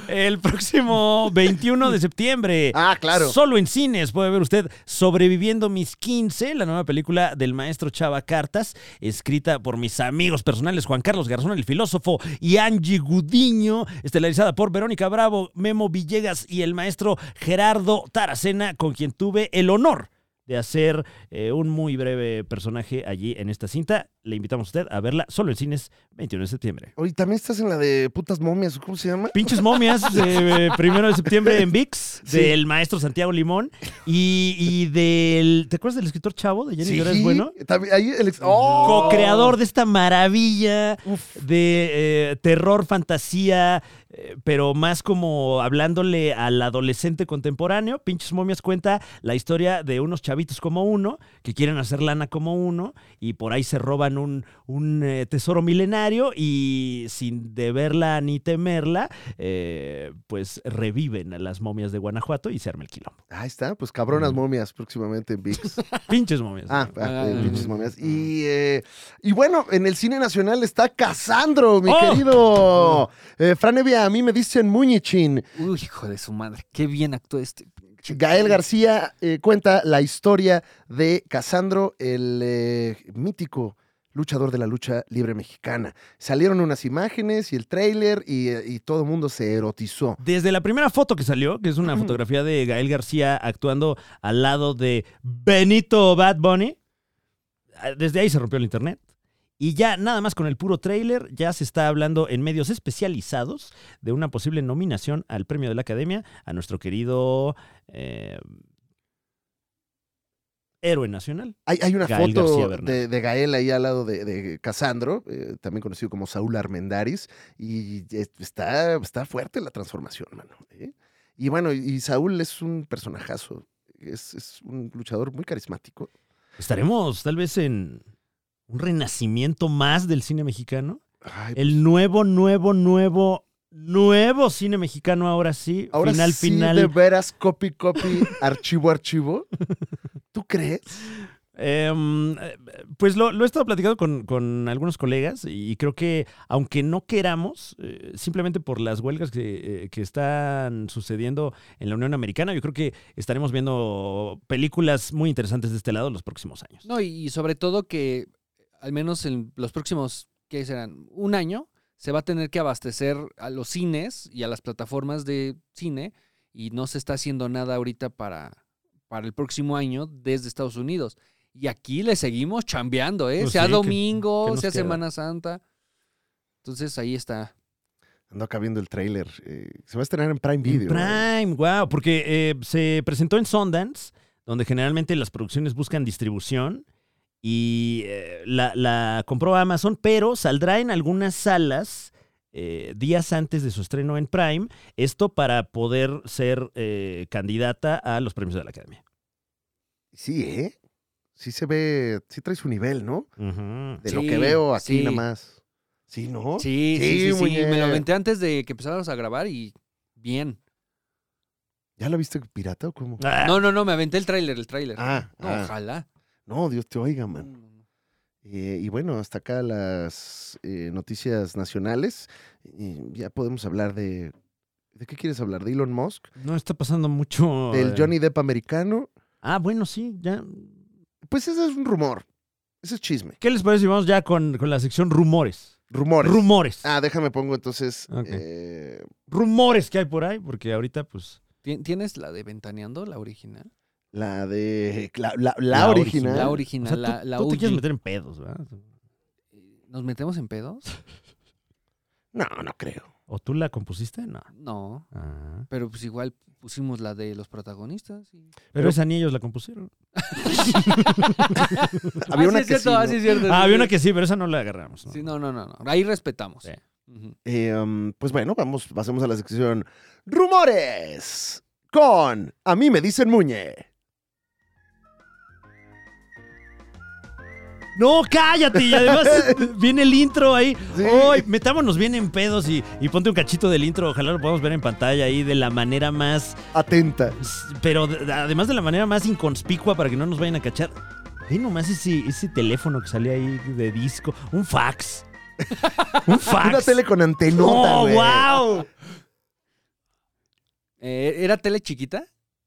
B: El próximo 21 de septiembre.
A: Ah, claro.
B: Solo en cines puede ver usted Sobreviviendo mis 15, la nueva película del maestro Chava Cartas, escrita por mis amigos personales Juan Carlos Garzón, el filósofo, y Angie Gudiño, estelarizada por Verónica Bravo, Memo Villegas y el maestro Gerardo Taracena, con quien tuve el honor de hacer eh, un muy breve personaje allí en esta cinta. Le invitamos a usted a verla solo en cines 21 de septiembre.
A: Oye, también estás en la de putas momias, ¿cómo se llama?
B: Pinches momias, de, eh, primero de septiembre en VIX,
A: Sí.
B: del maestro Santiago Limón y, y del. ¿Te acuerdas del escritor Chavo de Jenny Lloras Bueno?
A: También, ahí el ex- ¡Oh!
B: Co-creador de esta maravilla de eh, terror, fantasía, eh, pero más como hablándole al adolescente contemporáneo. Pinches momias cuenta la historia de unos chavitos como uno que quieren hacer lana como uno y por ahí se roban un, un, eh, tesoro milenario y sin deberla ni temerla, eh, pues reviven a las momias de Guanajuato y se arma el quilombo.
A: Ahí está, pues cabronas
B: Ujú.
A: momias próximamente en VIX.
B: Pinches momias.
A: Ah, ah, eh,
C: Ah.
A: pinches momias.
B: Mm.
A: Y, eh, y bueno, en el cine nacional está Casandro, mi
B: ¡Oh! Mm.
A: querido. Eh, Fran Evia, a mí me dicen Muñichin.
C: Uy, hijo de su madre, qué bien actuó este. pinche-
A: Gael García eh, cuenta la historia de Casandro, el eh, mítico luchador de la lucha libre mexicana. Salieron unas imágenes y el tráiler y, eh, y todo el mundo se erotizó.
B: Desde la primera foto que salió, que es una fotografía de Gael García actuando al lado de Benito Bad Bunny, ah, desde ahí se rompió el internet. Y ya nada más con el puro tráiler, ya se está hablando en medios especializados de una posible nominación al premio de la Academia a nuestro querido eh, héroe nacional.
A: Hay, hay una
B: Gael García
A: foto
B: Bernal.
A: de, de Gael ahí al lado de, de Casandro, eh, también conocido como Saúl Armendaris, y eh, está, está fuerte la transformación, mano. ¿eh? Y bueno, y Saúl es un personajazo, es, es un luchador muy carismático.
B: Estaremos tal vez en un renacimiento más del cine mexicano.
A: Ay, pues.
B: El nuevo, nuevo, nuevo, nuevo cine mexicano ahora sí.
A: ahora
B: final,
A: sí,
B: final.
A: de veras, copy, copy, archivo, archivo. ¿Tú crees?
B: Em, eh, pues lo, lo he estado platicando con, con algunos colegas y creo que aunque no queramos, eh, simplemente por las huelgas que, eh, que están sucediendo en la Unión Americana, yo creo que estaremos viendo películas muy interesantes de este lado los próximos años.
C: No, y, y sobre todo que al menos en los próximos, ¿qué serán? Un año, se va a tener que abastecer a los cines y a las plataformas de cine y no se está haciendo nada ahorita para, para el próximo año desde Estados Unidos. Y aquí le seguimos chambeando, ¿eh?
B: Pues
C: sea
B: sí, ¿qué-
C: domingo,
B: qué nos
C: sea
B: queda?
C: Semana Santa. Entonces ahí está.
A: Ando acá viendo el tráiler. eh, se va a estrenar en Prime Video. ¿eh?
B: En Prime, wow, porque eh, se presentó en Sundance, donde generalmente las producciones buscan distribución y eh, la, la compró Amazon, pero saldrá en algunas salas eh, días antes de su estreno en Prime, esto para poder ser eh, candidata a los premios de la Academia.
A: Sí, ¿eh? Sí se ve, sí trae su nivel, ¿no? De lo
C: Sí,
A: que veo aquí
C: sí.
A: nada más. Sí, ¿no?
C: Sí,
A: Sí,
C: sí, sí, sí,
A: muñe.
C: Me lo aventé antes de que empezáramos a grabar y bien.
A: ¿Ya la viste pirata o cómo?
B: Ah,
C: No, no, no, me aventé el tráiler, el tráiler.
A: Ah,
C: no,
A: ah.
C: ojalá.
A: No, Dios te oiga,
C: No,
A: man.
C: no, no.
A: Eh, y bueno, hasta acá las eh, noticias nacionales. Y ya podemos hablar de. ¿De qué quieres hablar? ¿De Elon Musk?
B: no está pasando mucho.
A: ¿Del
B: eh.
A: Johnny Depp americano?
B: Ah, bueno, sí, ya.
A: Pues ese es un rumor. Ese es chisme.
B: ¿Qué les parece si vamos ya con, con la sección rumores?
A: Rumores.
B: Rumores.
A: ah, déjame pongo entonces.
B: Ok.
A: eh,
B: Rumores que hay por ahí, porque ahorita pues...
C: ¿Tien- ¿Tienes la de Ventaneando, la original?
A: la de. La, la- la
B: La
A: original.
C: La original,
B: Ah, O sea, tú-
C: la, la
B: tú te quieres
C: OG.
B: meter en pedos, ¿verdad?
C: ¿Nos metemos en pedos?
A: No, no creo.
B: ¿O tú la compusiste? No.
C: No,
B: Ah.
C: pero pues igual pusimos la de los protagonistas. y-
B: Pero, esa ni ellos la compusieron.
A: Había
C: Ah,
A: una
C: sí, es
A: que sí,
C: cierto, ah,
A: ¿no?
C: sí, es cierto.
B: Ah, había una que sí, pero esa no la agarramos. ¿no?
C: Sí, no, no, no, no. Ahí respetamos.
B: Sí.
C: Ujú.
A: Eh, um, pues bueno, vamos, pasemos a la sección Rumores con A mí me dicen Muñe.
B: No, cállate. Y además viene el intro ahí.
A: Sí.
B: Ay, metámonos bien en pedos y, y ponte un cachito del intro. Ojalá lo podamos ver en pantalla ahí de la manera más.
A: Atenta.
B: Pero de- además de la manera más inconspicua para que no nos vayan a cachar. Ve nomás ese, ese teléfono que sale ahí de disco. Un fax. Un fax.
A: Una tele con antenota,
B: ¡Oh,
A: güey.
B: wow!
C: Eh, ¿Era tele chiquita?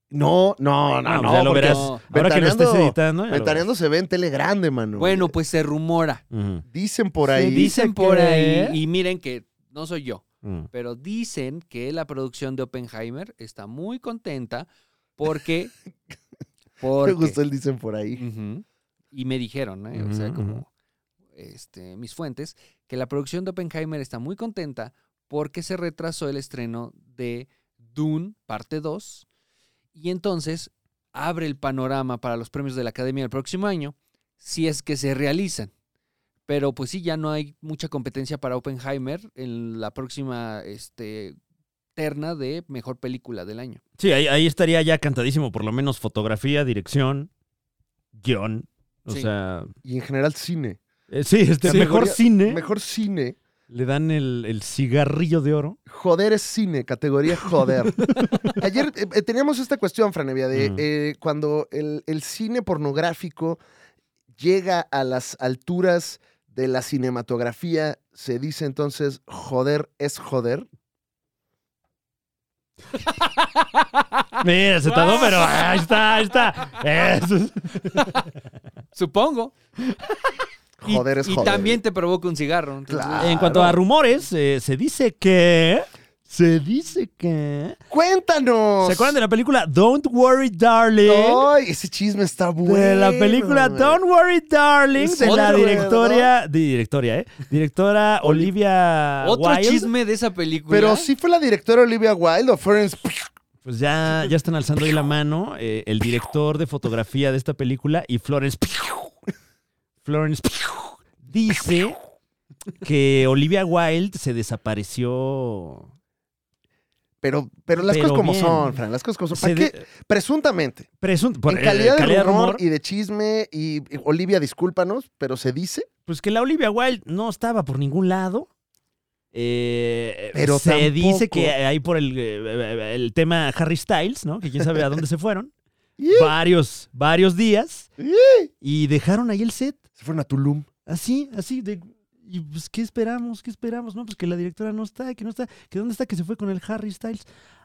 A: No, no, no,
B: Ah,
A: no.
B: pues ya lo
A: porque
B: verás.
C: no.
B: Ahora que lo estés
A: Ventaneando-
B: editando. ya lo
A: Ventaneando se ve en tele grande, mano.
C: Bueno, pues se rumora.
B: verás.
A: Dicen por
C: Se
A: ahí.
C: dicen por
B: que-
C: ahí. Y miren que no soy yo,
B: Ujú,
A: Mm.
B: ujú.
C: pero dicen que la producción de Oppenheimer está muy contenta porque.
A: Me
C: porque
A: gustó el dicen por ahí.
C: Ujú. Y me dijeron, ¿eh? o sea,
B: Ujú,
C: como este, mis fuentes, que la producción de Oppenheimer está muy contenta porque se retrasó el estreno de Dune, parte 2, y entonces abre el panorama para los premios de la Academia del próximo año, si es que se realizan. Pero pues sí, ya no hay mucha competencia para Oppenheimer en la próxima este, terna de mejor película del año.
B: Sí, ahí, ahí estaría ya cantadísimo, por lo menos fotografía, dirección, guión. O
C: Sí.
B: sea,
A: Y en general cine.
B: eh, sí, este
A: Sí,
B: mejor
A: mejor-
B: cine.
A: Mejor cine.
B: Le dan el, el cigarrillo de oro.
A: Joder es cine, categoría joder. Ayer eh, eh, teníamos esta cuestión, Franevia, de
B: Ujú.
A: eh, cuando el, el cine pornográfico llega a las alturas de la cinematografía, se dice entonces joder es joder.
B: Mira, se tardó, pero ahí está, ahí está. Eso es-
C: Supongo. Y-
A: Joder es
C: y,
A: joder.
C: también te provoca un cigarro. entonces-
A: Claro.
B: En cuanto a rumores, eh, se dice que. Se dice que.
A: ¡Cuéntanos!
B: ¿Se acuerdan de la película Don't Worry Darling?
A: ¡Ay, ese chisme está bueno!
B: de la película
A: güey.
B: Don't Worry Darling
A: Es
B: de la
A: otro,
B: directoria, di- directoria, ¿eh? Directora Olivia
C: Otro
B: Wilde.
C: chisme de esa película.
A: Pero sí fue la directora Olivia Wilde o Florence Pugh.
B: Pues ya, ya están alzando ahí la mano eh, el director de fotografía de esta película y Florence Pugh. Florence Pugh dice que Olivia Wilde se desapareció.
A: Pero, pero las
B: Pero
A: cosas como
B: bien.
A: son, Fran, las cosas como son. ¿Para
B: Se de-
A: qué? Presuntamente.
B: presun- por-
A: en
B: eh,
A: calidad, de, rumor
B: rumor,
A: y de chisme, y y Olivia, discúlpanos, pero se dice.
B: Pues que la Olivia Wilde no estaba por ningún lado. Eh,
A: Pero
B: se
A: tampoco-
B: dice que ahí por el, eh, el tema Harry Styles, ¿no? Que quién sabe a dónde se fueron. varios, varios días. y dejaron ahí el set.
A: Se fueron a Tulum.
B: Así, así. De, y pues, ¿qué esperamos? ¿Qué esperamos? No, pues que la directora no está, que no está, que dónde está, que se fue con el Harry Styles.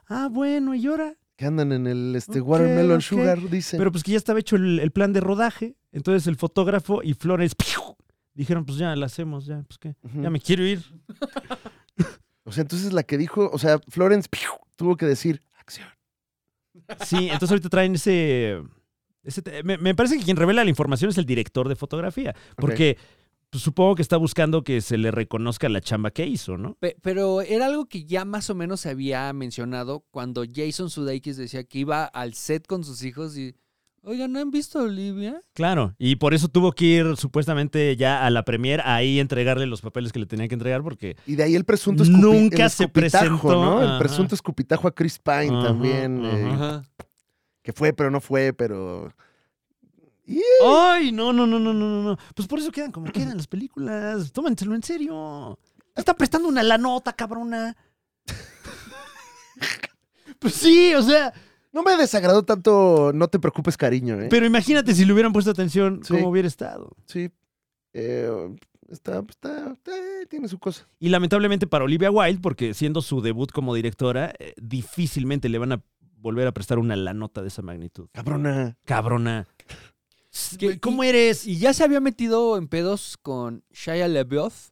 B: Ah, bueno, y ahora.
A: Que andan en el este,
B: Ok,
A: Watermelon
B: ok.
A: Sugar, dicen.
B: Pero pues que ya estaba hecho el, el plan de rodaje. Entonces el fotógrafo y Flores ¡piu! dijeron, pues ya la hacemos, ya, pues qué.
A: Ujú.
B: Ya me quiero ir.
A: O sea, entonces la que dijo, o sea, Florence Pugh tuvo que decir, acción.
B: Sí, entonces ahorita traen ese. ese te- me, me parece que quien revela la información es el director de fotografía. Porque pues, supongo que está buscando que se le reconozca la chamba que hizo, ¿no?
C: Pe- pero era algo que ya más o menos se había mencionado cuando Jason Sudeikis decía que iba al set con sus hijos y. Oiga, ¿no han visto a Olivia?
B: Claro. Y por eso tuvo que ir supuestamente ya a la premier ahí entregarle los papeles que le tenía que entregar porque.
A: Y de ahí el presunto escupi-
B: Nunca
A: el
B: se
A: escupitajo,
B: presentó.
A: ¿no?
B: Ajá.
A: El presunto escupitajo a Chris Pine
B: Ajá,
A: también. eh,
B: ajá.
A: que fue, pero no fue, pero.
B: ¡Ay! No, no, no, no, no, no, no. Pues por eso quedan como quedan las películas. Tómenselo en serio. Está prestando una la nota, cabrona. pues sí, o sea.
A: No me desagradó tanto, no te preocupes, cariño, ¿eh?
B: Pero imagínate si le hubieran puesto atención,
A: Sí.
B: cómo hubiera estado.
A: Sí. Eh, está, está, eh, tiene su cosa.
B: Y lamentablemente para Olivia Wilde, porque siendo su debut como directora, eh, difícilmente le van a volver a prestar una la nota de esa magnitud.
A: Cabrona.
B: Cabrona.
C: ¿Qué-
B: ¿Cómo eres?
C: Y ya se había metido en pedos con Shia LaBeouf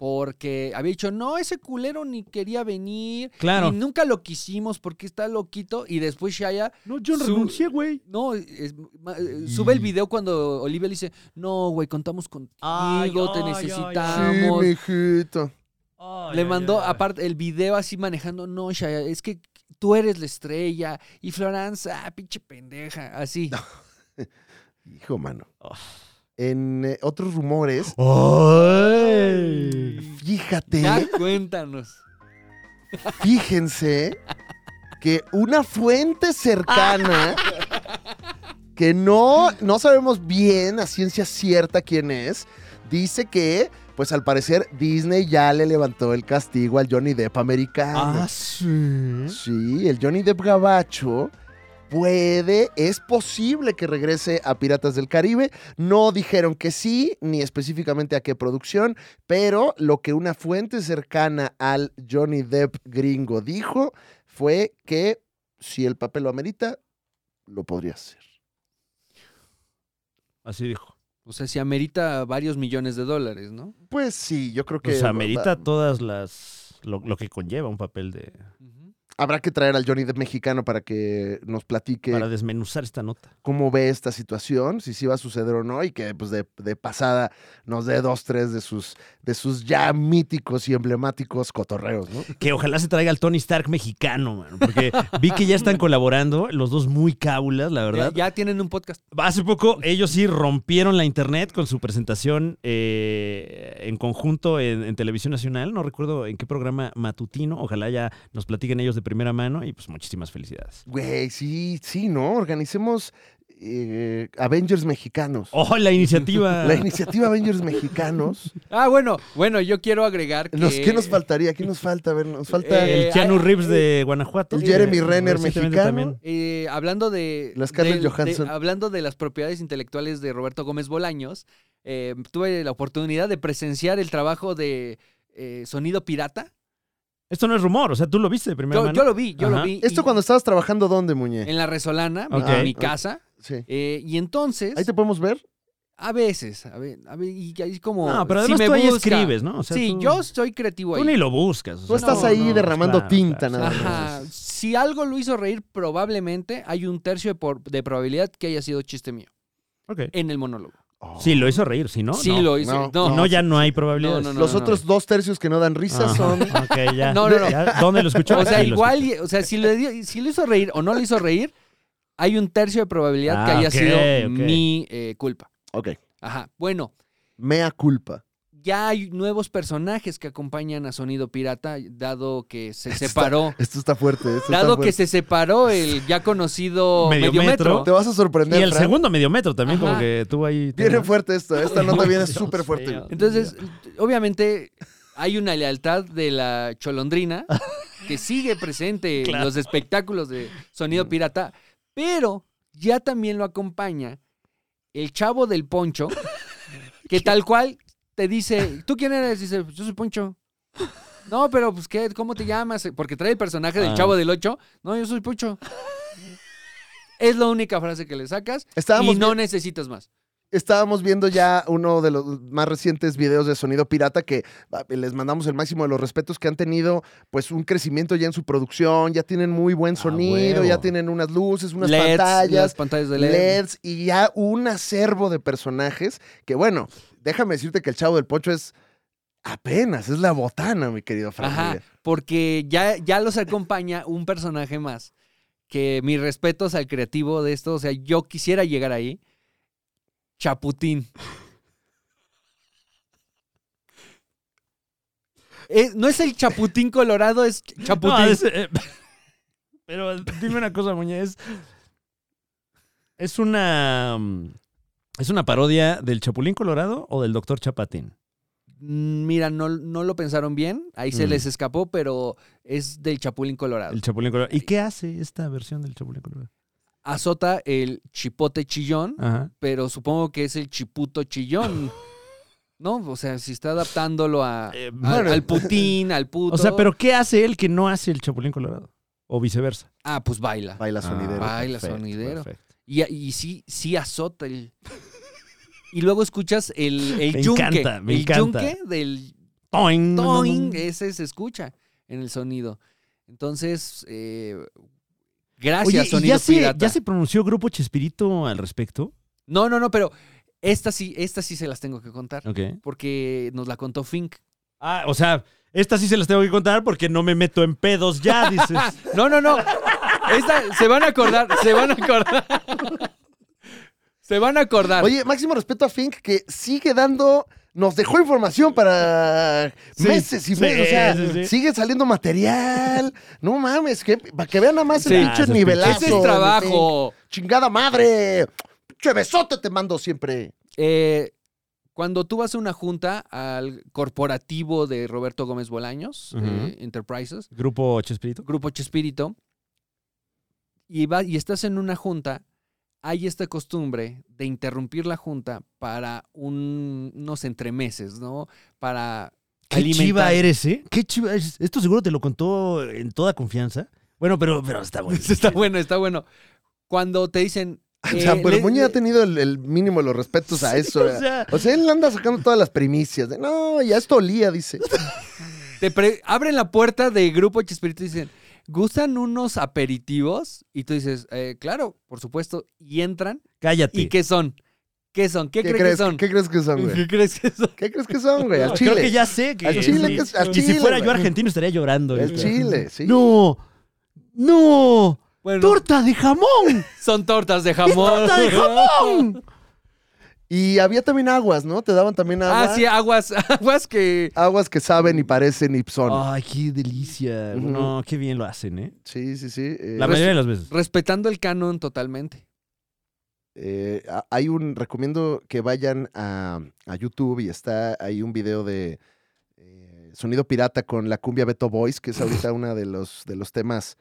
C: porque había dicho, no, ese culero ni quería venir.
B: Claro.
C: Y nunca lo quisimos porque está loquito. Y después Shia
B: No, yo
C: Su-
B: renuncié, güey.
C: No, es- ma- eh,
B: Mm.
C: sube el video cuando Olivia le dice, no, güey, contamos contigo,
B: Ay,
C: te
B: ay, ay, ay.
C: necesitamos.
A: Sí, mijito.
C: le mandó, aparte, el video así manejando, no, Shaya, es que tú eres la estrella. Y Florence, ah, pinche pendeja, así.
A: Hijo, mano.
B: Oh.
A: En eh, otros rumores,
B: Oh. ¡Ay!
A: fíjate,
C: Ya, cuéntanos.
A: fíjense que una fuente cercana que no, no sabemos bien a ciencia cierta quién es, dice que, pues al parecer, Disney ya le levantó el castigo al Johnny Depp americano.
B: Ah, sí.
A: Sí, el Johnny Depp Gabacho puede, es posible que regrese a Piratas del Caribe. No dijeron que sí, ni específicamente a qué producción, pero lo que una fuente cercana al Johnny Depp gringo dijo fue que si el papel lo amerita, lo podría hacer.
B: Así dijo.
C: O sea, si amerita varios millones de dólares, ¿no?
A: Pues sí, yo creo que...
B: Pues amerita
A: va-
B: todas las. Lo, lo que conlleva un papel de.
A: habrá que traer al Johnny Depp mexicano para que nos platique
B: Para desmenuzar esta nota.
A: cómo ve esta situación, si sí va a suceder o no, y que pues de, de pasada nos dé dos, tres de sus, de sus ya míticos y emblemáticos cotorreos, ¿no?
B: Que ojalá se traiga al Tony Stark mexicano, mano, Porque vi que ya están colaborando, los dos muy cábulas, la verdad.
C: Ya, ya tienen un podcast.
B: Hace poco ellos sí rompieron la internet con su presentación eh, en conjunto en, en Televisión Nacional. No recuerdo en qué programa matutino. Ojalá ya nos platiquen ellos de primera mano y pues muchísimas felicidades.
A: Güey, sí, sí, ¿no? Organicemos eh, Avengers mexicanos.
B: ¡Oh, la iniciativa!
A: La iniciativa Avengers mexicanos.
C: Ah, bueno, bueno, yo quiero agregar que...
A: Nos- ¿Qué nos faltaría? ¿Qué nos falta? A ver, nos falta
C: Eh,
B: el Keanu
C: ay,
B: Reeves de Guanajuato.
A: el Jeremy
B: Eh,
A: Renner
B: recientemente
A: mexicano.
C: Eh, hablando de.
A: La Scarlett
C: del- de-
A: Johansson.
C: hablando de las propiedades intelectuales de Roberto Gómez Bolaños, eh, tuve la oportunidad de presenciar el trabajo de eh, Sonido Pirata.
B: Esto no es rumor, o sea, tú lo viste de primera
C: Yo,
B: mano.
C: yo lo vi, yo
B: Ajá.
C: lo vi.
A: ¿Esto
C: y-
A: cuando estabas trabajando dónde, Muñe?
C: En la Resolana, mi-
B: Ok.
C: mi casa.
A: Sí.
C: eh, y entonces,
A: ¿Ahí te podemos ver?
C: a veces, a ver, a ver, y ahí es como.
B: No, pero
C: si
B: además
C: me
B: tú ahí
C: busca-
B: escribes, ¿no? O sea,
C: sí,
B: tú-
C: yo soy creativo
B: Tú
C: ahí.
B: ni lo buscas. o
A: Tú
B: sea,
A: estás
B: no,
A: ahí
B: no,
A: derramando
B: claro,
A: tinta
B: claro,
A: nada más.
C: Ajá. Si algo lo hizo reír, probablemente hay un tercio de, por- de probabilidad que haya sido chiste mío
B: Ok.
C: en el monólogo.
A: Oh.
B: Sí, lo hizo reír, si no,
C: Eh, sí
B: no.
C: lo hizo.
A: no,
B: Si
C: no.
B: no, ya no hay probabilidades.
C: No, no,
A: Los otros dos tercios que no dan risa
B: Ajá,
A: son
B: ok, ya.
C: No, no, no.
B: Ya, ¿Dónde lo escuchó?
C: O sea,
B: Sí, lo
C: igual,
B: escuchó.
C: y- o sea, si le, dio- si le hizo reír o no le hizo reír, hay un tercio de probabilidad que
B: Ah,
C: haya
B: ok,
C: sido
B: ok.
C: mi eh, culpa.
A: Ok.
C: Ajá. Bueno,
A: mea culpa.
C: ya hay nuevos personajes que acompañan a Sonido Pirata, dado que se
A: Esto está-
C: separó.
A: Esto está fuerte. esto está
C: Dado que
A: fuerte.
C: se separó el ya conocido
B: Medio
C: medio metro.
A: Te vas a sorprender.
B: Y el
A: Fran.
B: segundo medio metro también, como
C: Ajá.
B: que tuvo ahí.
A: Viene
B: tema.
A: fuerte esto. Esta nota
B: Ay,
A: viene
B: Dios
A: súper fuerte.
B: mío.
C: Entonces, obviamente, hay una lealtad de la cholondrina que sigue presente en
B: Claro.
C: los espectáculos de Sonido Pirata, pero ya también lo acompaña el chavo del poncho, que tal cual te dice, ¿tú quién eres? Dice, "Pues, yo soy poncho. No, pero pues qué, ¿cómo te llamas? Porque trae el personaje del
B: Ah.
C: chavo del 8. No, yo soy poncho. Es la única frase que le sacas
A: Estábamos,
C: y no necesitas más.
A: vi- estábamos viendo ya uno de los más recientes videos de Sonido Pirata que ah, les mandamos el máximo de los respetos que han tenido, pues un crecimiento ya en su producción, ya tienen muy buen
B: Ah,
A: sonido,
B: huevo.
A: ya tienen unas luces, unas
C: LEDs, las
A: pantallas, E
C: pantallas de E LED.
A: LEDs y ya un acervo de personajes que bueno, déjame decirte que el Chavo del Poncho es apenas, es la botana, mi querido Fran.
C: Ajá,
A: Evia.
C: porque ya, ya los acompaña un personaje más. Que mis respetos al creativo de esto, o sea, yo quisiera llegar ahí. Chaputín. Eh, no es el chaputín colorado, es
B: No,
C: chaputín.
B: es, eh, pero dime una cosa, Muñe. Es, es una. mm, ¿Es una parodia del Chapulín Colorado o del Doctor Chapatín?
C: Mm, Mira, no, no lo pensaron bien, ahí se
B: Mm.
C: les escapó, pero es del chapulín colorado.
B: El Chapulín Colorado. ¿Y qué hace esta versión del Chapulín Colorado?
C: Azota el chipote chillón,
B: Ajá.
C: pero supongo que es el chiputo chillón. ¿No? O sea, si está adaptándolo a,
B: Eh,
C: al-
B: bueno.
C: al putín, al puto.
B: O sea, pero ¿qué hace él que no hace el Chapulín Colorado? O viceversa.
C: Ah, pues baila.
A: Baila sonidero.
C: Ah, baila
B: perfecto,
C: sonidero.
B: perfecto.
C: Y, y sí, sí azota el. Y luego escuchas el, el
B: Me
C: yunque.
B: encanta, me
C: el
B: encanta.
C: yunque del
B: Toing.
C: toing, eh, ese se escucha en el sonido. Entonces, eh, gracias,
B: Oye, ¿y
C: sonido
B: ya se,
C: pirata.
B: ya se pronunció Grupo Chespirito al respecto.
C: No, no, no, pero esta sí, esta sí se las tengo que contar.
B: Ok.
C: Porque nos la contó Fink.
B: Ah, o sea, estas sí se las tengo que contar porque no me meto en pedos ya, dices.
C: No, no, no. Esta, se van a acordar, se van a acordar. Se van a acordar.
A: Oye, máximo respeto a Fink que sigue dando, nos dejó información para
B: Sí,
A: meses y
B: sí,
A: meses. o sea,
B: sí, sí.
A: sigue saliendo material. No mames, que, para que vean nada más
C: Sí.
A: el
B: Ah,
A: pinche
B: ese
A: nivelazo.
C: ese es
B: pinche-
A: de Fink.
C: trabajo.
A: Chingada madre. Pinche besote te mando siempre.
C: Eh, cuando tú vas a una junta al corporativo de Roberto Gómez Bolaños,
B: Ujú.
C: eh, Enterprises,
B: Grupo Chespirito.
C: Grupo Chespirito, y, va- y estás en una junta, hay esta costumbre de interrumpir la junta para un- unos entremeses, ¿no? Para
B: Qué
C: alimentar-
B: chiva eres, ¿eh? Qué chiva eres. Esto seguro te lo contó en toda confianza. Bueno, pero, pero está bueno.
C: Está bueno, está bueno. Cuando te dicen...
A: o sea,
C: eh,
A: pero
C: le-
A: Muñe ha
C: le-
A: tenido el, el mínimo de los respetos a eso. eh.
B: O sea,
A: O sea, él anda sacando todas las primicias. de, no, ya esto olía, dice.
C: Te pre- abren la puerta de Grupo Chespirito y dicen, ¿gustan unos aperitivos? Y tú dices, "Eh, claro, por supuesto. Y entran.
B: cállate.
C: ¿Y qué son? ¿Qué son? ¿Qué,
A: ¿Qué,
C: crees,
A: crees,
C: que son?
A: ¿Qué crees que son, güey?
C: ¿Qué crees que son?
A: ¿Qué crees que son, güey? Al
B: No,
A: chile.
B: Creo que ya sé que.
A: Al chile,
B: sí.
A: que es- al
B: y si
A: chile,
B: fuera
A: güey.
B: yo argentino estaría llorando.
A: Al
B: ahorita.
A: chile, sí.
B: ¡No! ¡No!
C: Bueno,
B: ¡Torta de jamón!
C: son tortas de
B: ¡Es
C: jamón.
B: torta de jamón!
A: Y había también aguas, ¿no? Te daban también aguas.
C: Ah, sí, aguas, aguas que...
A: Aguas que saben y
B: Mm.
A: parecen y son.
B: ¡Ay, qué delicia!
A: Ujú.
B: No, qué bien lo hacen, ¿eh?
A: Sí, sí, sí. eh,
B: La mayoría de las veces.
C: Respetando el canon totalmente.
A: eh, a- hay un. Recomiendo que vayan a, a YouTube y está ahí un video de eh, Sonido Pirata con la cumbia Beto Boys, que es ahorita uno de los, de los temas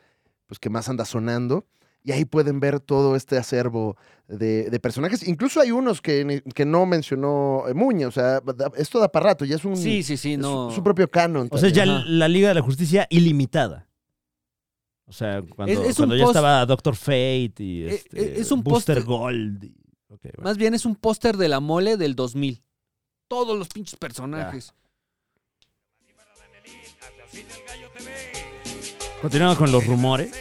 A: pues, que más anda sonando. Y ahí pueden ver todo este acervo de, de personajes. Incluso hay unos que, ni- que no mencionó eh, Muña. O sea, da- esto da para rato. Ya es un.
C: Sí, sí, sí,
A: Mm, es
C: no.
A: su, su propio canon.
B: O sea,
A: también.
B: ya
C: Ajá.
B: la Liga de la Justicia ilimitada. O sea, cuando,
C: Es- es un
B: cuando ya
C: post-
B: estaba Doctor Fate y
C: Es-
B: este,
C: es un
B: Booster
C: post-
B: Gold. y- ok, bueno.
C: Más bien es un póster de la mole del 2000. Todos los pinches personajes.
B: Continuando con los rumores.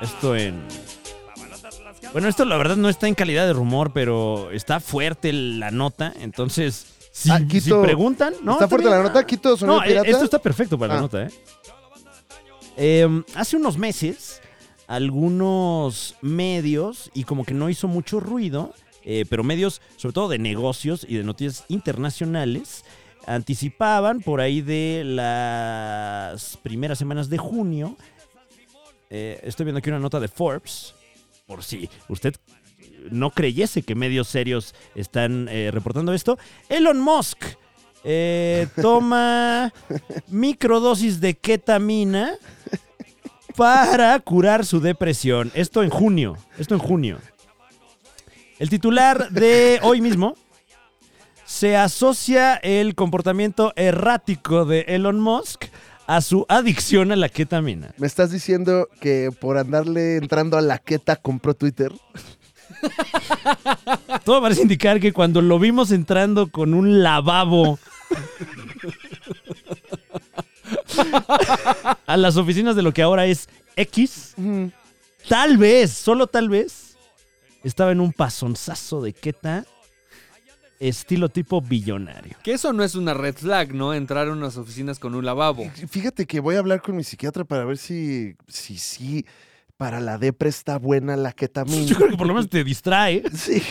B: Esto en. Bueno, esto la verdad no está en calidad de rumor, pero está fuerte la nota. Entonces, si,
A: Ah, quito-
B: si preguntan, ¿no?
A: está fuerte
B: bien.
A: la nota. Quito Sonido
B: No, eh,
A: Pirata.
B: esto está perfecto para
A: Ah.
B: la nota, ¿eh? Eh, Hace unos meses, algunos medios, y como que no hizo mucho ruido, eh, pero medios sobre todo de negocios y de noticias internacionales, anticipaban por ahí de las primeras semanas de junio. eh, estoy viendo aquí una nota de Forbes, por si usted no creyese que medios serios están eh, reportando esto. Elon Musk eh, toma microdosis de ketamina para curar su depresión. Esto en junio. Esto en junio. El titular de hoy mismo se asocia el comportamiento errático de Elon Musk a su adicción a la ketamina.
A: ¿Me estás diciendo que por andarle entrando a la queta compró Twitter?
B: Todo parece indicar que cuando lo vimos entrando con un lavabo a las oficinas de lo que ahora es X, tal vez, solo tal vez, estaba en un pasonzazo de queta estilo tipo billonario.
C: Que eso no es una red flag, ¿no? Entrar a unas oficinas con un lavabo.
A: Fíjate que voy a hablar con mi psiquiatra para ver si si sí para la depre está buena la
B: Yo
A: ketamina.
B: creo que por lo menos te distrae.
A: Sí.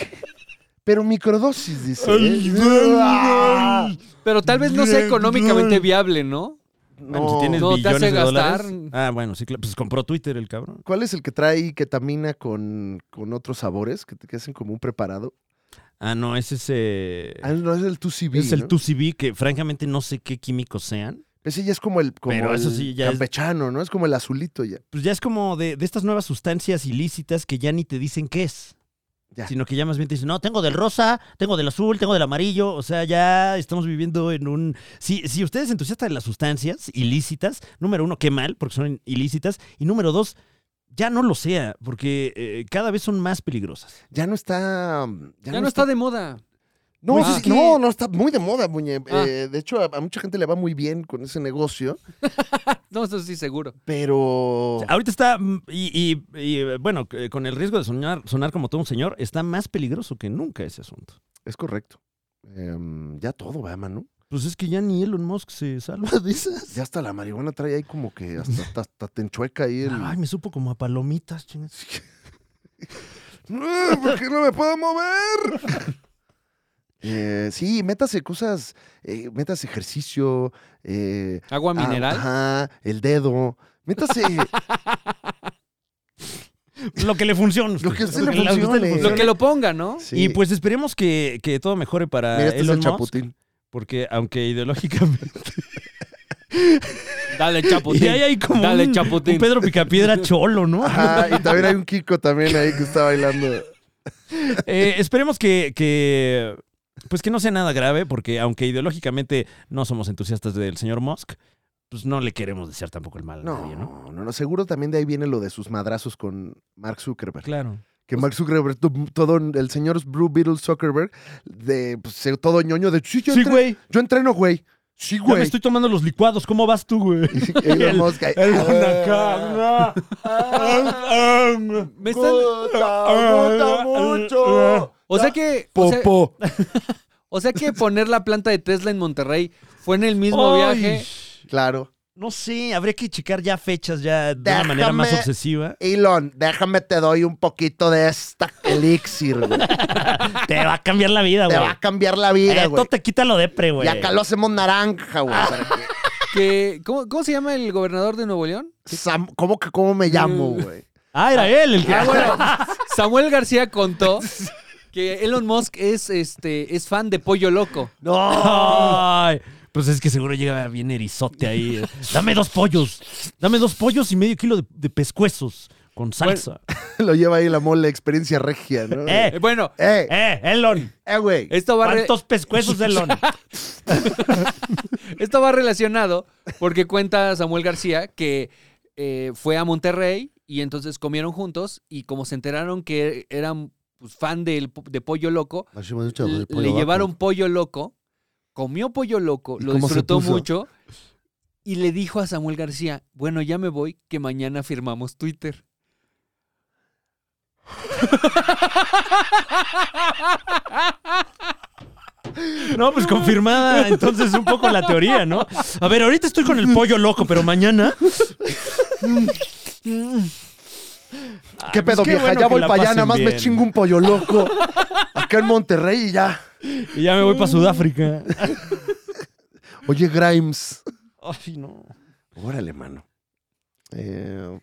A: Pero microdosis dice. ¿eh? Ah,
C: Pero tal vez no sea económicamente viable, ¿no?
B: Bueno, si
A: no.
B: tienes
C: No, te
B: billones
C: hace
B: de
C: gastar.
B: dólares. Ah, bueno, sí, claro, pues compró Twitter el cabrón.
A: ¿Cuál es el que trae ketamina con, con otros sabores que, te- que hacen como un preparado?
B: Ah, no, es ese
A: Ah, no, es el 2CB.
B: Eh. es el
A: ¿no?
B: 2CB que francamente no sé qué químicos sean.
A: Ese ya es como el, como
B: Pero eso
A: el
B: sí, ya es-
A: campechano, ¿no? Es como el azulito ya.
B: pues ya es como de, de estas nuevas sustancias ilícitas que ya ni te dicen qué es.
A: Ya.
B: Sino que ya más bien te dicen, no, tengo del rosa, tengo del azul, tengo del amarillo. O sea, ya estamos viviendo en un... Si, si usted es entusiasta de las sustancias ilícitas, número uno, qué mal, porque son ilícitas. Y número dos, ya no lo sea, porque eh, cada vez son más peligrosas.
A: Ya no está.
C: Ya no está de moda.
A: No,
C: Pues
A: sí,
C: es que-
A: no, no, está muy de moda, Muñe.
C: Ah.
A: Eh, de hecho, a, a mucha gente le va muy bien con ese negocio,
C: No, eso sí, seguro.
A: pero...
B: O sea, ahorita está, mm, y, y- y, eh, bueno, eh, con el riesgo de soñar- sonar como todo un señor, está más peligroso que nunca ese asunto.
A: Es correcto. Em, ya todo va, mano.
B: Pues es que ya ni Elon Musk se salva de esas.
A: Ya hasta la marihuana trae ahí como que hasta, hasta, hasta te enchueca ahí el...
B: Ay, me supo como a palomitas, chingas.
A: ¡Ah, ¿Por qué no me puedo mover? Eh, sí, métase cosas, eh, métase ejercicio, eh,
C: Agua
A: ah,
C: mineral.
A: ajá, el dedo, métase
B: Lo que le funciona.
A: lo que a usted le
B: la- a usted
A: funcione.
C: Lo que lo ponga, ¿no?
A: Sí.
B: Y pues esperemos que, que todo mejore para
A: Mira, este es
B: Elon
A: el
B: Musk,
A: chaputín.
B: porque aunque ideológicamente
C: Dale,
B: Y
C: chaputín.
B: ahí hay como
C: Dale,
B: un,
C: Chaputín.
B: un Pedro Picapiedra cholo, ¿no?
A: Ajá, y también hay un Kiko también ahí que está bailando.
B: Eh, esperemos que, que, pues que no sea nada grave, porque aunque ideológicamente no somos entusiastas del señor Musk, pues no le queremos desear tampoco el mal a nadie, ¿no?
A: No, no, no, seguro también de ahí viene lo de sus madrazos con Mark Zuckerberg.
B: Claro.
A: Que Mark Zuckerberg, to- todo el señor Blue Beetle Zuckerberg, de pues, se- todo ñoño de sí, yo,
B: Sí,
A: entre-
B: güey.
A: yo entreno, güey. Sí,
B: Yo me
A: güey.
B: estoy tomando los licuados. ¿Cómo vas tú, güey?
A: Y Elon
B: El-
A: Musk ahí,
B: El
A: ah,
B: Guanacaja. eh,
C: Me están-
A: Ah, Gota, gota mucho.
C: O sea que. O sea,
A: Popó.
C: o sea que poner la planta de Tesla en Monterrey fue en el mismo
B: Ay,
C: viaje.
A: Claro.
B: No sé, habría que checar ya fechas ya de una manera
A: Déjame-
B: más obsesiva.
A: Elon, déjame te doy un poquito de esta elixir, güey.
B: Te va a cambiar la vida,
A: Te
B: güey.
A: va a cambiar la vida,
B: Esto
A: güey.
B: te quita lo depre, güey. Ah.
A: Y acá lo hacemos naranja, güey. para que-
C: Que, ¿cómo, ¿Cómo se llama el gobernador de Nuevo León?
A: Sam- ¿Cómo que cómo me llamo, güey?
B: Ah, era él el que.
C: Ah, bueno. Samuel García contó que Elon Musk es, este, es fan de Pollo Loco.
B: Ay, pues es que seguro llega bien erizote ahí. Dame dos pollos. Dame dos pollos y medio kilo de, de pescuezos con salsa.
A: Lo lleva ahí la mole experiencia regia, ¿no?
C: Eh,
B: eh,
C: Bueno,
A: ¡Eh!
B: eh, Elon.
A: ¡Eh, güey!
C: esto va, re-
B: ¿Cuántos pescuezos, Elon?
C: esto va relacionado porque cuenta Samuel García que eh, fue a Monterrey y entonces comieron juntos y como se enteraron que eran pues, fan del po- de Pollo Loco, le llevaron pollo loco, comió pollo loco,
A: ¿Y
C: lo
A: cómo se
C: disfrutó
A: puso?
C: mucho y le dijo a Samuel García, bueno, ya me voy, que mañana firmamos Twitter.
B: No, pues confirmada entonces un poco la teoría, ¿no? A ver, ahorita estoy con el pollo loco, pero mañana.
A: Ah, ¿Qué pedo,
B: pues qué
A: vieja?
B: bueno
A: ya
B: que
A: voy
B: la
A: para allá,
B: pasen
A: nada más me
B: bien.
A: chingo un pollo loco. Acá en Monterrey y ya.
B: Y ya me voy para Sudáfrica.
A: Oye, Grimes.
B: Ay, no.
F: Órale, mano.
A: Eh,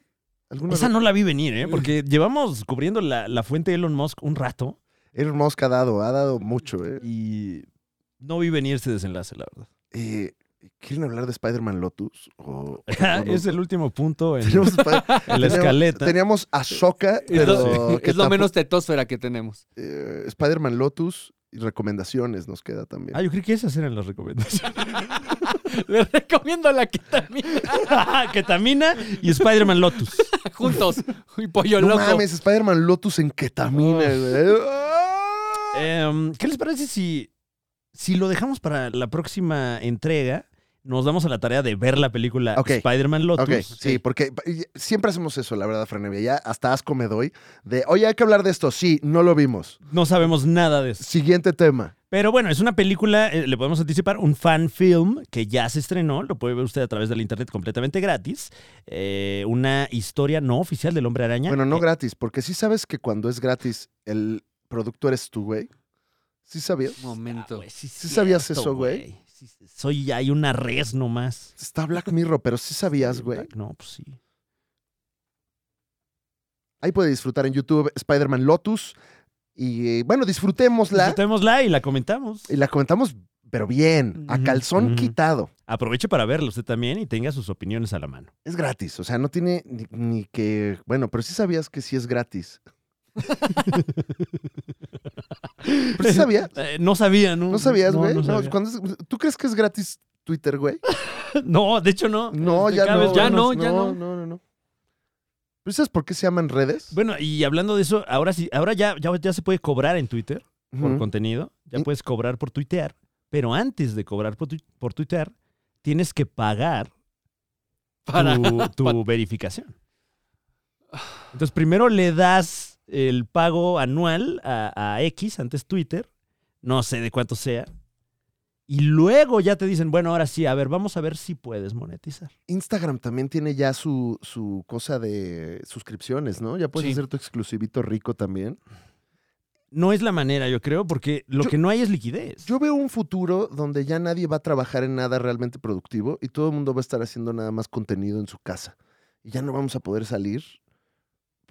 A: ¿Alguna
B: Esa
A: vez
B: no la vi venir, ¿eh? Porque llevamos cubriendo la, la fuente de Elon Musk un rato
A: Elon Musk ha dado, ha dado mucho, ¿eh?
B: y no vi venir ese desenlace, la verdad.
A: Eh, ¿Quieren hablar de Spider-Man Lotus? O- o no?
B: es el último punto en,
A: Tenemos Spider-
B: en la
A: teníamos-
B: escaleta.
A: Teníamos Ahsoka,
C: Es
A: pero...
C: lo,
A: que
C: es lo
A: tampoco-
C: menos tetósfera que tenemos.
A: eh, Spider-Man Lotus y recomendaciones nos queda también.
B: Ah, yo creí que esas eran las recomendaciones.
C: Le recomiendo la ketamina
B: Ketamina y Spider-Man Lotus.
C: juntos y pollo
A: no
C: loco.
A: mames, Spider-Man Lotus en ketamina, güey. Ah.
B: Em, ¿Qué les parece si, si lo dejamos para la próxima entrega? Nos damos a la tarea de ver la película
A: Ok.
B: Spider-Man Lotus. Eh,
A: Ok, sí, porque y- siempre hacemos eso, la verdad, Franevia. Ya hasta asco me doy de, oye, hay que hablar de esto. Sí, no lo vimos.
B: No sabemos nada de eso.
A: Siguiente tema.
B: Pero bueno, es una película, eh, le podemos anticipar, un fan film que ya se estrenó, lo puede ver usted a través del internet completamente gratis. Eh, una historia no oficial del hombre araña.
A: Bueno, no
B: Eh,
A: gratis, porque sí sabes que cuando es gratis, el producto eres tú, güey. ¿Sí sabías?
B: ah,
C: Momento.
B: güey, sí, es
A: ¿Sí sabías
B: cierto,
A: eso, güey?
B: Sí, Soy, hay una res nomás.
A: Está Black Mirror, pero sí sabías, güey.
B: No, pues sí.
A: Ahí puede disfrutar en YouTube Spider-Man Lotus. Y eh, bueno, disfrutémosla.
B: Disfrutémosla y Pues la comentamos.
A: Y la comentamos, pero bien, a
B: Ujú,
A: calzón
B: ujú.
A: quitado.
B: Aproveche para verla usted también y tenga sus opiniones a la mano.
A: Es gratis, o sea, no tiene ni, ni que... Bueno, pero sí sabías que sí es gratis. pero sí sabías.
B: Eh, no sabía, ¿no?
A: ¿No sabías, güey?
B: No,
A: No,
B: sabía.
A: cuando es- ¿Tú crees que es gratis Twitter, güey?
B: No, de hecho no.
A: No,
B: Este,
A: ya
B: cada
A: no.
B: vez
C: Ya
B: menos.
C: no, ya no.
A: No, no, no. ¿Pero sabes por qué se llaman redes?
B: Bueno, y hablando de eso, ahora sí, ahora ya, ya, ya se puede cobrar en Twitter por
A: Ujú.
B: contenido. Ya
A: Y-
B: puedes cobrar por tuitear. Pero antes de cobrar por, tu- por tuitear, tienes que pagar
C: Para-
B: tu, tu
C: pa-
B: verificación. Entonces, primero le das el pago anual a, a X, antes Twitter, no sé de cuánto sea, y luego ya te dicen, bueno, ahora sí, a ver, vamos a ver si puedes monetizar.
A: Instagram también tiene ya su, su cosa de suscripciones, ¿no? Ya puedes
C: Sí.
A: hacer tu exclusivito rico también.
B: No es la manera, yo creo, porque lo
A: Yo-
B: que no hay es liquidez.
A: Yo veo un futuro donde ya nadie va a trabajar en nada realmente productivo y todo el mundo va a estar haciendo nada más contenido en su casa. Y ya no vamos a poder salir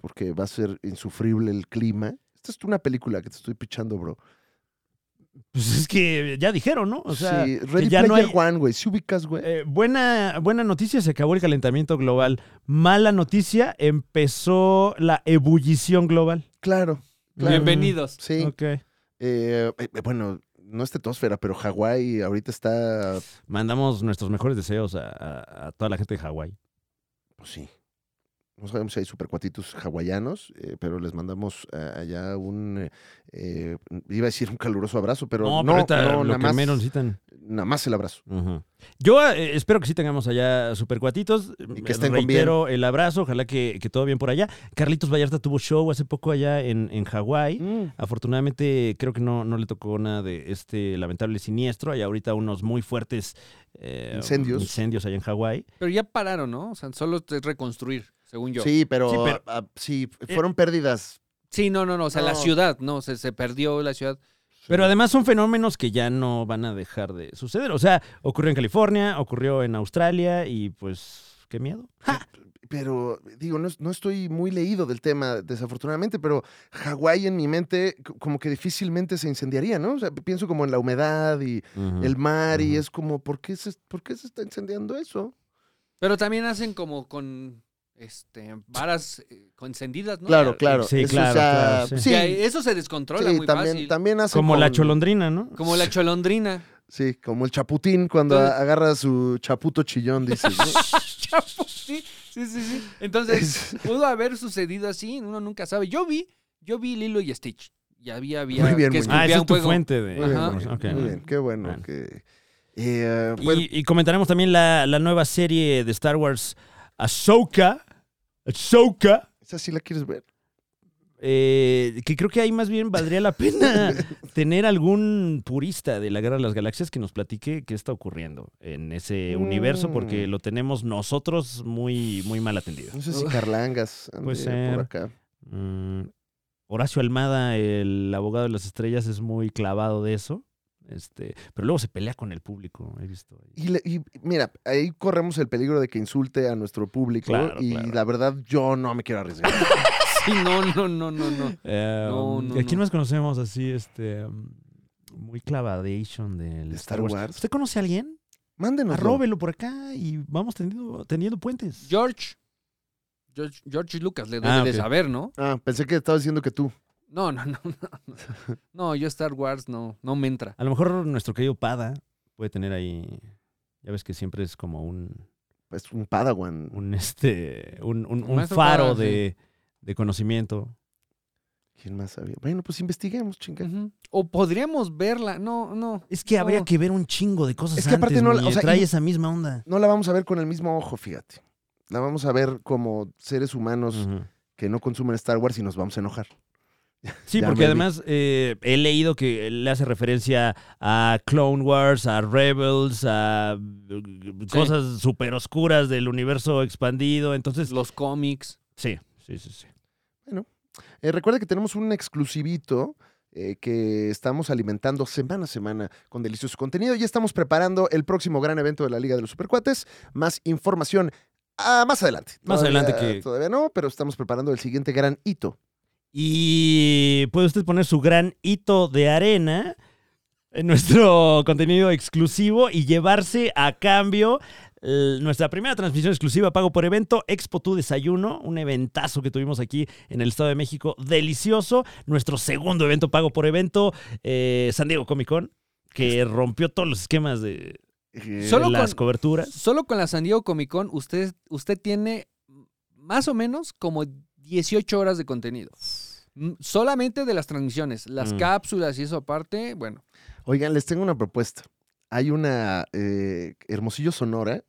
A: porque va a ser insufrible el clima. Esta es una película que te estoy pichando, bro.
B: Pues es que ya dijeron, ¿no? O sea,
A: sí,
B: que
A: Ready
B: ya no
A: Player
B: hay-
A: One, güey. Si ubicas, güey.
B: Eh, buena, buena noticia, se acabó el calentamiento global. Mala noticia, empezó la ebullición global.
A: Claro, claro.
C: Bienvenidos.
A: Sí.
B: Ok.
A: Eh, eh, bueno, no es tetosfera, pero Hawái ahorita está.
B: Mandamos nuestros mejores deseos a, a- a toda la gente de Hawái.
A: Pues sí. No sabemos si hay supercuatitos hawaianos, eh, pero les mandamos eh, allá un. eh, eh, iba a decir un caluroso abrazo, pero no,
B: No, pero ahorita
A: no,
B: lo
A: nada,
B: que
A: más,
B: menos necesitan.
A: nada más el abrazo.
B: Ujú. Yo eh, espero que sí tengamos allá supercuatitos.
A: Y que estén con
B: Reitero el abrazo, ojalá que, que todo bien por allá. Carlitos Vallarta tuvo show hace poco allá en, en Hawái.
A: Mm,
B: Afortunadamente creo que no, no le tocó nada de este lamentable siniestro. Hay ahorita unos muy fuertes eh,
A: Incendios.
B: incendios allá en Hawái.
C: Pero ya pararon, ¿no? O sea, solo es reconstruir, según yo. Sí,
A: Sí, pero,
B: Sí, pero- eh,
A: ah, sí, fueron pérdidas.
C: no, no, no. O sea, la
A: No.
C: ciudad, no, se, se perdió la ciudad.
B: Pero además son fenómenos que ya no van a dejar de suceder. O sea, ocurrió en California, ocurrió en Australia y pues qué miedo.
A: Pero, digo, no, no estoy muy leído del tema, desafortunadamente, pero Hawái en mi mente, c- como que difícilmente se incendiaría, ¿no? O sea, pienso como en la humedad y el mar, y
B: Mm, ujú.
A: es como, ¿por qué, se, ¿por qué se está incendiando eso?
C: Pero también hacen como con este varas eh, con encendidas, ¿no?
A: Claro,
C: Ya-
A: claro.
B: Sí,
A: eso
B: claro,
A: ya-
B: claro, sí.
A: sí,
C: ya eso se descontrola
A: sí,
C: muy
A: también,
C: fácil.
A: también hace
B: Como la
A: con-
B: cholondrina, ¿no?
C: Como la cholondrina.
A: Sí, como el chaputín cuando a-
C: Entonces-
A: agarra su chaputo chillón, dice.
C: Chapo, sí, sí, sí, sí. Entonces,
A: Es-
C: pudo haber sucedido así, uno nunca sabe. Yo vi, yo vi Lilo y Stitch. Ya había, había
A: Muy bien,
C: que
A: muy bien.
B: Ah,
C: escupía
B: esa
C: un
B: es tu
C: juego.
B: fuente de...
A: Muy bien,
C: Ajá.
A: muy bien,
B: Ok.
A: muy bien, qué bueno.
B: Bueno.
A: que- eh,
B: Y-
A: bueno,
B: Y, comentaremos también la, la nueva serie de Star Wars, Ahsoka. Ahsoka.
A: esa sí la quieres ver.
B: eh, que creo que ahí más bien valdría la pena tener algún purista de la Guerra de las Galaxias que nos platique qué está ocurriendo en ese
A: Mm.
B: universo, porque lo tenemos nosotros muy, muy mal atendido.
A: No sé si Carlangas ande
B: Puede
A: por
B: ser.
A: acá.
B: Mm, Horacio Almada, el abogado de las estrellas, es muy clavado de eso. Este, pero luego se pelea con el público, he visto. ahí.
A: Y, le- y mira, ahí corremos el peligro de que insulte a nuestro público.
B: Claro,
A: y
B: claro.
A: la verdad, yo no me quiero arriesgar.
C: Sí, no, no, no, no, no.
B: Eh,
C: No,
B: um,
C: no,
B: ¿A quién
C: no.
B: más conocemos así? Este, um, muy clavadation del
A: ¿De
B: Star,
A: Star
B: Wars.
A: Wars?
B: ¿Usted conoce a alguien?
A: Mándenos.
B: Arróbelo por acá y vamos tendiendo, tendiendo puentes.
C: George, George, George Lucas le debe
B: Ah,
C: de
B: ok.
C: saber, ¿no?
A: Ah, pensé que estaba diciendo que tú.
C: No, no, no, no. no. No, yo Star Wars no, no me entra.
B: A lo mejor nuestro querido Pada puede tener ahí. Ya ves que siempre es como un,
A: Es pues, un padawan.
B: un, este, un, un-
C: Un
B: un
C: maestro
B: faro
C: Pada, sí.
B: de, de conocimiento.
A: ¿Quién más sabía? Bueno, pues investiguemos, chinga.
C: Ujú. O podríamos verla. No, no.
B: Es que habría
C: No.
B: que ver un chingo de cosas.
A: Es que aparte
B: antes,
A: no la-
B: Muñe,
A: o sea,
B: trae
A: y-
B: esa misma onda.
A: No la vamos a ver con el mismo ojo, fíjate. La vamos a ver como seres humanos que no consumen Star Wars y nos vamos a enojar.
B: Sí,
A: Ya
B: porque
A: me vi.
B: además eh, he leído que le hace referencia a Clone Wars, a Rebels, a eh, cosas súper oscuras del universo expandido. Entonces,
C: Los cómics.
B: sí, sí, sí. sí.
A: Eh, recuerda que tenemos un exclusivito eh, que estamos alimentando semana a semana con delicioso contenido y estamos preparando el próximo gran evento de la Liga de los Supercuates. Más información ah, más adelante.
B: Más
A: Todavía-
B: adelante que-
A: Todavía no, pero estamos preparando el siguiente gran hito.
B: Y puede usted poner su gran hito de arena en nuestro contenido exclusivo y llevarse a cambio eh, nuestra primera transmisión exclusiva pago por evento Expo Tu Desayuno, un eventazo que tuvimos aquí en el Estado de México, delicioso. Nuestro segundo evento pago por evento, eh, San Diego Comic Con, que rompió todos los esquemas de,
A: Eh,
C: Solo
B: de las
C: con-
B: coberturas.
C: Solo con la San Diego Comic Con usted, usted tiene más o menos como 18 horas de contenido. Mm, Solamente de las transmisiones, las
B: Mm.
C: cápsulas y eso aparte, bueno.
A: Oigan, les tengo una propuesta. Hay una eh, Hermosillo Sonora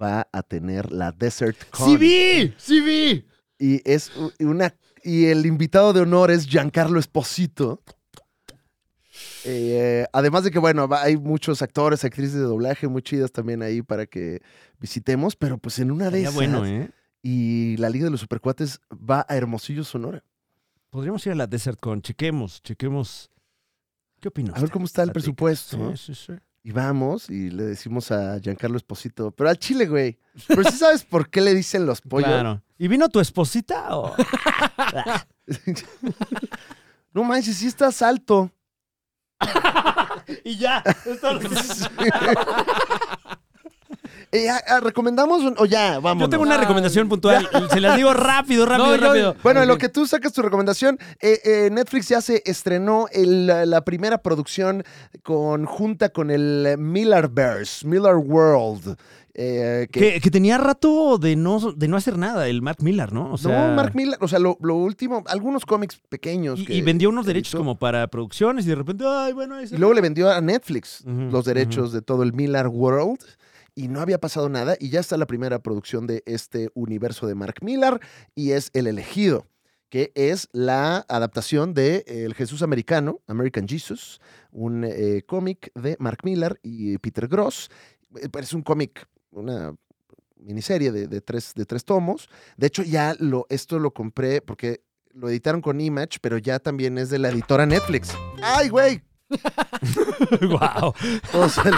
A: va a tener la Desert Con.
B: ¡Sí vi! ¡Sí vi!
A: Y es u- una y el invitado de honor es Giancarlo Esposito. Eh, además de que, bueno, va- hay muchos actores, actrices de doblaje muy chidas también ahí para que visitemos, pero pues en una de
B: Estaría
A: esas.
B: bueno, ¿eh?
A: Y la Liga de los Supercuates va a Hermosillo, Sonora.
B: Podríamos ir a la DesertCon. Chequemos, chequemos. ¿Qué opinas?
A: A ver cómo está el presupuesto. ¿no?
B: Sí, sí, sí.
A: Y vamos y le decimos a Giancarlo Esposito, pero al chile, güey. Pero sí sabes por qué le dicen los pollos.
B: Claro. ¿Y vino tu esposita o...?
A: no manches, sí estás alto.
B: y ya. es todo lo que-
A: Eh, ah, ah, ¿Recomendamos un- o ya? Vamos.
G: Yo tengo una recomendación puntual. y Se las digo rápido, rápido,
C: No, yo-
G: rápido.
A: Bueno, en lo que tú sacas tu recomendación, eh, eh, Netflix ya se estrenó el- la, la primera producción conjunta con el eh, Millerverse, Miller World. eh, que,
B: Que, que tenía rato de no, de no hacer nada, el Matt Miller, ¿no? O sea,
A: no, Mark Miller, o sea, lo, lo último, algunos cómics pequeños.
B: y,
A: que-
B: y vendió unos
A: que
B: derechos
A: editó.
B: como para producciones y de repente, ay, bueno, ahí se-
A: Y luego le vendió a Netflix
B: Ujú,
A: los derechos de todo el Miller World. Y no había pasado nada. Y ya está la primera producción de este universo de Mark Miller. Y es El elegido, que es la adaptación de eh, El Jesús Americano, American Jesus, un eh, cómic de Mark Miller y Peter Gross. Eh, pero Es un cómic, una miniserie de, de tres, de tres tomos. De hecho, ya lo, esto lo compré porque lo editaron con Image, pero ya también es de la editora Netflix. ¡Ay, güey!
B: Guau.
A: O sea,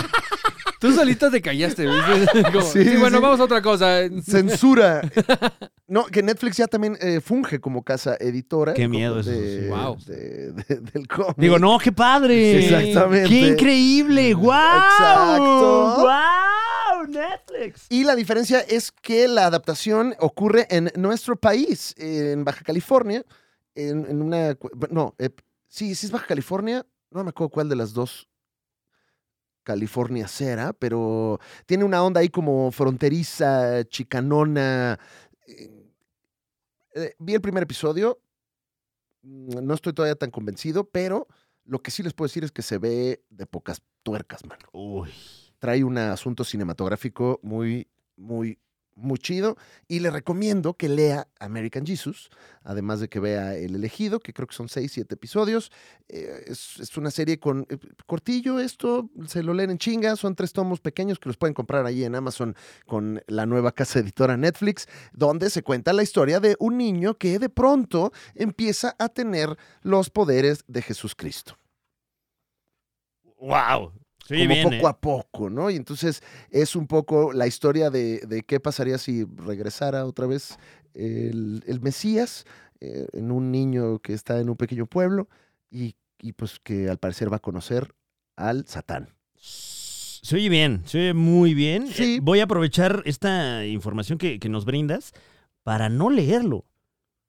C: Tú solito te callaste. ¿viste? Como,
A: Sí,
C: sí, bueno,
A: sí.
C: vamos a otra cosa.
A: Censura. No, que Netflix ya también eh, funge como casa editora.
B: Qué
A: como
B: miedo eso,
A: de-
B: sí.
C: Wow.
A: de- de- del cómic.
B: Digo, no, qué padre.
A: Sí, exactamente.
B: Qué increíble. ¡Guau!
A: Exacto.
B: ¡Guau! Netflix.
A: Y la diferencia es que la adaptación ocurre en nuestro país, en Baja California, en, en una... cu- No, eh, sí, sí es Baja California, no me acuerdo cuál de las dos California será, pero tiene una onda ahí como fronteriza, chicanona. Eh, eh, vi el primer episodio, mm, no estoy todavía tan convencido, pero lo que sí les puedo decir es que se ve de pocas tuercas, mano
B: Uy.
A: trae un asunto cinematográfico muy, muy, muy chido. Y le recomiendo que lea American Jesus, además de que vea El Elegido, que creo que son seis, siete episodios. Eh, es, es una serie con eh, cortillo esto, se lo leen en chinga, son tres tomos pequeños que los pueden comprar ahí en Amazon con la nueva casa editora Netflix, donde se cuenta la historia de un niño que de pronto empieza a tener los poderes de Jesucristo
B: ¡Wow! Sí,
A: como
B: bien,
A: poco
B: ¿eh?
A: a poco, ¿no? Y entonces es un poco la historia de, de qué pasaría si regresara otra vez el, el Mesías eh, en un niño que está en un pequeño pueblo y, y, pues que al parecer va a conocer al Satán.
B: Se oye bien, se oye muy bien.
A: Sí.
B: Eh, voy a aprovechar esta información que, que nos brindas para no leerlo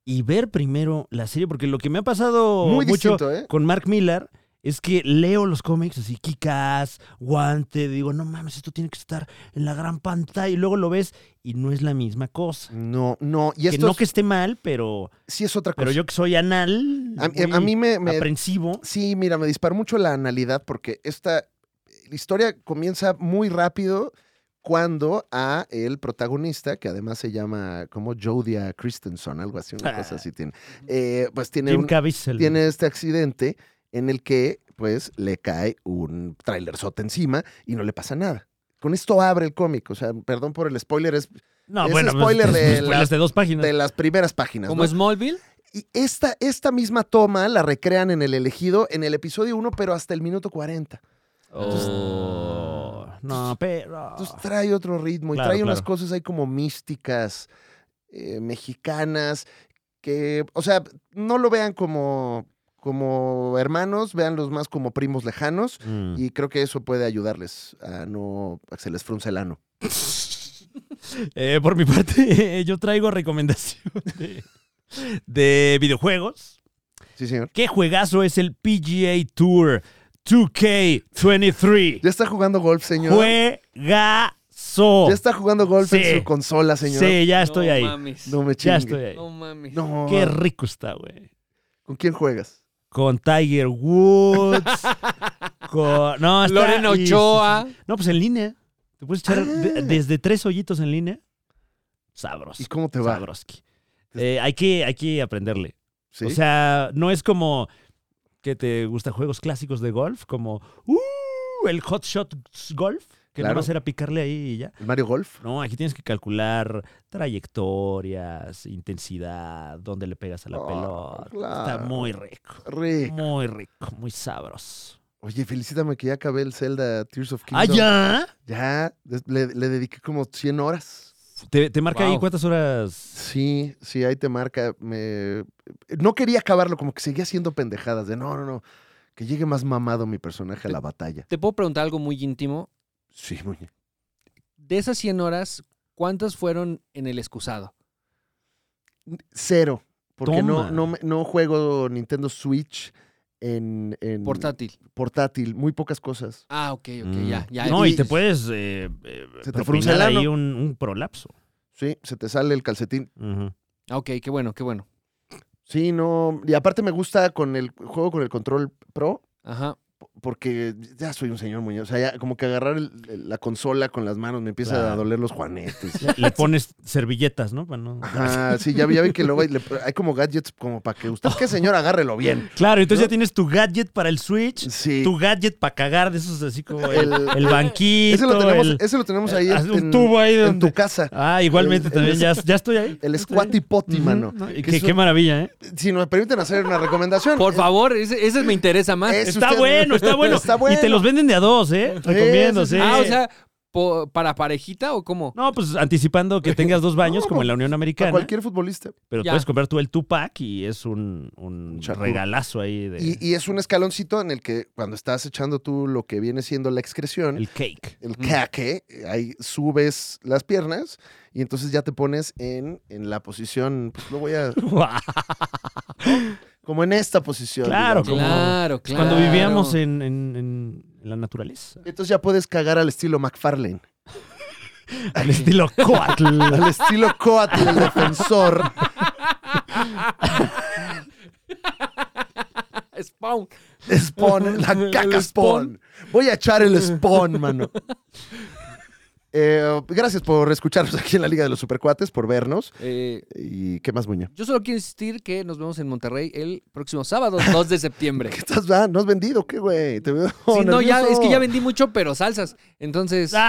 B: y ver primero la serie, porque lo que me ha pasado
A: Muy
B: Oh, mucho
A: distinto, ¿eh?
B: con Mark Millar es que leo los cómics así, Kikas, Guante, digo, no mames, esto tiene que estar en la gran pantalla, y luego lo ves y no es la misma cosa.
A: No, no, y
B: Que
A: esto
B: no
A: es-
B: que esté mal, pero,
A: sí es otra cosa.
B: pero yo que soy anal,
A: a, a- a
B: muy
A: mí me, me-
B: aprensivo.
A: Sí, mira, me disparó mucho la analidad porque esta la historia comienza muy rápido cuando a el protagonista, que además se llama como Jodia Christensen, algo así, una cosa así tiene, eh, pues tiene,
B: Jim
A: un-
B: Caviezel.
A: tiene este accidente en el que pues le cae un trailer encima y no le pasa nada. Con esto abre el cómic, o sea, perdón por el spoiler, es
B: no,
A: ese
B: bueno, pues,
A: spoiler
B: es-
A: de
B: es- spoilers
A: las-
B: de dos páginas.
A: de las primeras páginas.
C: Como
A: ¿no?
C: Smallville.
A: Y esta, esta misma toma la recrean en el elegido en el episodio 1, pero hasta el minuto 40.
B: Oh, no, pero.
A: Entonces trae otro ritmo y
B: Claro,
A: trae unas
B: claro.
A: cosas ahí como místicas, eh, mexicanas, que, o sea, no lo vean como, como hermanos, véanlos más como primos lejanos.
B: Mm.
A: Y creo que eso puede ayudarles a no a que se les frunce el ano.
B: Eh, por mi parte, yo traigo recomendación de, de videojuegos.
A: Sí, señor.
B: ¿Qué juegazo es el PGA Tour 2K23?
A: Ya está jugando golf, señor.
B: Juegazo.
A: Ya está jugando golf
B: Sí.
A: en su consola, señor.
B: Sí, ya estoy
C: no
B: ahí.
C: Mames. No,
A: No me
B: Ya
A: chingue.
B: estoy ahí.
C: mames.
A: No.
B: Qué rico está, güey.
A: ¿Con quién juegas?
B: Con Tiger Woods. con. No, está-
C: Lorena
B: y-
C: Ochoa.
B: No, pues en línea. Te puedes echar
A: Ah.
B: de- desde tres hoyitos en línea. Sabroso.
A: ¿Y cómo te va?
B: Sabroski. Eh, hay, que, hay que aprenderle.
A: ¿Sí?
B: O sea, no es como que te gustan juegos clásicos de golf, como ¡uh! el hot shot golf, que nada
A: Claro.
B: más era picarle ahí y ya.
A: ¿El Mario Golf?
B: No, aquí tienes que calcular trayectorias, intensidad, dónde le pegas a la
A: Ah,
B: pelota. Está
A: claro.
B: muy rico.
A: Rick.
B: Muy rico, muy sabroso.
A: Oye, felicítame que ya acabé el Zelda Tears of
B: ¡Ah,
A: Kingdom.
B: ya!
A: Ya, des- le, le dediqué como 100 horas.
B: ¿Te, te marca ahí
C: Wow.
B: cuántas horas?
A: Sí, sí, ahí te marca. Me... No quería acabarlo, como que seguía haciendo pendejadas de no, no, no. Que llegue más mamado mi personaje a la batalla.
C: Te puedo preguntar algo muy íntimo.
A: Sí, muñe.
C: De esas 100 horas, ¿cuántas fueron en el excusado?
A: Cero. Porque no,
B: Toma.
A: no, me- no juego Nintendo Switch en, en
C: Portátil.
A: portátil, Muy pocas cosas.
C: Ah, ok, ok,
B: Mm.
C: ya, ya.
B: No, y te
C: Sí.
B: puedes eh, eh,
A: Se te
B: propinar
A: frunce el ano.
B: ahí un, un prolapso.
A: Sí, se te sale el calcetín.
B: Ujú.
C: Ah, ok, qué bueno, qué bueno.
A: Sí, no. Y aparte me gusta con el juego con el control pro.
C: Ajá.
A: Porque ya soy un señor muñeco. O sea, ya como que agarrar el- el- la consola con las manos me empieza a
B: Claro.
A: doler los juanetes.
B: Le pones servilletas, ¿no? Para no-
A: Ajá, sí, ya, vi- ya vi que luego hay, le- hay como gadgets como para que usted,
B: Oh.
A: qué señor, agárrelo bien.
B: Claro, entonces ya tienes tu gadget para el Switch,
A: Sí.
B: tu gadget para cagar de esos así como el,
A: El-
B: el banquito.
A: Ese lo tenemos,
B: el-
A: ese lo tenemos ahí
B: haz
A: en,
B: un tubo ahí
A: en
B: donde-
A: tu casa.
B: Ah, igualmente
A: el-
B: también,
A: el-
B: ya, ya estoy ahí.
A: El Squatty Potty,
B: Ujú,
A: mano.
B: ¿no? Y
A: Que
B: Qué,
A: es
B: qué
A: un-
B: maravilla, ¿eh?
A: Si nos permiten hacer una recomendación.
C: Por favor, ese, ese me interesa más.
A: Es
B: Está
A: usted-
B: bueno, está bueno,
A: Está bueno.
B: Y te los venden de a dos, ¿eh? Recomiendo,
A: sí,
B: sí.
C: Ah, o sea, po- ¿para parejita o cómo?
B: No, pues anticipando que tengas dos baños
A: No,
B: como en la Unión
A: A
B: Americana.
A: cualquier futbolista.
B: Pero
C: Ya.
B: puedes comprar tú el Tupac y es un, un
A: Un charcudo.
B: regalazo ahí de
A: Y, y es un escaloncito en el que cuando estás echando tú lo que viene siendo la excreción, el,
B: el cake.
A: caque, ahí subes las piernas y entonces ya te pones en, en la posición, pues lo voy a... Como en esta posición.
B: Claro,
A: digamos.
B: como
C: Claro, claro.
B: Cuando vivíamos en, en- en la naturaleza.
A: Entonces ya puedes cagar al estilo McFarlane.
B: Al estilo Coatl.
A: Al estilo Coatl, el defensor.
C: Spawn.
A: Spawn, la caca
C: El
A: spawn. Voy a echar el spawn, mano. Eh, gracias por escucharnos aquí en la Liga de los Supercuates, por vernos.
C: Eh,
A: ¿Y qué más, Muño?
C: yo solo quiero insistir que nos vemos en Monterrey el próximo sábado, 2 de septiembre.
A: ¿Qué estás? ah, ¿No has vendido? ¿Qué, güey? Te veo
C: Sí, no, ya,
A: nervioso.
C: es que ya vendí mucho, pero salsas. Entonces.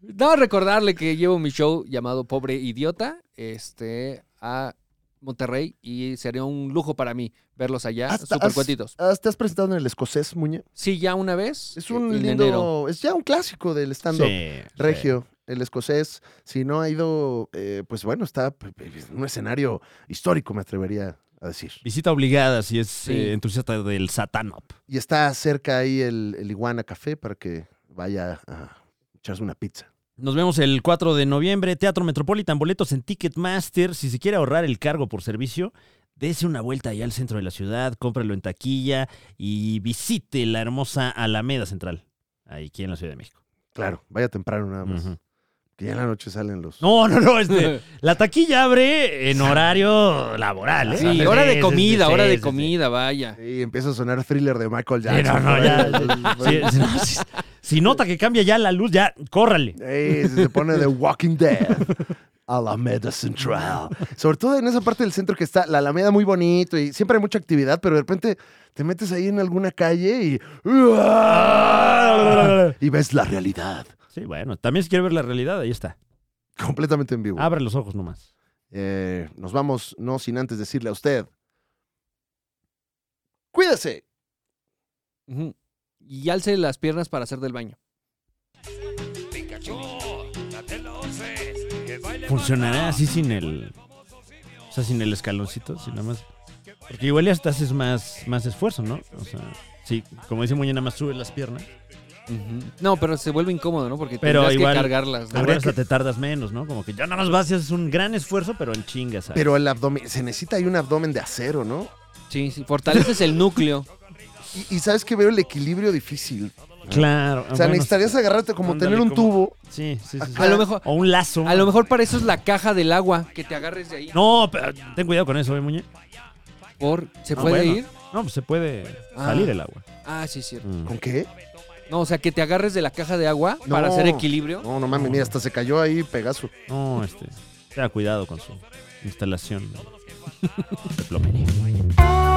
C: No, recordarle que llevo mi show llamado Pobre Idiota este, a Monterrey y sería un lujo para mí verlos allá,
A: Hasta-
C: super cuatitos.
A: Ah, ¿Te has presentado en el escocés, Muño?
C: Sí, ya una vez.
A: Es un
C: en
A: lindo...
C: enero.
A: Es ya un clásico del stand-up. Regio, el escocés, si no ha ido, eh, pues bueno, está en un escenario histórico, me atrevería a decir.
B: Visita obligada si es
C: Sí.
B: eh, entusiasta del Satanop.
A: Y está cerca ahí el, el Iguana Café para que vaya a echarse una pizza.
B: Nos vemos el 4 de noviembre, Teatro Metropolitan, boletos en Ticketmaster. Si se quiere ahorrar el cargo por servicio, dése una vuelta allá al centro de la ciudad, cómpralo en taquilla y visite la hermosa Alameda Central, ahí aquí en la Ciudad de México.
A: Claro, vaya temprano nada más.
B: Ujú.
A: Que ya en la noche salen los.
B: No, no, no, este, la taquilla abre en horario laboral. ¿eh?
C: Sí, hora
B: sí,
C: de comida,
B: sí,
C: hora
B: sí,
C: de
B: sí.
C: comida, vaya.
A: Y empieza a sonar thriller de Michael
B: Sí,
A: Jackson.
B: no, no, ya,
A: Sí,
B: sí, sí, no, si, si nota que cambia ya la luz, ya, córrale.
A: Ey, se pone de Walking Dead. Alameda Central. Sobre todo en esa parte del centro que está la Alameda muy bonito y siempre hay mucha actividad, pero de repente te metes ahí en alguna calle y. Y ves la realidad
B: Sí, bueno, también si quiere ver la realidad, ahí está.
A: completamente en vivo.
B: Abre los ojos nomás.
A: Eh, nos vamos, no sin antes decirle a usted. Cuídese.
C: Ujú. Y alce las piernas para hacer del baño.
B: ¿Funcionará así sin el. O sea, sin el escaloncito? Sin nada más. Porque igual ya hasta haces más, más esfuerzo, ¿no? O sea, sí, como dice Muñe, nada más sube las piernas.
C: No, pero se vuelve incómodo, ¿no? Porque
B: Pero
C: tendrías
B: igual-
C: que cargarlas. ¿no?
B: Ahora hasta te tardas menos, ¿no? Como que ya nada más vas y haces un gran esfuerzo, pero en chingas. ¿sabes?
A: Pero el abdomen, se necesita ahí un abdomen de acero, ¿no?
C: Sí, sí, fortaleces el núcleo.
A: Y, y sabes que veo el equilibrio difícil.
B: Claro.
A: O sea,
B: bueno,
A: necesitarías agarrarte como
B: Ándale,
A: tener un
B: como-
A: tubo.
B: Sí, sí, sí, sí.
C: A lo mejor,
B: O un lazo.
C: a lo mejor para eso es la caja del agua, que te agarres de ahí.
B: No, pero ten cuidado con eso, ¿eh, Muñe?
C: Por, ¿Se
B: Ah,
C: puede
B: bueno.
C: ir?
B: No, pues se puede
C: Ah.
B: salir el agua.
C: Ah, sí, es cierto.
B: Mm.
A: ¿Con qué?
C: No, o sea, que te agarres de la caja de agua
A: No.
C: para hacer equilibrio.
A: No, no mames, mira, hasta se cayó ahí Pegaso.
B: No, este. Tenga cuidado con su instalación de plomería.
H: Hoy